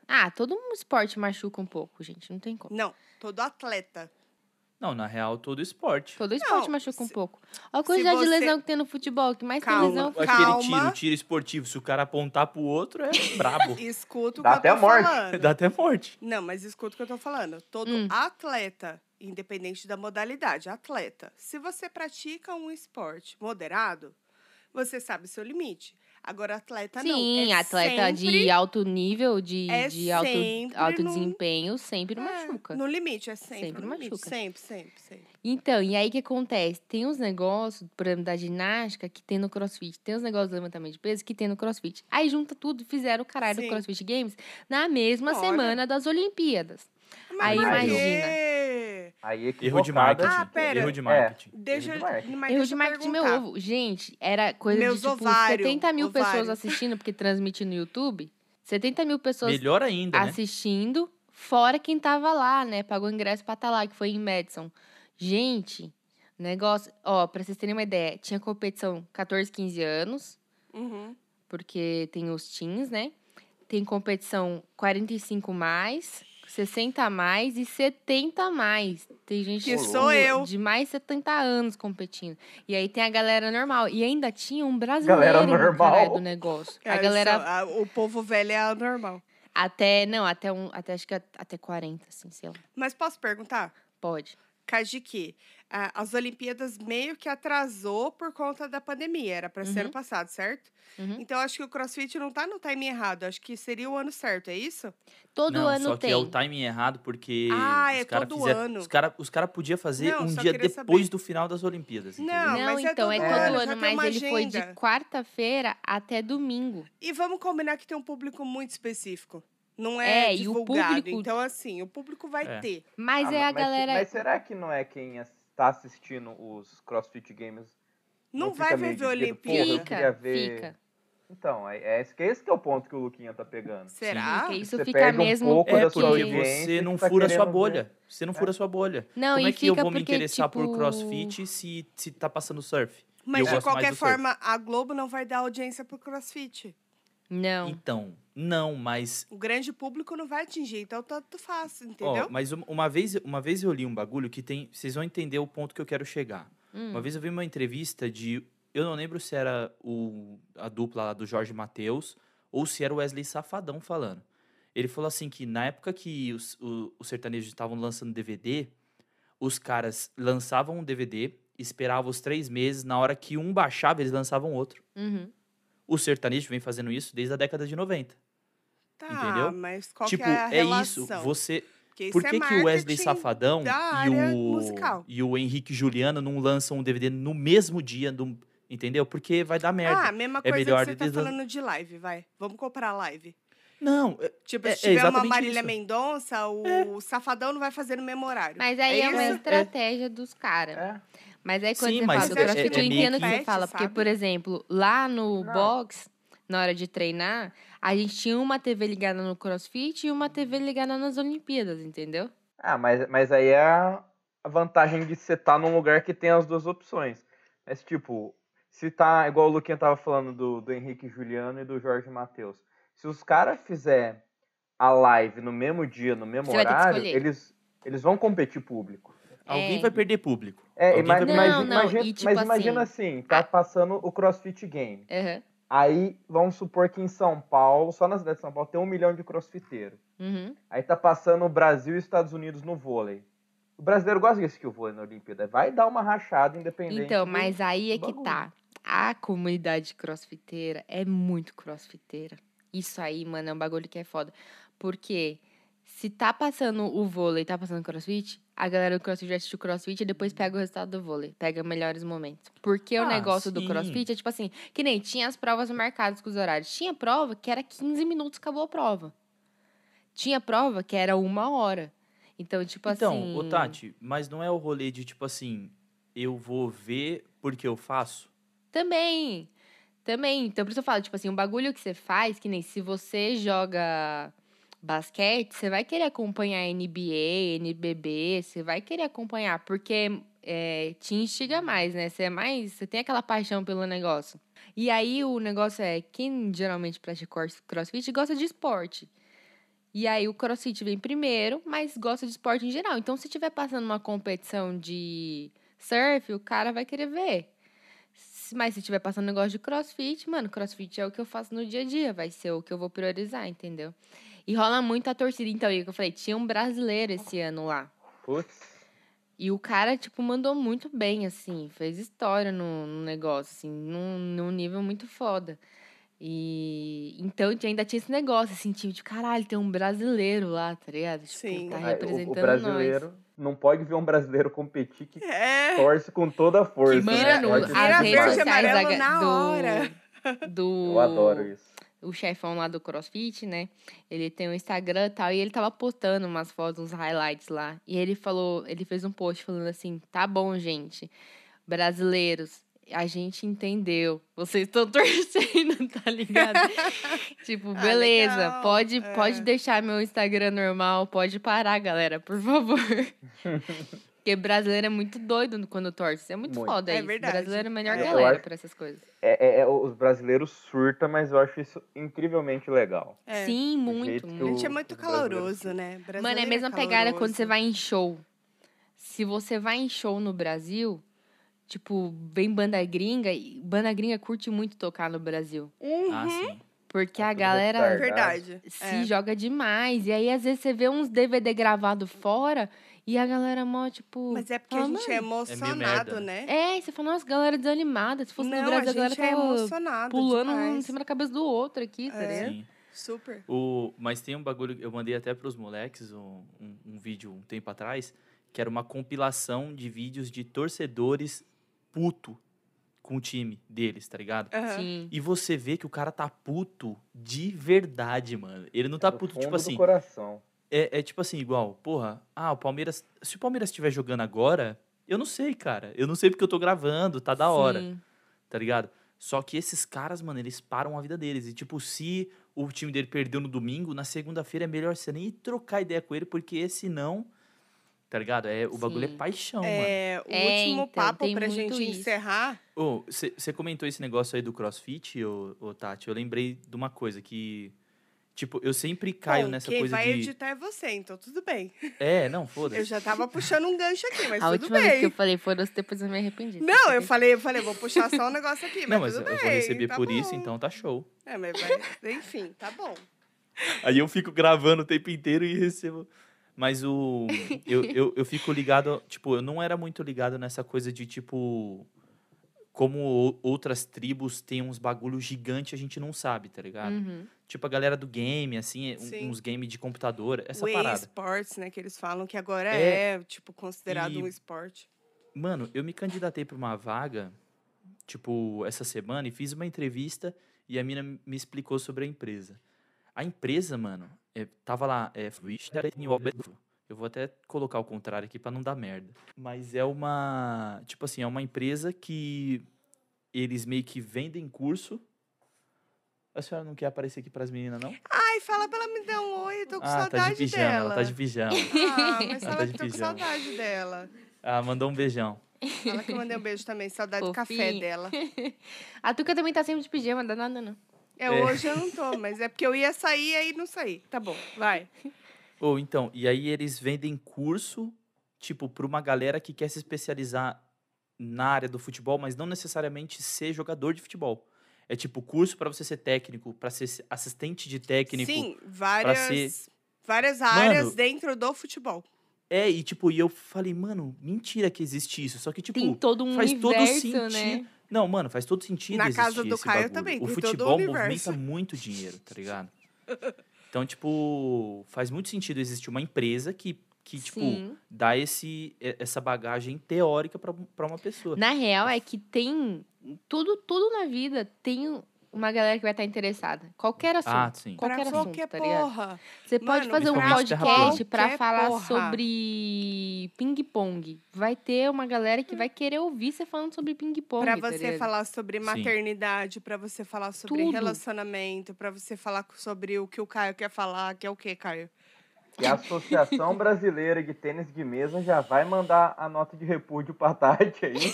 [SPEAKER 4] Ah, todo um esporte machuca um pouco, gente. Não tem como.
[SPEAKER 1] Não, todo atleta.
[SPEAKER 3] Não, na real, todo esporte.
[SPEAKER 4] Todo esporte
[SPEAKER 1] Não,
[SPEAKER 4] machuca um
[SPEAKER 1] se-
[SPEAKER 4] pouco. Olha a quantidade
[SPEAKER 1] você-
[SPEAKER 4] de lesão que tem no futebol. Que mais
[SPEAKER 1] Calma.
[SPEAKER 4] tem lesão.
[SPEAKER 1] Todo-
[SPEAKER 3] Aquele
[SPEAKER 1] Calma.
[SPEAKER 3] tiro, tiro esportivo, se o cara apontar pro outro, é brabo.
[SPEAKER 1] Escuta o
[SPEAKER 2] Dá
[SPEAKER 1] que
[SPEAKER 2] até
[SPEAKER 1] eu
[SPEAKER 2] a
[SPEAKER 1] tô
[SPEAKER 2] morte.
[SPEAKER 1] falando.
[SPEAKER 3] Dá até morte.
[SPEAKER 1] Não, mas escuta o que eu tô falando. Todo
[SPEAKER 4] Hum.
[SPEAKER 1] atleta, independente da modalidade, atleta, se você pratica um esporte moderado, você sabe o seu limite. Agora, atleta não.
[SPEAKER 4] Sim,
[SPEAKER 1] É
[SPEAKER 4] atleta
[SPEAKER 1] sempre-
[SPEAKER 4] de alto nível, de,
[SPEAKER 1] é
[SPEAKER 4] de alto,
[SPEAKER 1] sempre
[SPEAKER 4] alto
[SPEAKER 1] num-
[SPEAKER 4] desempenho, sempre
[SPEAKER 1] É,
[SPEAKER 4] machuca.
[SPEAKER 1] No limite, é sempre,
[SPEAKER 4] Sempre
[SPEAKER 1] no limite.
[SPEAKER 4] machuca.
[SPEAKER 1] Sempre, sempre, sempre.
[SPEAKER 4] Então, e aí o que acontece? Tem uns negócios, por exemplo, da ginástica que tem no crossfit. Tem uns negócios do levantamento de peso que tem no crossfit. Aí junta tudo e fizeram o caralho
[SPEAKER 1] Sim.
[SPEAKER 4] do crossfit games na mesma
[SPEAKER 1] Olha.
[SPEAKER 4] semana das Olimpíadas. Aí
[SPEAKER 1] por
[SPEAKER 2] imagina.
[SPEAKER 1] quê?
[SPEAKER 2] Aí é que
[SPEAKER 3] Erro de marketing.
[SPEAKER 1] Ah, pera.
[SPEAKER 3] Erro de marketing.
[SPEAKER 1] Deixa,
[SPEAKER 2] Erro de marketing.
[SPEAKER 1] mas
[SPEAKER 4] Erro
[SPEAKER 1] deixa
[SPEAKER 4] de
[SPEAKER 1] eu
[SPEAKER 4] marketing meu
[SPEAKER 1] perguntar.
[SPEAKER 4] ovo. Gente, era coisa
[SPEAKER 1] Meus
[SPEAKER 4] de tipo
[SPEAKER 1] ovário,
[SPEAKER 4] 70 mil pessoas
[SPEAKER 1] ovário.
[SPEAKER 4] assistindo, porque transmite no YouTube. 70 mil pessoas
[SPEAKER 3] Melhor ainda, né?
[SPEAKER 4] assistindo, fora quem tava lá, né? Pagou ingresso pra estar lá, que foi em Madison. Gente, negócio. Ó, pra vocês terem uma ideia, tinha competição 14, 15 anos,
[SPEAKER 1] Uhum.
[SPEAKER 4] porque tem os teens, né? Tem competição 45 mais, 60 mais e 70 mais. Tem gente
[SPEAKER 1] Que
[SPEAKER 4] tipo,
[SPEAKER 1] sou eu.
[SPEAKER 4] de mais 70 anos competindo. E aí tem a galera normal. E ainda tinha um brasileiro
[SPEAKER 2] Galera
[SPEAKER 4] no caralho
[SPEAKER 2] normal.
[SPEAKER 4] do negócio.
[SPEAKER 1] É,
[SPEAKER 4] a galera
[SPEAKER 1] isso, a- o povo velho é anormal.
[SPEAKER 4] até, não, até um, até acho que a- até 40, assim, sei lá.
[SPEAKER 1] Mas posso perguntar?
[SPEAKER 4] Pode.
[SPEAKER 1] Kajiki, a- as Olimpíadas meio que atrasou por conta da pandemia, era para ser ano
[SPEAKER 4] Uhum.
[SPEAKER 1] passado, certo?
[SPEAKER 4] Uhum.
[SPEAKER 1] Então acho que o CrossFit não tá no timing errado, acho que seria o ano certo, é isso?
[SPEAKER 4] Todo
[SPEAKER 3] não,
[SPEAKER 4] ano
[SPEAKER 3] só
[SPEAKER 4] tem.
[SPEAKER 3] que é o timing errado, porque
[SPEAKER 1] Ah,
[SPEAKER 3] os
[SPEAKER 1] é
[SPEAKER 3] caras
[SPEAKER 1] todo
[SPEAKER 3] fizeram-
[SPEAKER 1] ano.
[SPEAKER 3] Os caras os cara podiam fazer
[SPEAKER 1] Não,
[SPEAKER 3] um
[SPEAKER 1] só
[SPEAKER 3] dia
[SPEAKER 1] queria
[SPEAKER 3] depois
[SPEAKER 1] saber.
[SPEAKER 3] do final das Olimpíadas.
[SPEAKER 1] Não,
[SPEAKER 3] entendeu?
[SPEAKER 4] Não,
[SPEAKER 1] mas é
[SPEAKER 4] então, é
[SPEAKER 1] todo
[SPEAKER 4] todo
[SPEAKER 2] ano,
[SPEAKER 1] já
[SPEAKER 4] ano,
[SPEAKER 1] tem
[SPEAKER 4] mas
[SPEAKER 1] uma
[SPEAKER 4] ele foi de
[SPEAKER 1] agenda.
[SPEAKER 4] quarta-feira até domingo.
[SPEAKER 1] E vamos combinar que tem um público muito específico. Não
[SPEAKER 4] É,
[SPEAKER 1] é,
[SPEAKER 4] e o
[SPEAKER 1] divulgado.
[SPEAKER 4] público-
[SPEAKER 1] Então, assim, o público vai
[SPEAKER 3] É.
[SPEAKER 1] ter.
[SPEAKER 4] Mas
[SPEAKER 2] Ah,
[SPEAKER 4] é a
[SPEAKER 2] mas-
[SPEAKER 4] galera.
[SPEAKER 2] Mas será que não é quem está assistindo os CrossFit Games?
[SPEAKER 1] Não,
[SPEAKER 2] Não
[SPEAKER 1] vai
[SPEAKER 2] fica meio
[SPEAKER 1] viver a
[SPEAKER 2] dividido, porra, eu
[SPEAKER 1] Olimpíada.
[SPEAKER 2] queria
[SPEAKER 4] Fica,
[SPEAKER 2] ver-
[SPEAKER 4] fica.
[SPEAKER 2] Então, é, é esse, que- esse que é o ponto que o Luquinha tá pegando.
[SPEAKER 1] Será?
[SPEAKER 4] Fica, Isso
[SPEAKER 2] Você
[SPEAKER 4] fica
[SPEAKER 2] perde um
[SPEAKER 4] mesmo
[SPEAKER 2] pouco
[SPEAKER 3] É
[SPEAKER 2] da
[SPEAKER 4] porque-
[SPEAKER 2] sua
[SPEAKER 3] porque
[SPEAKER 2] audiência.
[SPEAKER 3] você não
[SPEAKER 2] que tá
[SPEAKER 3] fura a sua
[SPEAKER 2] querendo ver.
[SPEAKER 3] bolha. Você não fura a sua bolha.
[SPEAKER 4] Não,
[SPEAKER 3] Como
[SPEAKER 4] e
[SPEAKER 3] é que eu
[SPEAKER 4] fica
[SPEAKER 3] vou me
[SPEAKER 4] porque,
[SPEAKER 3] interessar por
[SPEAKER 4] tipo,
[SPEAKER 3] crossfit se, se tá passando surf?
[SPEAKER 1] Mas
[SPEAKER 3] Eu
[SPEAKER 1] de
[SPEAKER 3] gosto mais
[SPEAKER 1] qualquer
[SPEAKER 3] do surf.
[SPEAKER 1] forma, a Globo não vai dar audiência pro CrossFit.
[SPEAKER 4] Não.
[SPEAKER 3] Então, não, mas.
[SPEAKER 1] O grande público não vai atingir, então tanto faz, entendeu?
[SPEAKER 3] Ó, mas um- uma vez, uma vez eu li um bagulho que tem. Vocês vão entender o ponto que eu quero chegar.
[SPEAKER 4] Hum.
[SPEAKER 3] Uma vez eu vi uma entrevista de. Eu não lembro se era o, a dupla lá do Jorge Matheus ou se era o Wesley Safadão falando. Ele falou assim que na época que os, o- os sertanejos estavam lançando DVD, os caras lançavam um DVD, esperavam os três meses, na hora que um baixava, eles lançavam outro.
[SPEAKER 4] Uhum.
[SPEAKER 3] O sertanejo vem fazendo isso desde a década de 90.
[SPEAKER 1] tá,
[SPEAKER 3] entendeu?
[SPEAKER 1] mas qual
[SPEAKER 3] tipo,
[SPEAKER 1] que é a
[SPEAKER 3] é
[SPEAKER 1] relação?
[SPEAKER 3] isso. Você,
[SPEAKER 1] Porque
[SPEAKER 3] por
[SPEAKER 1] isso é
[SPEAKER 3] que, que o Wesley
[SPEAKER 1] marketing
[SPEAKER 3] Safadão
[SPEAKER 1] da
[SPEAKER 3] e
[SPEAKER 1] área musical.
[SPEAKER 3] o, e o Henrique Juliano não lançam um DVD no mesmo dia? do- entendeu? Porque vai dar
[SPEAKER 1] Ah,
[SPEAKER 3] merda.
[SPEAKER 1] a mesma coisa
[SPEAKER 3] é melhor
[SPEAKER 1] que você tá
[SPEAKER 3] deles-
[SPEAKER 1] falando de live, vai. Vamos comprar a live.
[SPEAKER 3] Não, é-
[SPEAKER 1] Tipo,
[SPEAKER 3] É-
[SPEAKER 1] se
[SPEAKER 3] é
[SPEAKER 1] tiver uma
[SPEAKER 3] exatamente
[SPEAKER 1] Marília
[SPEAKER 3] isso. É.
[SPEAKER 1] Mendonça, o Safadão não vai fazer no mesmo horário.
[SPEAKER 4] Mas aí é,
[SPEAKER 1] É
[SPEAKER 4] uma
[SPEAKER 1] isso?
[SPEAKER 4] estratégia dos caras.
[SPEAKER 2] É.
[SPEAKER 4] Mas aí quando
[SPEAKER 3] Sim,
[SPEAKER 4] você
[SPEAKER 3] mas
[SPEAKER 4] fala do
[SPEAKER 1] é- é- é
[SPEAKER 4] crossfit, eu
[SPEAKER 1] meio
[SPEAKER 4] entendo o que
[SPEAKER 1] que-
[SPEAKER 4] você fala. Porque,
[SPEAKER 1] sabe?
[SPEAKER 4] por exemplo, lá no
[SPEAKER 2] Não.
[SPEAKER 4] box, na hora de treinar, a gente tinha uma TV ligada no crossfit e uma TV ligada nas Olimpíadas, entendeu?
[SPEAKER 2] Ah, mas, mas aí é a a vantagem de você estar num lugar que tem as duas opções. Mas, tipo, se tá igual o Luquinha tava falando do, do Henrique Juliano e do Jorge Matheus. Se os caras fizer a live no mesmo dia, no mesmo
[SPEAKER 4] Você vai ter que
[SPEAKER 2] horário,
[SPEAKER 4] escolher.
[SPEAKER 2] eles, eles vão competir público.
[SPEAKER 3] Alguém
[SPEAKER 4] É.
[SPEAKER 3] vai perder público.
[SPEAKER 1] Tipo
[SPEAKER 2] É,
[SPEAKER 3] Alguém
[SPEAKER 2] ima-
[SPEAKER 3] vai
[SPEAKER 2] imagi-
[SPEAKER 3] perder
[SPEAKER 2] imagina,
[SPEAKER 4] Não, não, e tipo
[SPEAKER 2] mas imagina assim, tá passando o CrossFit Game.
[SPEAKER 4] Aham.
[SPEAKER 2] Aí, vamos supor que em São Paulo, só na cidade de São Paulo, tem um milhão de crossfiteiros.
[SPEAKER 4] Uhum.
[SPEAKER 2] Aí tá passando o Brasil e Estados Unidos no vôlei. O brasileiro gosta disso que o vôlei na Olimpíada. Vai dar uma rachada independente.
[SPEAKER 4] Então,
[SPEAKER 2] do-
[SPEAKER 4] mas aí é que
[SPEAKER 2] bagulho.
[SPEAKER 4] tá. A comunidade crossfiteira é muito crossfiteira. Isso aí, mano, é um bagulho que é foda. Porque Se tá passando o vôlei, tá passando o crossfit, a galera do crossfit vai assistir o crossfit e depois pega o resultado do vôlei. Pega melhores momentos. Porque
[SPEAKER 3] Ah,
[SPEAKER 4] o negócio do
[SPEAKER 3] sim.
[SPEAKER 4] crossfit é tipo assim, que nem tinha as provas marcadas com os horários. Tinha prova que era 15 minutos, acabou a prova. Tinha prova que era uma hora. Então, tipo
[SPEAKER 3] então,
[SPEAKER 4] assim...
[SPEAKER 3] ô Tati, mas não é o rolê de tipo assim, eu vou ver porque eu faço?
[SPEAKER 4] Também. Também. Então, por isso eu falo, tipo assim, um bagulho que você faz, que nem se você joga basquete, você vai querer acompanhar NBA, NBB, você vai querer acompanhar, porque é, te instiga mais, né? Você é mais. Você tem aquela paixão pelo negócio. E aí o negócio é, quem geralmente pratica cors- crossfit gosta de esporte. E aí o crossfit vem primeiro, mas gosta de esporte em geral. Então, se tiver passando uma competição de surf, o cara vai querer ver. S- Mas se tiver passando um negócio de crossfit, mano, crossfit é o que eu faço no dia a dia, vai ser o que eu vou priorizar, entendeu? E rola muito a torcida, então, e o que eu falei, tinha um brasileiro esse ano lá.
[SPEAKER 2] Putz.
[SPEAKER 4] E o cara, tipo, mandou muito bem, assim, fez história no, no negócio, assim, num, num nível muito foda. E então tinha- ainda tinha esse negócio, assim, tipo, de caralho, tem um brasileiro lá, tá ligado? Tipo,
[SPEAKER 1] Sim.
[SPEAKER 4] tá
[SPEAKER 1] Aí,
[SPEAKER 2] Aí, o,
[SPEAKER 4] representando
[SPEAKER 2] o
[SPEAKER 4] nós.
[SPEAKER 2] brasileiro não pode ver um brasileiro competir que
[SPEAKER 1] É.
[SPEAKER 2] torce com toda a força.
[SPEAKER 4] Que,
[SPEAKER 2] né?
[SPEAKER 4] mano,
[SPEAKER 2] Olha
[SPEAKER 4] as
[SPEAKER 2] que
[SPEAKER 1] Vira
[SPEAKER 4] redes
[SPEAKER 1] verde e
[SPEAKER 2] demais.
[SPEAKER 4] sociais
[SPEAKER 1] amarelo
[SPEAKER 4] da-
[SPEAKER 1] na
[SPEAKER 4] do,
[SPEAKER 1] hora.
[SPEAKER 4] do...
[SPEAKER 2] Eu adoro isso.
[SPEAKER 4] o chefão lá do CrossFit, né? Ele tem um Instagram e tal, e ele tava postando umas fotos, uns highlights lá. E ele falou, ele fez um post falando assim: tá bom, gente, brasileiros, a gente entendeu. Vocês estão torcendo, tá ligado? tipo,
[SPEAKER 1] Ah,
[SPEAKER 4] beleza,
[SPEAKER 1] legal,
[SPEAKER 4] pode,
[SPEAKER 1] é.
[SPEAKER 4] pode deixar meu Instagram normal, pode parar, galera, por favor. Porque brasileiro é muito doido quando torce. É muito,
[SPEAKER 2] Muito.
[SPEAKER 4] foda
[SPEAKER 1] É
[SPEAKER 4] isso.
[SPEAKER 1] verdade.
[SPEAKER 4] Brasileiro é a melhor
[SPEAKER 1] É. Eu
[SPEAKER 4] galera
[SPEAKER 2] acho-
[SPEAKER 4] pra essas coisas.
[SPEAKER 2] É, é- é- os brasileiros surtam, mas eu acho isso incrivelmente legal.
[SPEAKER 1] É.
[SPEAKER 4] Sim,
[SPEAKER 2] Do
[SPEAKER 4] muito,
[SPEAKER 2] jeito que
[SPEAKER 4] muito.
[SPEAKER 1] A gente é
[SPEAKER 2] o-
[SPEAKER 1] muito
[SPEAKER 2] os brasileiros
[SPEAKER 1] caloroso,
[SPEAKER 2] são.
[SPEAKER 1] né? Brasileiro
[SPEAKER 4] Mano, é a mesma pegada quando você
[SPEAKER 1] caloroso.
[SPEAKER 4] vai em show. Se você vai em show no Brasil, tipo, vem banda gringa, e banda gringa curte muito tocar no Brasil.
[SPEAKER 1] Uhum.
[SPEAKER 3] Ah, sim.
[SPEAKER 4] Porque
[SPEAKER 2] É
[SPEAKER 4] a
[SPEAKER 2] tudo
[SPEAKER 4] galera
[SPEAKER 2] retardado.
[SPEAKER 1] Verdade.
[SPEAKER 4] se
[SPEAKER 1] É.
[SPEAKER 4] joga demais. E aí, às vezes, você vê uns DVD gravado fora e a galera mó, tipo.
[SPEAKER 1] Mas é porque a
[SPEAKER 4] Ah,
[SPEAKER 1] gente é emocionado,
[SPEAKER 3] merda,
[SPEAKER 1] né?
[SPEAKER 4] É, e você fala, nossa, galera desanimada. Se fosse
[SPEAKER 1] Não,
[SPEAKER 4] no Brasil,
[SPEAKER 1] a
[SPEAKER 4] a, galera
[SPEAKER 1] gente é
[SPEAKER 4] tava
[SPEAKER 1] emocionado
[SPEAKER 4] pulando um em
[SPEAKER 1] demais.
[SPEAKER 4] cima da cabeça do outro aqui, tá
[SPEAKER 1] É.
[SPEAKER 4] ligado?
[SPEAKER 3] Sim.
[SPEAKER 1] Super.
[SPEAKER 3] O, mas tem um bagulho, eu mandei até pros moleques um, um, um vídeo um tempo atrás, que era uma compilação de vídeos de torcedores puto com o time deles, tá ligado?
[SPEAKER 1] Aham.
[SPEAKER 4] Sim.
[SPEAKER 3] E você vê que o cara tá puto de verdade, mano. Ele não tá
[SPEAKER 2] Do É
[SPEAKER 3] puto,
[SPEAKER 2] fundo
[SPEAKER 3] tipo
[SPEAKER 2] do
[SPEAKER 3] assim,
[SPEAKER 2] coração.
[SPEAKER 3] é, é tipo assim, igual, porra, ah, o Palmeiras. Se o Palmeiras estiver jogando agora, eu não sei, cara. Eu não sei porque eu tô gravando, tá da hora,
[SPEAKER 4] Sim.
[SPEAKER 3] tá ligado? Só que esses caras, mano, eles param a vida deles. E tipo, se o time dele perdeu no domingo, na segunda-feira é melhor você nem trocar ideia com ele, porque senão, tá ligado? É, o bagulho é
[SPEAKER 4] Sim.
[SPEAKER 3] paixão, mano.
[SPEAKER 1] É, o
[SPEAKER 4] É,
[SPEAKER 1] último
[SPEAKER 4] então,
[SPEAKER 1] papo
[SPEAKER 4] tem
[SPEAKER 1] pra
[SPEAKER 4] muito
[SPEAKER 1] gente
[SPEAKER 4] isso.
[SPEAKER 1] encerrar.
[SPEAKER 3] Você comentou esse negócio aí do crossfit, ô, ô, Tati. Eu lembrei de uma coisa que. Tipo, eu sempre caio
[SPEAKER 1] Bom,
[SPEAKER 3] nessa
[SPEAKER 1] quem
[SPEAKER 3] coisa
[SPEAKER 1] vai
[SPEAKER 3] de.
[SPEAKER 1] editar é você, então tudo bem.
[SPEAKER 3] É, não, foda-se.
[SPEAKER 1] Eu já tava puxando um gancho aqui, mas
[SPEAKER 4] A
[SPEAKER 1] tudo
[SPEAKER 4] última vez
[SPEAKER 1] bem.
[SPEAKER 4] que eu falei foram, depois eu me arrependi.
[SPEAKER 1] Não, eu falei, eu falei, vou puxar só um negócio aqui, mas,
[SPEAKER 3] Não, mas eu
[SPEAKER 1] tudo
[SPEAKER 3] vou
[SPEAKER 1] bem,
[SPEAKER 3] receber
[SPEAKER 1] tá
[SPEAKER 3] por isso,
[SPEAKER 1] bom.
[SPEAKER 3] então tá show.
[SPEAKER 1] É, mas vai- enfim, tá bom.
[SPEAKER 3] Aí eu fico gravando o tempo inteiro e recebo. Mas o. Eu, eu, eu fico ligado. Tipo, eu não era muito ligado nessa coisa de tipo. Como ou- outras tribos têm uns bagulho gigante, a gente não sabe, tá ligado?
[SPEAKER 4] Uhum.
[SPEAKER 3] Tipo a galera do game, assim, um-
[SPEAKER 1] Hum. Sim.
[SPEAKER 3] uns games de computador, essa
[SPEAKER 1] o
[SPEAKER 3] parada.
[SPEAKER 1] esportes, né, que eles falam que agora é,
[SPEAKER 3] É.
[SPEAKER 1] tipo, considerado
[SPEAKER 3] E-
[SPEAKER 1] um esporte.
[SPEAKER 3] Mano, eu me candidatei pra uma vaga, tipo, essa semana, e fiz uma entrevista e a mina m- me explicou sobre a empresa. A empresa, mano, é, tava lá, é, eu vou até colocar o contrário aqui pra não dar merda. Mas é uma, tipo assim, é uma empresa que eles meio que vendem curso. A senhora não quer aparecer aqui pras meninas, não?
[SPEAKER 1] Ai, fala pra ela me dar um oi, eu tô com
[SPEAKER 3] ah,
[SPEAKER 1] saudade
[SPEAKER 3] tá de pijama,
[SPEAKER 1] dela.
[SPEAKER 3] ela tá de pijama.
[SPEAKER 1] Ah, mas
[SPEAKER 3] Ela
[SPEAKER 1] fala
[SPEAKER 3] tá
[SPEAKER 1] que
[SPEAKER 3] de
[SPEAKER 1] tô com
[SPEAKER 3] pijama.
[SPEAKER 1] saudade dela.
[SPEAKER 3] Ah, mandou um beijão.
[SPEAKER 1] Fala que eu mandei um beijo também, saudade do café
[SPEAKER 4] Fofinho.
[SPEAKER 1] dela.
[SPEAKER 4] A Tuca também tá sempre de pijama, danada não.
[SPEAKER 1] É,
[SPEAKER 3] É.
[SPEAKER 1] hoje eu não tô, mas é porque eu ia sair aí não saí. Tá bom, vai.
[SPEAKER 3] Ou então, e aí eles vendem curso, tipo, pra uma galera que quer se especializar na área do futebol, mas não necessariamente ser jogador de futebol. É tipo curso pra você ser técnico, pra ser se- assistente de técnico.
[SPEAKER 1] Sim, várias,
[SPEAKER 3] ser-
[SPEAKER 1] várias áreas
[SPEAKER 3] Mano-
[SPEAKER 1] dentro do futebol.
[SPEAKER 3] É, e tipo, e eu falei, mano, mentira que existe isso. Só que tipo,
[SPEAKER 4] Tem todo um
[SPEAKER 3] faz todo
[SPEAKER 4] universo,
[SPEAKER 3] sentido.
[SPEAKER 4] né?
[SPEAKER 3] não, mano, faz todo sentido
[SPEAKER 1] Na
[SPEAKER 3] existir
[SPEAKER 1] casa do
[SPEAKER 3] esse
[SPEAKER 1] Caio
[SPEAKER 3] bagulho.
[SPEAKER 1] também,
[SPEAKER 3] O
[SPEAKER 1] tem todo o
[SPEAKER 3] futebol
[SPEAKER 1] universo.
[SPEAKER 3] movimenta muito dinheiro, tá ligado? Então, tipo, faz muito sentido existir uma empresa que, que tipo,
[SPEAKER 4] Sim.
[SPEAKER 3] dá esse, e- essa bagagem teórica pra pra uma pessoa.
[SPEAKER 4] Na real, é que tem. Tudo, tudo na vida tem um, uma galera que vai estar interessada. Qualquer
[SPEAKER 1] assim,
[SPEAKER 4] assunto.
[SPEAKER 3] Ah, sim.
[SPEAKER 1] Pra
[SPEAKER 4] Qualquer assunto,
[SPEAKER 1] qualquer
[SPEAKER 4] tá ligado?
[SPEAKER 1] porra.
[SPEAKER 4] Você pode
[SPEAKER 1] Mano,
[SPEAKER 4] fazer um
[SPEAKER 3] Principalmente terra
[SPEAKER 4] podcast
[SPEAKER 1] plana.
[SPEAKER 4] pra
[SPEAKER 1] Qualquer
[SPEAKER 4] falar
[SPEAKER 1] porra.
[SPEAKER 4] sobre ping-pong. Vai ter uma galera que vai querer ouvir você falando sobre ping-pong.
[SPEAKER 1] Hum. Pra
[SPEAKER 4] tá
[SPEAKER 1] você
[SPEAKER 4] ligado?
[SPEAKER 1] falar sobre
[SPEAKER 3] Sim.
[SPEAKER 1] maternidade, pra você falar sobre
[SPEAKER 4] Tudo.
[SPEAKER 1] relacionamento, pra você falar co- sobre o que o Caio quer falar, que é o quê, Caio?
[SPEAKER 2] E a Associação Brasileira de Tênis de Mesa já vai mandar a nota de repúdio pra Tati aí.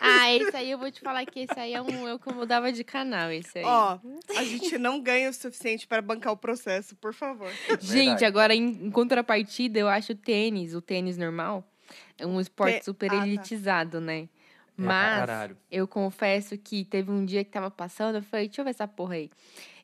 [SPEAKER 4] Ah, esse aí eu vou te falar que esse aí é um eu que eu mudava de canal, esse aí.
[SPEAKER 1] Ó, a gente não ganha o suficiente pra bancar o processo, por favor. É,
[SPEAKER 4] Gente,
[SPEAKER 2] Verdade.
[SPEAKER 4] agora em, em contrapartida, eu acho o tênis, o tênis normal, é um esporte
[SPEAKER 1] Tê-
[SPEAKER 4] super
[SPEAKER 1] Ah, tá.
[SPEAKER 4] elitizado, né?
[SPEAKER 3] É
[SPEAKER 2] Ah,
[SPEAKER 3] pra
[SPEAKER 4] Mas
[SPEAKER 3] caralho.
[SPEAKER 4] eu confesso que teve um dia que tava passando, eu falei, deixa eu ver essa porra aí.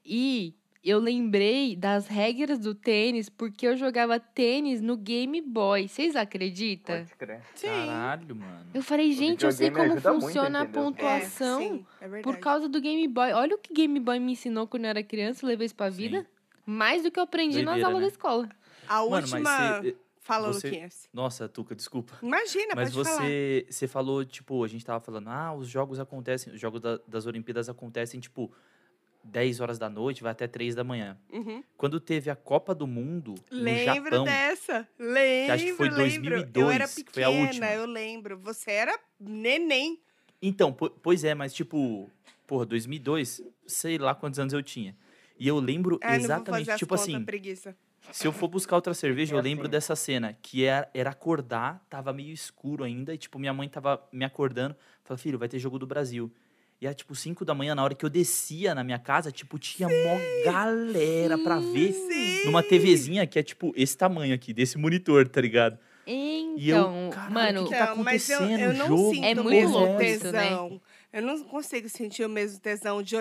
[SPEAKER 4] E eu lembrei das regras do tênis porque eu jogava tênis no Game Boy. Vocês acreditam?
[SPEAKER 2] Pode crer.
[SPEAKER 3] Caralho, mano.
[SPEAKER 4] Eu falei, gente, eu sei
[SPEAKER 2] videogame
[SPEAKER 4] como
[SPEAKER 2] ajuda muito a
[SPEAKER 4] funciona a
[SPEAKER 2] entender os
[SPEAKER 1] É,
[SPEAKER 4] pontuação.
[SPEAKER 1] sim, é verdade.
[SPEAKER 4] Por causa do Game Boy. Olha o que Game Boy me ensinou quando eu era criança, eu levei isso pra vida. Mais do que eu aprendi nas
[SPEAKER 3] Doideira,
[SPEAKER 4] aulas
[SPEAKER 3] né?
[SPEAKER 4] da escola.
[SPEAKER 1] A
[SPEAKER 3] Mano,
[SPEAKER 1] última.
[SPEAKER 3] mas você...
[SPEAKER 1] Fala,
[SPEAKER 3] você-
[SPEAKER 1] Luquinhas.
[SPEAKER 3] Nossa, Tuca, desculpa.
[SPEAKER 1] Imagina,
[SPEAKER 3] Mas
[SPEAKER 1] pode falar.
[SPEAKER 3] você, você falou, tipo, a gente tava falando, ah, os jogos acontecem, os jogos da- das Olimpíadas acontecem, tipo, 10 horas da noite, vai até 3 da manhã.
[SPEAKER 1] Uhum.
[SPEAKER 3] Quando teve a Copa do Mundo no
[SPEAKER 1] Lembro
[SPEAKER 3] Japão,
[SPEAKER 1] dessa. Lembro,
[SPEAKER 3] acho que foi
[SPEAKER 1] lembro.
[SPEAKER 3] 2002,
[SPEAKER 1] eu era
[SPEAKER 3] que foi a última.
[SPEAKER 1] pequena, eu lembro. Você era neném.
[SPEAKER 3] Então, po- pois é, mas tipo, porra, 2002, sei lá quantos anos eu tinha. E eu lembro
[SPEAKER 1] Ai, Ah, É, não vou fazer
[SPEAKER 3] exatamente,
[SPEAKER 1] as
[SPEAKER 3] tipo
[SPEAKER 1] contas,
[SPEAKER 3] assim,
[SPEAKER 1] preguiça.
[SPEAKER 3] se eu for buscar outra cerveja,
[SPEAKER 2] É
[SPEAKER 3] eu lembro
[SPEAKER 2] assim.
[SPEAKER 3] dessa cena, que era, era acordar, tava meio escuro ainda, e tipo, minha mãe tava me acordando, falou, filho, vai ter jogo do Brasil. E era tipo 5 da manhã, na hora que eu descia na minha casa, tipo, tinha mó galera pra ver
[SPEAKER 1] Sim!
[SPEAKER 3] numa TVzinha que é tipo esse tamanho aqui, desse monitor, tá ligado? E eu,
[SPEAKER 4] Então,
[SPEAKER 3] caralho,
[SPEAKER 4] mano,
[SPEAKER 3] que tá
[SPEAKER 1] Então, mas eu,
[SPEAKER 3] acontecendo?
[SPEAKER 1] eu
[SPEAKER 3] O
[SPEAKER 1] não
[SPEAKER 3] jogo tá
[SPEAKER 1] sinto
[SPEAKER 4] É
[SPEAKER 1] o
[SPEAKER 4] muito
[SPEAKER 1] mesmo
[SPEAKER 4] louco isso, né?
[SPEAKER 1] tesão. Eu não consigo sentir o mesmo tesão de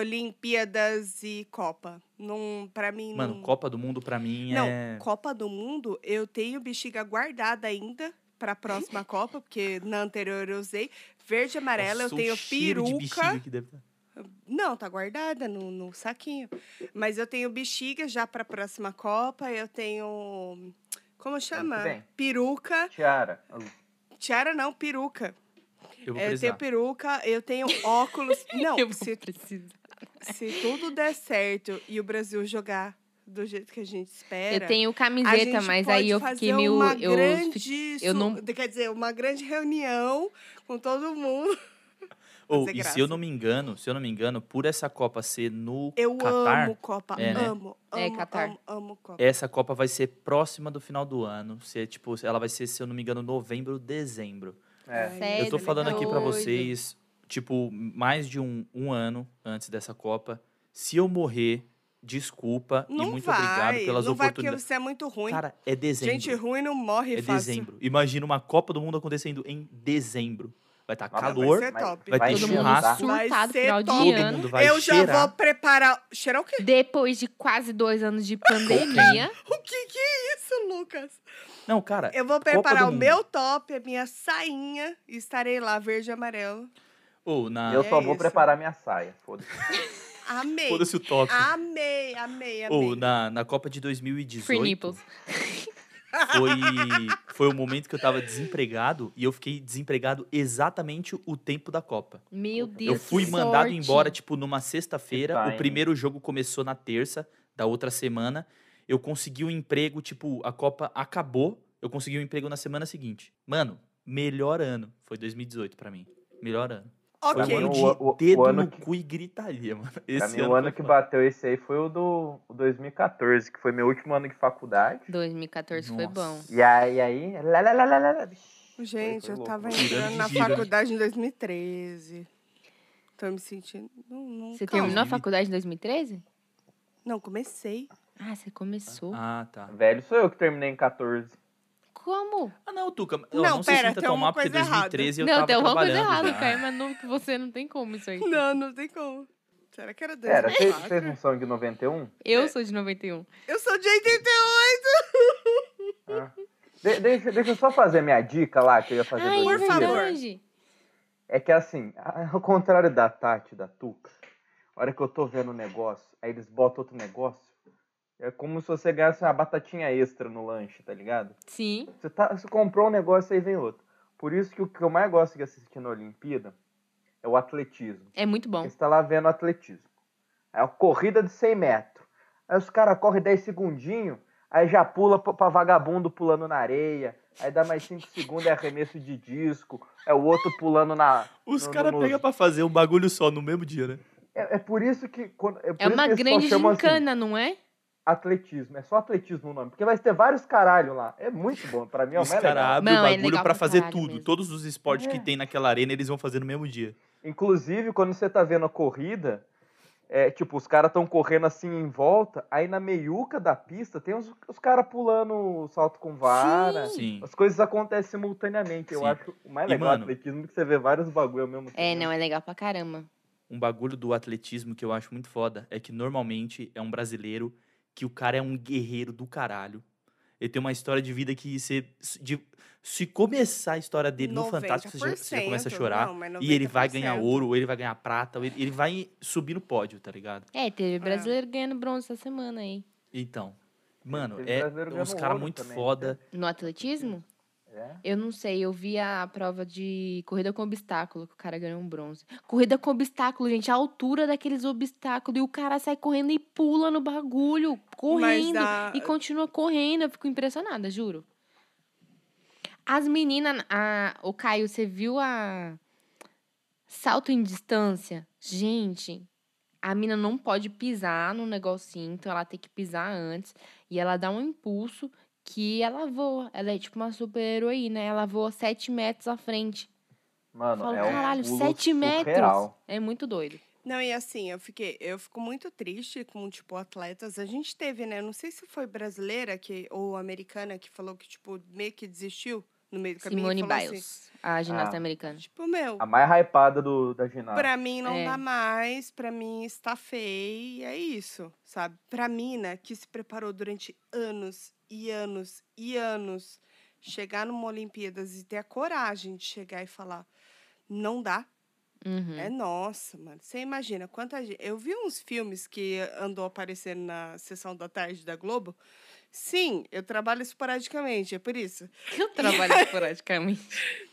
[SPEAKER 1] Olimpíadas e Copa. Não, pra mim,
[SPEAKER 3] Mano,
[SPEAKER 1] não...
[SPEAKER 3] Copa do Mundo pra mim
[SPEAKER 1] Não,
[SPEAKER 3] é.
[SPEAKER 1] Copa do Mundo, eu tenho bexiga guardada ainda pra próxima Copa, porque na anterior eu usei. Verde e amarela,
[SPEAKER 3] Nossa,
[SPEAKER 1] eu
[SPEAKER 3] o
[SPEAKER 1] tenho
[SPEAKER 3] cheiro de
[SPEAKER 1] peruca.
[SPEAKER 3] bexiga que deve- tá.
[SPEAKER 1] Não, tá guardada no, no saquinho. Mas eu tenho bexiga já pra próxima Copa, eu tenho. Como chama?
[SPEAKER 2] bem.
[SPEAKER 1] Peruca.
[SPEAKER 2] Tiara.
[SPEAKER 1] Tiara não, peruca.
[SPEAKER 3] Eu vou
[SPEAKER 1] É, Eu tenho
[SPEAKER 3] precisar.
[SPEAKER 1] peruca, eu tenho óculos. Não,
[SPEAKER 4] eu
[SPEAKER 1] se,
[SPEAKER 4] preciso.
[SPEAKER 1] se tudo der certo e o Brasil jogar do jeito que a gente espera.
[SPEAKER 4] Eu tenho
[SPEAKER 1] a
[SPEAKER 4] camiseta,
[SPEAKER 1] gente
[SPEAKER 4] mas
[SPEAKER 1] pode
[SPEAKER 4] aí eu
[SPEAKER 1] fazer
[SPEAKER 4] fiquei meio.
[SPEAKER 1] Uma
[SPEAKER 4] Eu, fi-
[SPEAKER 1] grande
[SPEAKER 4] eu
[SPEAKER 1] su-
[SPEAKER 4] não-
[SPEAKER 1] Quer dizer, uma grande reunião com todo mundo.
[SPEAKER 3] Ou,
[SPEAKER 1] fazer
[SPEAKER 3] e se
[SPEAKER 1] graça.
[SPEAKER 3] eu não me engano, se eu não me engano, por essa Copa ser no
[SPEAKER 1] Eu
[SPEAKER 3] Catar,
[SPEAKER 1] amo Copa.
[SPEAKER 3] É, né?
[SPEAKER 1] Amo, amo,
[SPEAKER 4] É, Catar.
[SPEAKER 1] amo, amo Copa.
[SPEAKER 3] essa Copa vai ser próxima do final do ano. Se, tipo, ela vai ser, se eu não me engano, novembro, dezembro.
[SPEAKER 2] É.
[SPEAKER 1] Ai,
[SPEAKER 4] Sério,
[SPEAKER 3] eu tô
[SPEAKER 4] tá
[SPEAKER 3] falando aqui pra
[SPEAKER 4] doido.
[SPEAKER 3] vocês, tipo, mais de um, um ano antes dessa Copa. Se eu morrer, desculpa
[SPEAKER 1] Não
[SPEAKER 3] e muito
[SPEAKER 1] vai.
[SPEAKER 3] obrigado pelas
[SPEAKER 1] não vai porque
[SPEAKER 3] oportunidades.
[SPEAKER 1] você é muito ruim.
[SPEAKER 3] Cara, é dezembro.
[SPEAKER 1] Gente ruim não morre
[SPEAKER 3] é
[SPEAKER 1] fácil.
[SPEAKER 3] dezembro. Imagina uma Copa do Mundo acontecendo em dezembro. Vai estar
[SPEAKER 2] Nossa,
[SPEAKER 3] calor,
[SPEAKER 1] vai ser top.
[SPEAKER 3] vai ter
[SPEAKER 4] Todo mundo
[SPEAKER 3] churrasco.
[SPEAKER 1] Vai
[SPEAKER 4] surtado
[SPEAKER 1] ser
[SPEAKER 4] final de
[SPEAKER 1] top.
[SPEAKER 3] todo
[SPEAKER 4] ano.
[SPEAKER 3] mundo vai
[SPEAKER 1] eu
[SPEAKER 3] cheirar.
[SPEAKER 1] já vou preparar. Cheirar o quê?
[SPEAKER 4] Depois de quase dois anos de pandemia.
[SPEAKER 1] O que, que é isso, Lucas?
[SPEAKER 3] Não, cara,
[SPEAKER 1] Eu vou
[SPEAKER 3] Copa
[SPEAKER 1] preparar
[SPEAKER 3] do
[SPEAKER 1] o
[SPEAKER 3] Mundo.
[SPEAKER 1] meu top, a minha sainha, e estarei lá, verde e amarelo.
[SPEAKER 3] ou na...
[SPEAKER 2] Eu
[SPEAKER 1] É
[SPEAKER 2] só vou
[SPEAKER 1] isso.
[SPEAKER 2] preparar minha saia. Foda-se.
[SPEAKER 1] Amei.
[SPEAKER 3] Foda-se o top.
[SPEAKER 1] Amei, amei, amei.
[SPEAKER 3] Ou na, na Copa de
[SPEAKER 4] Free
[SPEAKER 3] 2018,
[SPEAKER 4] nipples.
[SPEAKER 3] foi, foi o momento que eu tava desempregado e eu fiquei desempregado exatamente o tempo da Copa.
[SPEAKER 4] Meu
[SPEAKER 2] Eu
[SPEAKER 4] Deus.
[SPEAKER 3] eu fui
[SPEAKER 4] que
[SPEAKER 3] mandado
[SPEAKER 4] sorte.
[SPEAKER 3] embora, tipo, numa sexta-feira.
[SPEAKER 2] Que
[SPEAKER 3] O
[SPEAKER 2] time.
[SPEAKER 3] primeiro jogo começou na terça da outra semana. Eu consegui um emprego, tipo, a Copa acabou. Eu consegui um emprego na semana seguinte. Mano, melhor ano. Foi 2018 pra mim. Melhor ano.
[SPEAKER 1] ok.
[SPEAKER 3] Foi um ano de
[SPEAKER 2] O- o- o
[SPEAKER 3] dedo
[SPEAKER 2] ano
[SPEAKER 3] no
[SPEAKER 2] que-
[SPEAKER 3] cu e gritaria, mano.
[SPEAKER 2] Pra
[SPEAKER 3] Esse
[SPEAKER 2] mim,
[SPEAKER 3] ano
[SPEAKER 2] o ano
[SPEAKER 3] foi
[SPEAKER 2] que
[SPEAKER 3] foda.
[SPEAKER 2] bateu esse aí foi o do o 2014, que foi meu último ano de faculdade.
[SPEAKER 4] 2014 foi bom.
[SPEAKER 3] Nossa.
[SPEAKER 2] E aí, aí lá, lá, lá, lá, lá, lá.
[SPEAKER 1] Gente,
[SPEAKER 2] Foi
[SPEAKER 1] eu
[SPEAKER 2] louco.
[SPEAKER 1] tava entrando
[SPEAKER 3] Girando de
[SPEAKER 1] na
[SPEAKER 3] gira, né?
[SPEAKER 1] faculdade em 2013. Tô me sentindo. Não, não,
[SPEAKER 4] Você
[SPEAKER 1] calma.
[SPEAKER 4] terminou a faculdade em 2013?
[SPEAKER 1] Não, comecei.
[SPEAKER 4] Ah, você começou.
[SPEAKER 3] Ah, tá.
[SPEAKER 2] Velho, sou eu que terminei em 14.
[SPEAKER 4] Como?
[SPEAKER 3] Ah, não, Tuca. Não,
[SPEAKER 1] Não,
[SPEAKER 3] não sei se
[SPEAKER 1] pera,
[SPEAKER 3] sinta
[SPEAKER 1] tem
[SPEAKER 3] tão
[SPEAKER 1] uma
[SPEAKER 3] mal, porque
[SPEAKER 1] coisa errada.
[SPEAKER 3] 2013 eu
[SPEAKER 4] não,
[SPEAKER 3] tava
[SPEAKER 4] tem alguma
[SPEAKER 3] trabalhando
[SPEAKER 4] coisa errada,
[SPEAKER 3] já.
[SPEAKER 4] Caio, mas não, que você não tem como isso aí.
[SPEAKER 1] Não, não tem como. Será que era dois?
[SPEAKER 2] Pera, vocês vocês não são de 91?
[SPEAKER 4] Eu sou de 91.
[SPEAKER 1] Eu sou de 88!
[SPEAKER 2] Ah. De- deixa, deixa eu só fazer minha dica lá, que eu ia fazer
[SPEAKER 4] Ai,
[SPEAKER 2] dois
[SPEAKER 1] por
[SPEAKER 4] é
[SPEAKER 2] dias.
[SPEAKER 1] favor.
[SPEAKER 4] verdade.
[SPEAKER 2] É que assim, ao contrário da Tati, da Tuca, A hora que eu tô vendo o negócio, aí eles botam outro negócio. É como se você ganhasse uma batatinha extra no lanche, tá ligado?
[SPEAKER 4] Sim.
[SPEAKER 2] Você, tá, você comprou um negócio, aí vem outro. Por isso que o que eu mais gosto de assistir na Olimpíada é o atletismo.
[SPEAKER 4] É muito bom.
[SPEAKER 2] Porque Você tá lá vendo atletismo. É a corrida de 100 metros. Aí os caras correm 10 segundinhos, aí já pula pra, pra vagabundo pulando na areia. Aí dá mais 5 segundos, é arremesso de disco. É o outro pulando na.
[SPEAKER 3] Os
[SPEAKER 2] no-
[SPEAKER 3] caras
[SPEAKER 2] no-
[SPEAKER 3] pegam pra fazer um bagulho só no mesmo dia, né?
[SPEAKER 2] É, é por isso que. Quando, é por
[SPEAKER 4] É
[SPEAKER 2] isso
[SPEAKER 4] uma
[SPEAKER 2] que eles só
[SPEAKER 4] grande
[SPEAKER 2] chamam assim,
[SPEAKER 4] gincana, não é?
[SPEAKER 2] atletismo. É só atletismo o nome. Porque vai ter vários caralho lá. É muito bom. Pra mim é o
[SPEAKER 3] Os
[SPEAKER 2] mais
[SPEAKER 3] caras
[SPEAKER 2] legal.
[SPEAKER 3] abrem o
[SPEAKER 4] Não, é
[SPEAKER 3] bagulho
[SPEAKER 4] legal
[SPEAKER 3] pra
[SPEAKER 4] pra
[SPEAKER 3] fazer
[SPEAKER 4] caralho
[SPEAKER 3] tudo.
[SPEAKER 4] mesmo.
[SPEAKER 3] Todos os esportes que
[SPEAKER 2] É.
[SPEAKER 3] tem naquela arena, eles vão fazer no mesmo dia.
[SPEAKER 2] Inclusive, quando você tá vendo a corrida, é tipo, os caras tão correndo assim em volta, aí na meiuca da pista tem os, os caras pulando o salto com vara.
[SPEAKER 3] Sim.
[SPEAKER 2] As coisas acontecem simultaneamente. Eu
[SPEAKER 3] Sim.
[SPEAKER 2] acho o mais
[SPEAKER 3] E,
[SPEAKER 2] legal do
[SPEAKER 3] mano-
[SPEAKER 2] atletismo é que você vê vários bagulho ao mesmo tempo.
[SPEAKER 4] É, não, é legal pra caramba.
[SPEAKER 3] Um bagulho do atletismo que eu acho muito foda é que normalmente é um brasileiro que o cara é um guerreiro do caralho. Ele tem uma história de vida que se, de- se começar a história dele no Fantástico, você já, você já começa a
[SPEAKER 1] 90%,
[SPEAKER 3] chorar.
[SPEAKER 1] não, mas
[SPEAKER 3] E ele vai ganhar
[SPEAKER 1] 90%.
[SPEAKER 3] ouro, ou ele vai ganhar prata, ou ele, ele vai subir no pódio, tá ligado?
[SPEAKER 4] É, teve brasileiro ganhando bronze essa semana aí.
[SPEAKER 3] Então, mano,
[SPEAKER 2] Teve
[SPEAKER 3] é
[SPEAKER 2] brasileiro
[SPEAKER 3] uns
[SPEAKER 2] ganhando
[SPEAKER 3] caras
[SPEAKER 2] ouro
[SPEAKER 3] muito
[SPEAKER 2] também, né?
[SPEAKER 3] foda.
[SPEAKER 4] No atletismo?
[SPEAKER 2] É.
[SPEAKER 4] Eu não sei, eu vi a prova de corrida com obstáculo, que o cara ganhou um bronze. Corrida com obstáculo, gente, a altura daqueles obstáculos. E o cara sai correndo e pula no bagulho,
[SPEAKER 1] Mas
[SPEAKER 4] correndo.
[SPEAKER 1] dá-
[SPEAKER 4] E continua correndo, eu fico impressionada, juro. As meninas, a, o Caio, você viu a salto em distância? Gente, a mina não pode pisar no negocinho, então ela tem que pisar antes e ela dá um impulso que ela voa. Ela é tipo uma super heroína, ela voa 7 metros à frente. Eu
[SPEAKER 2] Mano,
[SPEAKER 4] falo,
[SPEAKER 2] é um
[SPEAKER 4] caralho,
[SPEAKER 2] pulo
[SPEAKER 4] 7 metros.
[SPEAKER 2] surreal.
[SPEAKER 4] É muito doido.
[SPEAKER 1] Não, e assim, eu fiquei, eu fico muito triste com, tipo, atletas. A gente teve, né? Não sei se foi brasileira que, ou americana que falou que, tipo, meio que desistiu no meio do caminho.
[SPEAKER 4] Simone
[SPEAKER 1] falou assim,
[SPEAKER 4] Biles, né? a ginasta
[SPEAKER 2] Ah.
[SPEAKER 4] americana.
[SPEAKER 1] tipo, meu,
[SPEAKER 2] A mais hypada do, da ginástica.
[SPEAKER 1] Pra mim não
[SPEAKER 4] É.
[SPEAKER 1] dá mais, pra mim está feio, e é isso, sabe? Pra mina que se preparou durante anos e anos e anos, chegar numa Olimpíadas e ter a coragem de chegar e falar, não dá,
[SPEAKER 4] Uhum.
[SPEAKER 1] é nossa, mano. Você imagina quanta gente. Eu vi uns filmes que andou aparecendo na sessão da tarde da Globo. Sim, eu trabalho esporadicamente, é por isso.
[SPEAKER 4] Eu trabalho esporadicamente.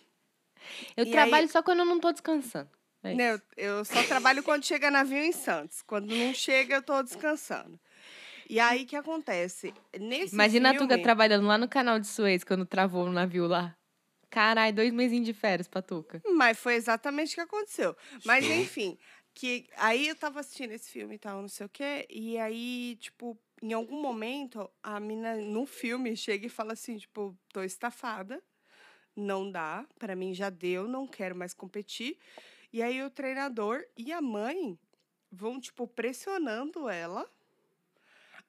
[SPEAKER 4] Eu
[SPEAKER 1] E
[SPEAKER 4] trabalho só quando eu não tô descansando. É
[SPEAKER 1] Né,
[SPEAKER 4] isso.
[SPEAKER 1] Eu, eu só trabalho quando chega navio em Santos. Quando não chega, eu tô descansando. E aí, o que acontece? Nesse
[SPEAKER 4] Imagina a Tuca
[SPEAKER 1] filme,
[SPEAKER 4] trabalhando lá no canal de Suez quando travou o navio lá. Carai, dois mesinhos de férias pra Tuca.
[SPEAKER 1] Mas foi exatamente o que aconteceu. Mas, enfim, que aí eu tava assistindo esse filme e tal, não sei o quê. E aí, tipo, em algum momento, a mina, no filme, chega e fala assim, tipo, tô estafada. Não dá, pra mim já deu, não quero mais competir. E aí o treinador e a mãe vão, tipo, pressionando ela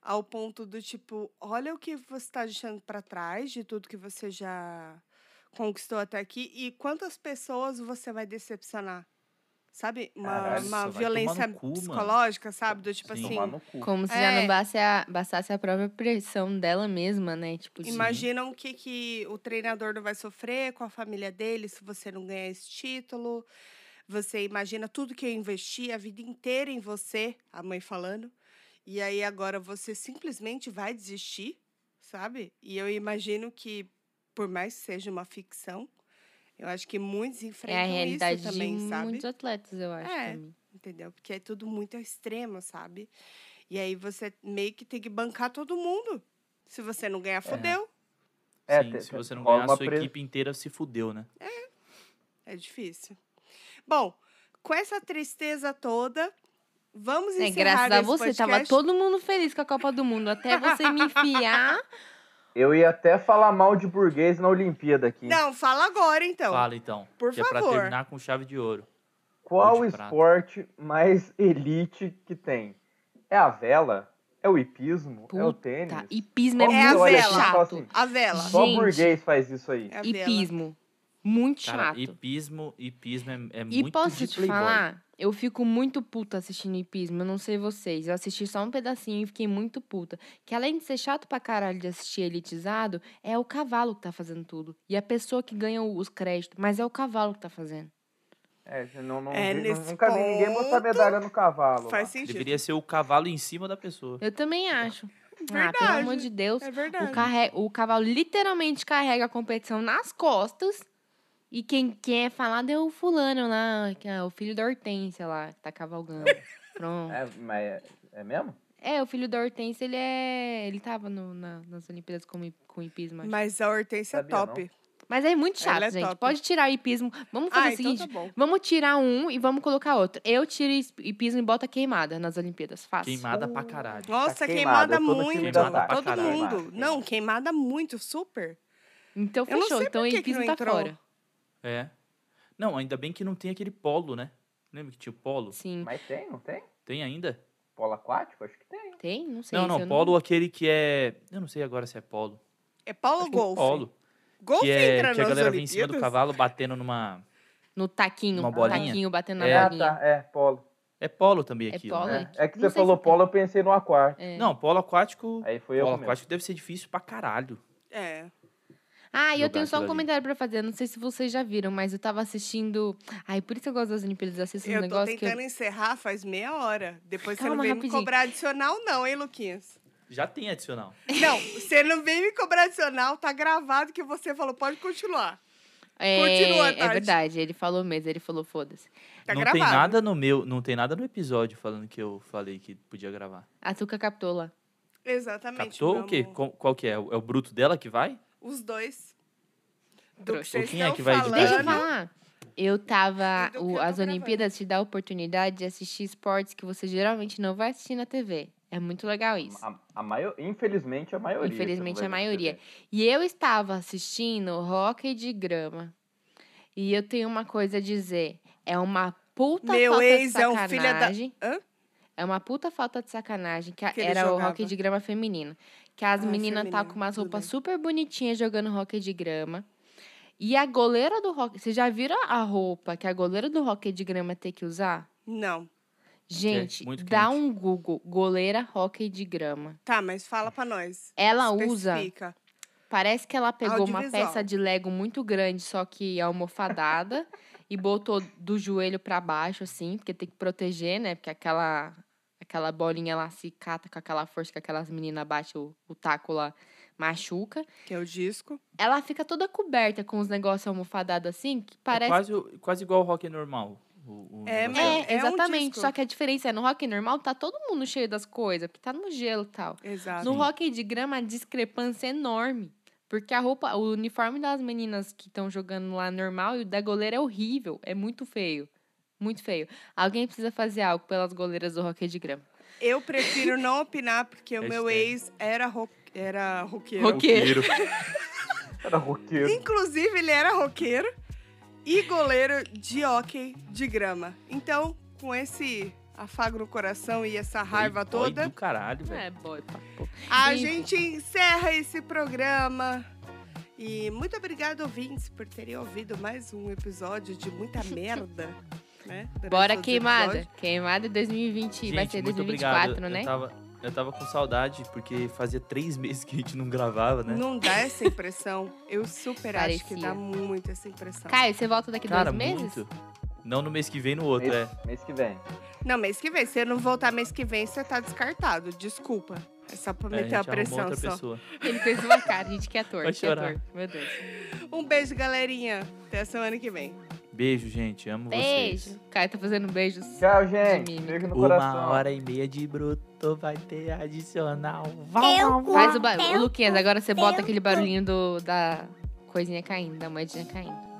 [SPEAKER 1] ao ponto do tipo, olha o que você tá deixando pra trás de tudo que você já conquistou até aqui e quantas pessoas você vai decepcionar. Sabe? Uma,
[SPEAKER 2] Caralho,
[SPEAKER 1] uma
[SPEAKER 3] só vai tomar
[SPEAKER 1] violência
[SPEAKER 3] no cu, mano.
[SPEAKER 1] psicológica, sabe? Do tipo
[SPEAKER 3] Sim.
[SPEAKER 1] assim.
[SPEAKER 2] Tomar no cu.
[SPEAKER 4] Como se já
[SPEAKER 1] É.
[SPEAKER 4] não bastasse a, bastasse a própria pressão dela mesma, né? Tipo, de-
[SPEAKER 1] Imaginam o que, que o treinador não vai sofrer com a família dele se você não ganhar esse título. Você imagina tudo que eu investi a vida inteira em você, a mãe falando. E aí agora você simplesmente vai desistir, sabe? E eu imagino que, por mais que seja uma ficção, eu acho que muitos
[SPEAKER 4] é a
[SPEAKER 1] enfrentam
[SPEAKER 4] realidade
[SPEAKER 1] isso também,
[SPEAKER 4] de
[SPEAKER 1] sabe?
[SPEAKER 4] muitos atletas, eu acho.
[SPEAKER 1] É.
[SPEAKER 4] também.
[SPEAKER 1] Entendeu? Porque é tudo muito ao extremo, sabe? E aí você meio que tem que bancar todo mundo. Se você não ganhar, fodeu.
[SPEAKER 2] É,
[SPEAKER 3] Sim,
[SPEAKER 2] te- te-
[SPEAKER 3] se tipo, você não
[SPEAKER 2] rola
[SPEAKER 3] ganhar,
[SPEAKER 2] uma
[SPEAKER 3] a sua
[SPEAKER 2] pre-
[SPEAKER 3] equipe inteira se fudeu, né?
[SPEAKER 1] É difícil. Bom, com essa tristeza toda, vamos
[SPEAKER 4] É,
[SPEAKER 1] encerrar
[SPEAKER 4] graças a
[SPEAKER 1] esse
[SPEAKER 4] você,
[SPEAKER 1] podcast.
[SPEAKER 4] tava todo mundo feliz com a Copa do Mundo. Até você me enfiar.
[SPEAKER 2] Eu ia até falar mal de burguês na Olimpíada aqui.
[SPEAKER 1] Não, fala agora então.
[SPEAKER 3] Fala então.
[SPEAKER 1] Por
[SPEAKER 3] que é pra
[SPEAKER 1] favor.
[SPEAKER 3] terminar com chave de ouro.
[SPEAKER 2] Qual
[SPEAKER 3] Ou de prata.
[SPEAKER 2] esporte mais elite que tem? É a vela? É o hipismo? é o
[SPEAKER 4] Puta,
[SPEAKER 2] tênis?
[SPEAKER 4] Tá, hipismo é
[SPEAKER 2] Qual
[SPEAKER 1] É a
[SPEAKER 2] que
[SPEAKER 4] muito
[SPEAKER 2] olha aqui e
[SPEAKER 1] vela.
[SPEAKER 2] fala
[SPEAKER 4] chato.
[SPEAKER 2] assim,
[SPEAKER 1] A vela.
[SPEAKER 2] Só
[SPEAKER 4] Gente.
[SPEAKER 2] burguês faz isso aí.
[SPEAKER 1] É a vela.
[SPEAKER 4] Hipismo. Muito
[SPEAKER 3] Cara,
[SPEAKER 4] chato.
[SPEAKER 3] hipismo, hipismo é, é
[SPEAKER 4] E
[SPEAKER 3] muito
[SPEAKER 4] posso
[SPEAKER 3] de
[SPEAKER 4] te
[SPEAKER 3] playboy.
[SPEAKER 4] falar? Eu fico muito puta assistindo hipismo. Eu não sei vocês. Eu assisti só um pedacinho e fiquei muito puta. Que além de ser chato pra caralho de assistir elitizado, é o cavalo que tá fazendo tudo. E a pessoa que ganha o- os créditos, mas é o cavalo que tá fazendo.
[SPEAKER 2] É, se não, não,
[SPEAKER 1] É,
[SPEAKER 2] vi-
[SPEAKER 1] nesse
[SPEAKER 2] nunca vi ninguém botar
[SPEAKER 1] ponto,
[SPEAKER 2] medalha no cavalo.
[SPEAKER 1] Faz
[SPEAKER 2] lá.
[SPEAKER 1] sentido.
[SPEAKER 3] Deveria ser o cavalo em cima da pessoa.
[SPEAKER 4] Eu também acho. Ah, pelo
[SPEAKER 1] Verdade.
[SPEAKER 4] amor de Deus.
[SPEAKER 1] É
[SPEAKER 4] O,
[SPEAKER 1] verdade.
[SPEAKER 4] carre... o cavalo literalmente carrega a competição nas costas. E quem, quem é falado é o fulano lá, que é o filho da Hortência lá, que tá cavalgando. Pronto.
[SPEAKER 2] É, mas é, é mesmo?
[SPEAKER 4] É, o filho da Hortência, ele é. Ele tava no- na- nas Olimpíadas com, hi- com hipismo. acho.
[SPEAKER 1] Mas a Hortência é
[SPEAKER 2] Sabia não.
[SPEAKER 1] top.
[SPEAKER 4] Mas é muito chato,
[SPEAKER 1] Ela é
[SPEAKER 4] gente.
[SPEAKER 1] top.
[SPEAKER 4] Pode tirar o hipismo. Vamos fazer
[SPEAKER 1] Ah,
[SPEAKER 4] o
[SPEAKER 1] então
[SPEAKER 4] seguinte:
[SPEAKER 1] tá bom.
[SPEAKER 4] vamos tirar um e vamos colocar outro. Eu tiro his- hipismo e boto a queimada nas Olimpíadas. Fácil.
[SPEAKER 3] Queimada pra caralho.
[SPEAKER 1] Nossa,
[SPEAKER 2] Tá
[SPEAKER 1] queimada,
[SPEAKER 2] queimada, eu tô no time
[SPEAKER 1] muito.
[SPEAKER 3] do ataque.
[SPEAKER 1] Todo
[SPEAKER 2] Queimada,
[SPEAKER 3] Tá
[SPEAKER 1] mundo.
[SPEAKER 2] queimada.
[SPEAKER 1] Não, queimada muito, super.
[SPEAKER 4] Então
[SPEAKER 1] Eu não
[SPEAKER 4] fechou.
[SPEAKER 1] sei
[SPEAKER 4] Então
[SPEAKER 1] por
[SPEAKER 4] o
[SPEAKER 1] que que
[SPEAKER 4] hipismo
[SPEAKER 1] não
[SPEAKER 4] tá
[SPEAKER 1] entrou.
[SPEAKER 4] fora.
[SPEAKER 3] É. Não, ainda bem que não tem aquele polo, né? Lembra que tinha o polo?
[SPEAKER 4] Sim.
[SPEAKER 2] Mas tem, não tem?
[SPEAKER 3] Tem ainda?
[SPEAKER 2] Polo aquático? Acho que tem.
[SPEAKER 4] Tem? Não sei.
[SPEAKER 3] não,
[SPEAKER 4] se
[SPEAKER 3] não,
[SPEAKER 4] eu
[SPEAKER 3] polo aquele que é. Eu não sei agora se é polo.
[SPEAKER 1] É
[SPEAKER 3] Acho
[SPEAKER 1] polo
[SPEAKER 3] que é
[SPEAKER 1] golfe.
[SPEAKER 3] Polo.
[SPEAKER 1] Golfe
[SPEAKER 3] que é,
[SPEAKER 1] entra
[SPEAKER 3] que a
[SPEAKER 1] nas
[SPEAKER 3] galera vem em cima do
[SPEAKER 1] Olimpíadas?
[SPEAKER 3] cavalo batendo numa.
[SPEAKER 4] No taquinho.
[SPEAKER 3] Uma
[SPEAKER 4] no
[SPEAKER 3] bolinha?
[SPEAKER 4] taquinho batendo na
[SPEAKER 3] É.
[SPEAKER 2] ah,
[SPEAKER 4] bolinha.
[SPEAKER 2] tá. É, polo.
[SPEAKER 3] É polo também
[SPEAKER 4] É
[SPEAKER 3] aquilo.
[SPEAKER 4] polo,
[SPEAKER 3] né?
[SPEAKER 2] É,
[SPEAKER 4] Moleque,
[SPEAKER 2] É que você
[SPEAKER 4] não sei se
[SPEAKER 2] falou
[SPEAKER 4] tem.
[SPEAKER 2] polo, eu pensei no aquático.
[SPEAKER 4] É.
[SPEAKER 3] Não, polo aquático.
[SPEAKER 2] Aí foi eu
[SPEAKER 3] Polo
[SPEAKER 2] mesmo.
[SPEAKER 3] aquático deve ser difícil pra caralho.
[SPEAKER 1] É.
[SPEAKER 4] Ah, e eu
[SPEAKER 3] jogar
[SPEAKER 4] tenho só um
[SPEAKER 3] aquilo ali.
[SPEAKER 4] comentário pra fazer. Não sei se vocês já viram, mas eu tava assistindo. Ai, por isso que eu gosto das Olimpíadas. Eu assisto um
[SPEAKER 1] Eu tô
[SPEAKER 4] negócio que.
[SPEAKER 1] tentando
[SPEAKER 4] Eu...
[SPEAKER 1] encerrar faz meia hora. Depois você
[SPEAKER 4] Calma,
[SPEAKER 1] não vem
[SPEAKER 4] rapidinho.
[SPEAKER 1] me cobrar adicional, não, hein, Luquinhas?
[SPEAKER 3] Já tem adicional.
[SPEAKER 1] Não, você não vem me cobrar adicional, tá gravado que você falou, pode continuar.
[SPEAKER 4] É,
[SPEAKER 1] Continua,
[SPEAKER 4] É
[SPEAKER 1] Tati.
[SPEAKER 4] verdade, ele falou mesmo. Ele falou, foda-se.
[SPEAKER 1] Tá
[SPEAKER 3] não
[SPEAKER 1] gravado.
[SPEAKER 3] tem nada no meu, não tem nada no episódio falando que eu falei que podia gravar.
[SPEAKER 4] A Tuca captou lá.
[SPEAKER 1] Exatamente.
[SPEAKER 3] Captou
[SPEAKER 1] meu
[SPEAKER 3] o quê?
[SPEAKER 1] amor.
[SPEAKER 3] Qual, qual que é? É o é o bruto dela que vai?
[SPEAKER 1] Os dois. Do que
[SPEAKER 4] Trouxa.
[SPEAKER 1] vocês
[SPEAKER 3] Quem é
[SPEAKER 1] estão
[SPEAKER 3] que vai
[SPEAKER 1] falando.
[SPEAKER 3] editar?
[SPEAKER 4] Deixa eu falar. Eu tava.
[SPEAKER 1] Do que
[SPEAKER 4] o-
[SPEAKER 1] eu tô
[SPEAKER 4] as
[SPEAKER 1] gravando.
[SPEAKER 4] Olimpíadas te dá a oportunidade de assistir esportes que você geralmente não vai assistir na TV. É muito legal isso.
[SPEAKER 2] A, a maio- Infelizmente, a maioria.
[SPEAKER 1] tá
[SPEAKER 2] você não
[SPEAKER 4] Infelizmente,
[SPEAKER 2] vai ver
[SPEAKER 4] é a
[SPEAKER 2] na
[SPEAKER 1] né?
[SPEAKER 4] maioria.
[SPEAKER 2] TV.
[SPEAKER 4] E eu estava assistindo hóquei de grama. E eu tenho uma coisa a dizer. É uma puta
[SPEAKER 1] Meu
[SPEAKER 4] falta
[SPEAKER 1] ex
[SPEAKER 4] de
[SPEAKER 1] é um filho da-
[SPEAKER 4] sacanagem.
[SPEAKER 1] Hã?
[SPEAKER 4] É uma puta falta de sacanagem que, a-
[SPEAKER 1] Que ele
[SPEAKER 4] era o
[SPEAKER 1] jogava.
[SPEAKER 4] hóquei de grama feminino. Que as
[SPEAKER 1] Ah,
[SPEAKER 4] meninas tá
[SPEAKER 1] feminino,
[SPEAKER 4] com umas
[SPEAKER 1] tudo
[SPEAKER 4] roupas
[SPEAKER 1] bem.
[SPEAKER 4] super bonitinhas jogando hóquei de grama. E a goleira do hóquei... Vocês já viram a roupa que a goleira do hóquei de grama tem que usar?
[SPEAKER 1] Não.
[SPEAKER 4] Gente,
[SPEAKER 3] É, muito
[SPEAKER 4] dá
[SPEAKER 3] quente.
[SPEAKER 4] um Google. Goleira hóquei de grama.
[SPEAKER 1] Tá, mas fala pra nós.
[SPEAKER 4] Ela usa...
[SPEAKER 1] Especifica.
[SPEAKER 4] Parece que ela pegou uma
[SPEAKER 1] Audiovisual.
[SPEAKER 4] peça de Lego muito grande, só que almofadada, e botou do joelho pra baixo, assim, porque tem que proteger, né? Porque aquela, aquela bolinha lá se cata com aquela força que aquelas meninas batem o, o taco lá, machuca.
[SPEAKER 1] Que é o disco.
[SPEAKER 4] Ela fica toda coberta com os negócios almofadados assim, que
[SPEAKER 3] É
[SPEAKER 4] parece.
[SPEAKER 3] quase, o- quase igual o rock normal. o- o
[SPEAKER 1] É,
[SPEAKER 3] negócio
[SPEAKER 1] mas-
[SPEAKER 3] dela.
[SPEAKER 4] É,
[SPEAKER 1] É um
[SPEAKER 4] exatamente.
[SPEAKER 1] disco.
[SPEAKER 4] só que a diferença é no rock normal tá todo mundo cheio das coisas, porque tá no gelo e tal.
[SPEAKER 1] Exato.
[SPEAKER 4] No
[SPEAKER 3] Sim.
[SPEAKER 4] hóquei de grama, a discrepância é enorme. Porque a roupa, o uniforme das meninas que estão jogando lá normal e o da goleira é horrível. É muito feio. Muito feio. Alguém precisa fazer algo pelas goleiras do hóquei de grama.
[SPEAKER 1] Eu prefiro não opinar, porque o meu
[SPEAKER 3] Hashtag.
[SPEAKER 1] ex era, ro... era
[SPEAKER 3] É
[SPEAKER 1] roqueiro.
[SPEAKER 4] Roque- Roqueiro.
[SPEAKER 2] Era roqueiro.
[SPEAKER 1] Inclusive, ele era roqueiro e goleiro de hóquei de grama. Então, com esse afago no coração e essa raiva
[SPEAKER 3] Playboy
[SPEAKER 1] toda,
[SPEAKER 3] do caralho, velho.
[SPEAKER 4] É, boy, papo.
[SPEAKER 1] a
[SPEAKER 4] E-
[SPEAKER 1] gente encerra esse programa. E muito obrigada, ouvintes, por terem ouvido mais um episódio de muita merda. né? Durante
[SPEAKER 4] Bora
[SPEAKER 1] os
[SPEAKER 4] queimada.
[SPEAKER 1] episódios.
[SPEAKER 4] Queimada 2020. vai
[SPEAKER 3] Gente,
[SPEAKER 4] ser
[SPEAKER 3] muito
[SPEAKER 4] 2024,
[SPEAKER 3] obrigado.
[SPEAKER 4] né?
[SPEAKER 3] Eu tava, eu tava com saudade, porque fazia três meses que a gente não gravava, né?
[SPEAKER 1] Não dá essa impressão. Eu super acho que
[SPEAKER 4] Parecia.
[SPEAKER 1] dá muito essa impressão.
[SPEAKER 4] Caio, você volta daqui
[SPEAKER 3] Cara,
[SPEAKER 4] dois meses?
[SPEAKER 3] muito. Não no mês que vem, no outro, é.
[SPEAKER 2] Mês que vem.
[SPEAKER 1] Não, mês que vem. Se eu não voltar mês que vem, você tá descartado. Desculpa. É só pra
[SPEAKER 3] É, a gente
[SPEAKER 1] meter a
[SPEAKER 3] arrumou
[SPEAKER 1] pressão
[SPEAKER 3] outra
[SPEAKER 1] só.
[SPEAKER 3] pessoa.
[SPEAKER 4] Ele fez uma cara, gente, que ator.
[SPEAKER 3] Vai
[SPEAKER 4] que
[SPEAKER 3] chorar.
[SPEAKER 4] ator. Meu Deus.
[SPEAKER 1] Um beijo, galerinha. Até a semana que vem.
[SPEAKER 3] Beijo, gente. Amo
[SPEAKER 4] Beijo.
[SPEAKER 3] vocês.
[SPEAKER 4] Caio tá fazendo beijos.
[SPEAKER 2] Tchau, gente.
[SPEAKER 4] mímica.
[SPEAKER 2] Beijo no
[SPEAKER 3] Uma
[SPEAKER 2] coração.
[SPEAKER 3] hora e meia de bruto vai ter adicional.
[SPEAKER 4] Faz o barulho. Ô, Luquinhas, agora você bota aquele barulhinho do, da coisinha caindo, da moedinha caindo.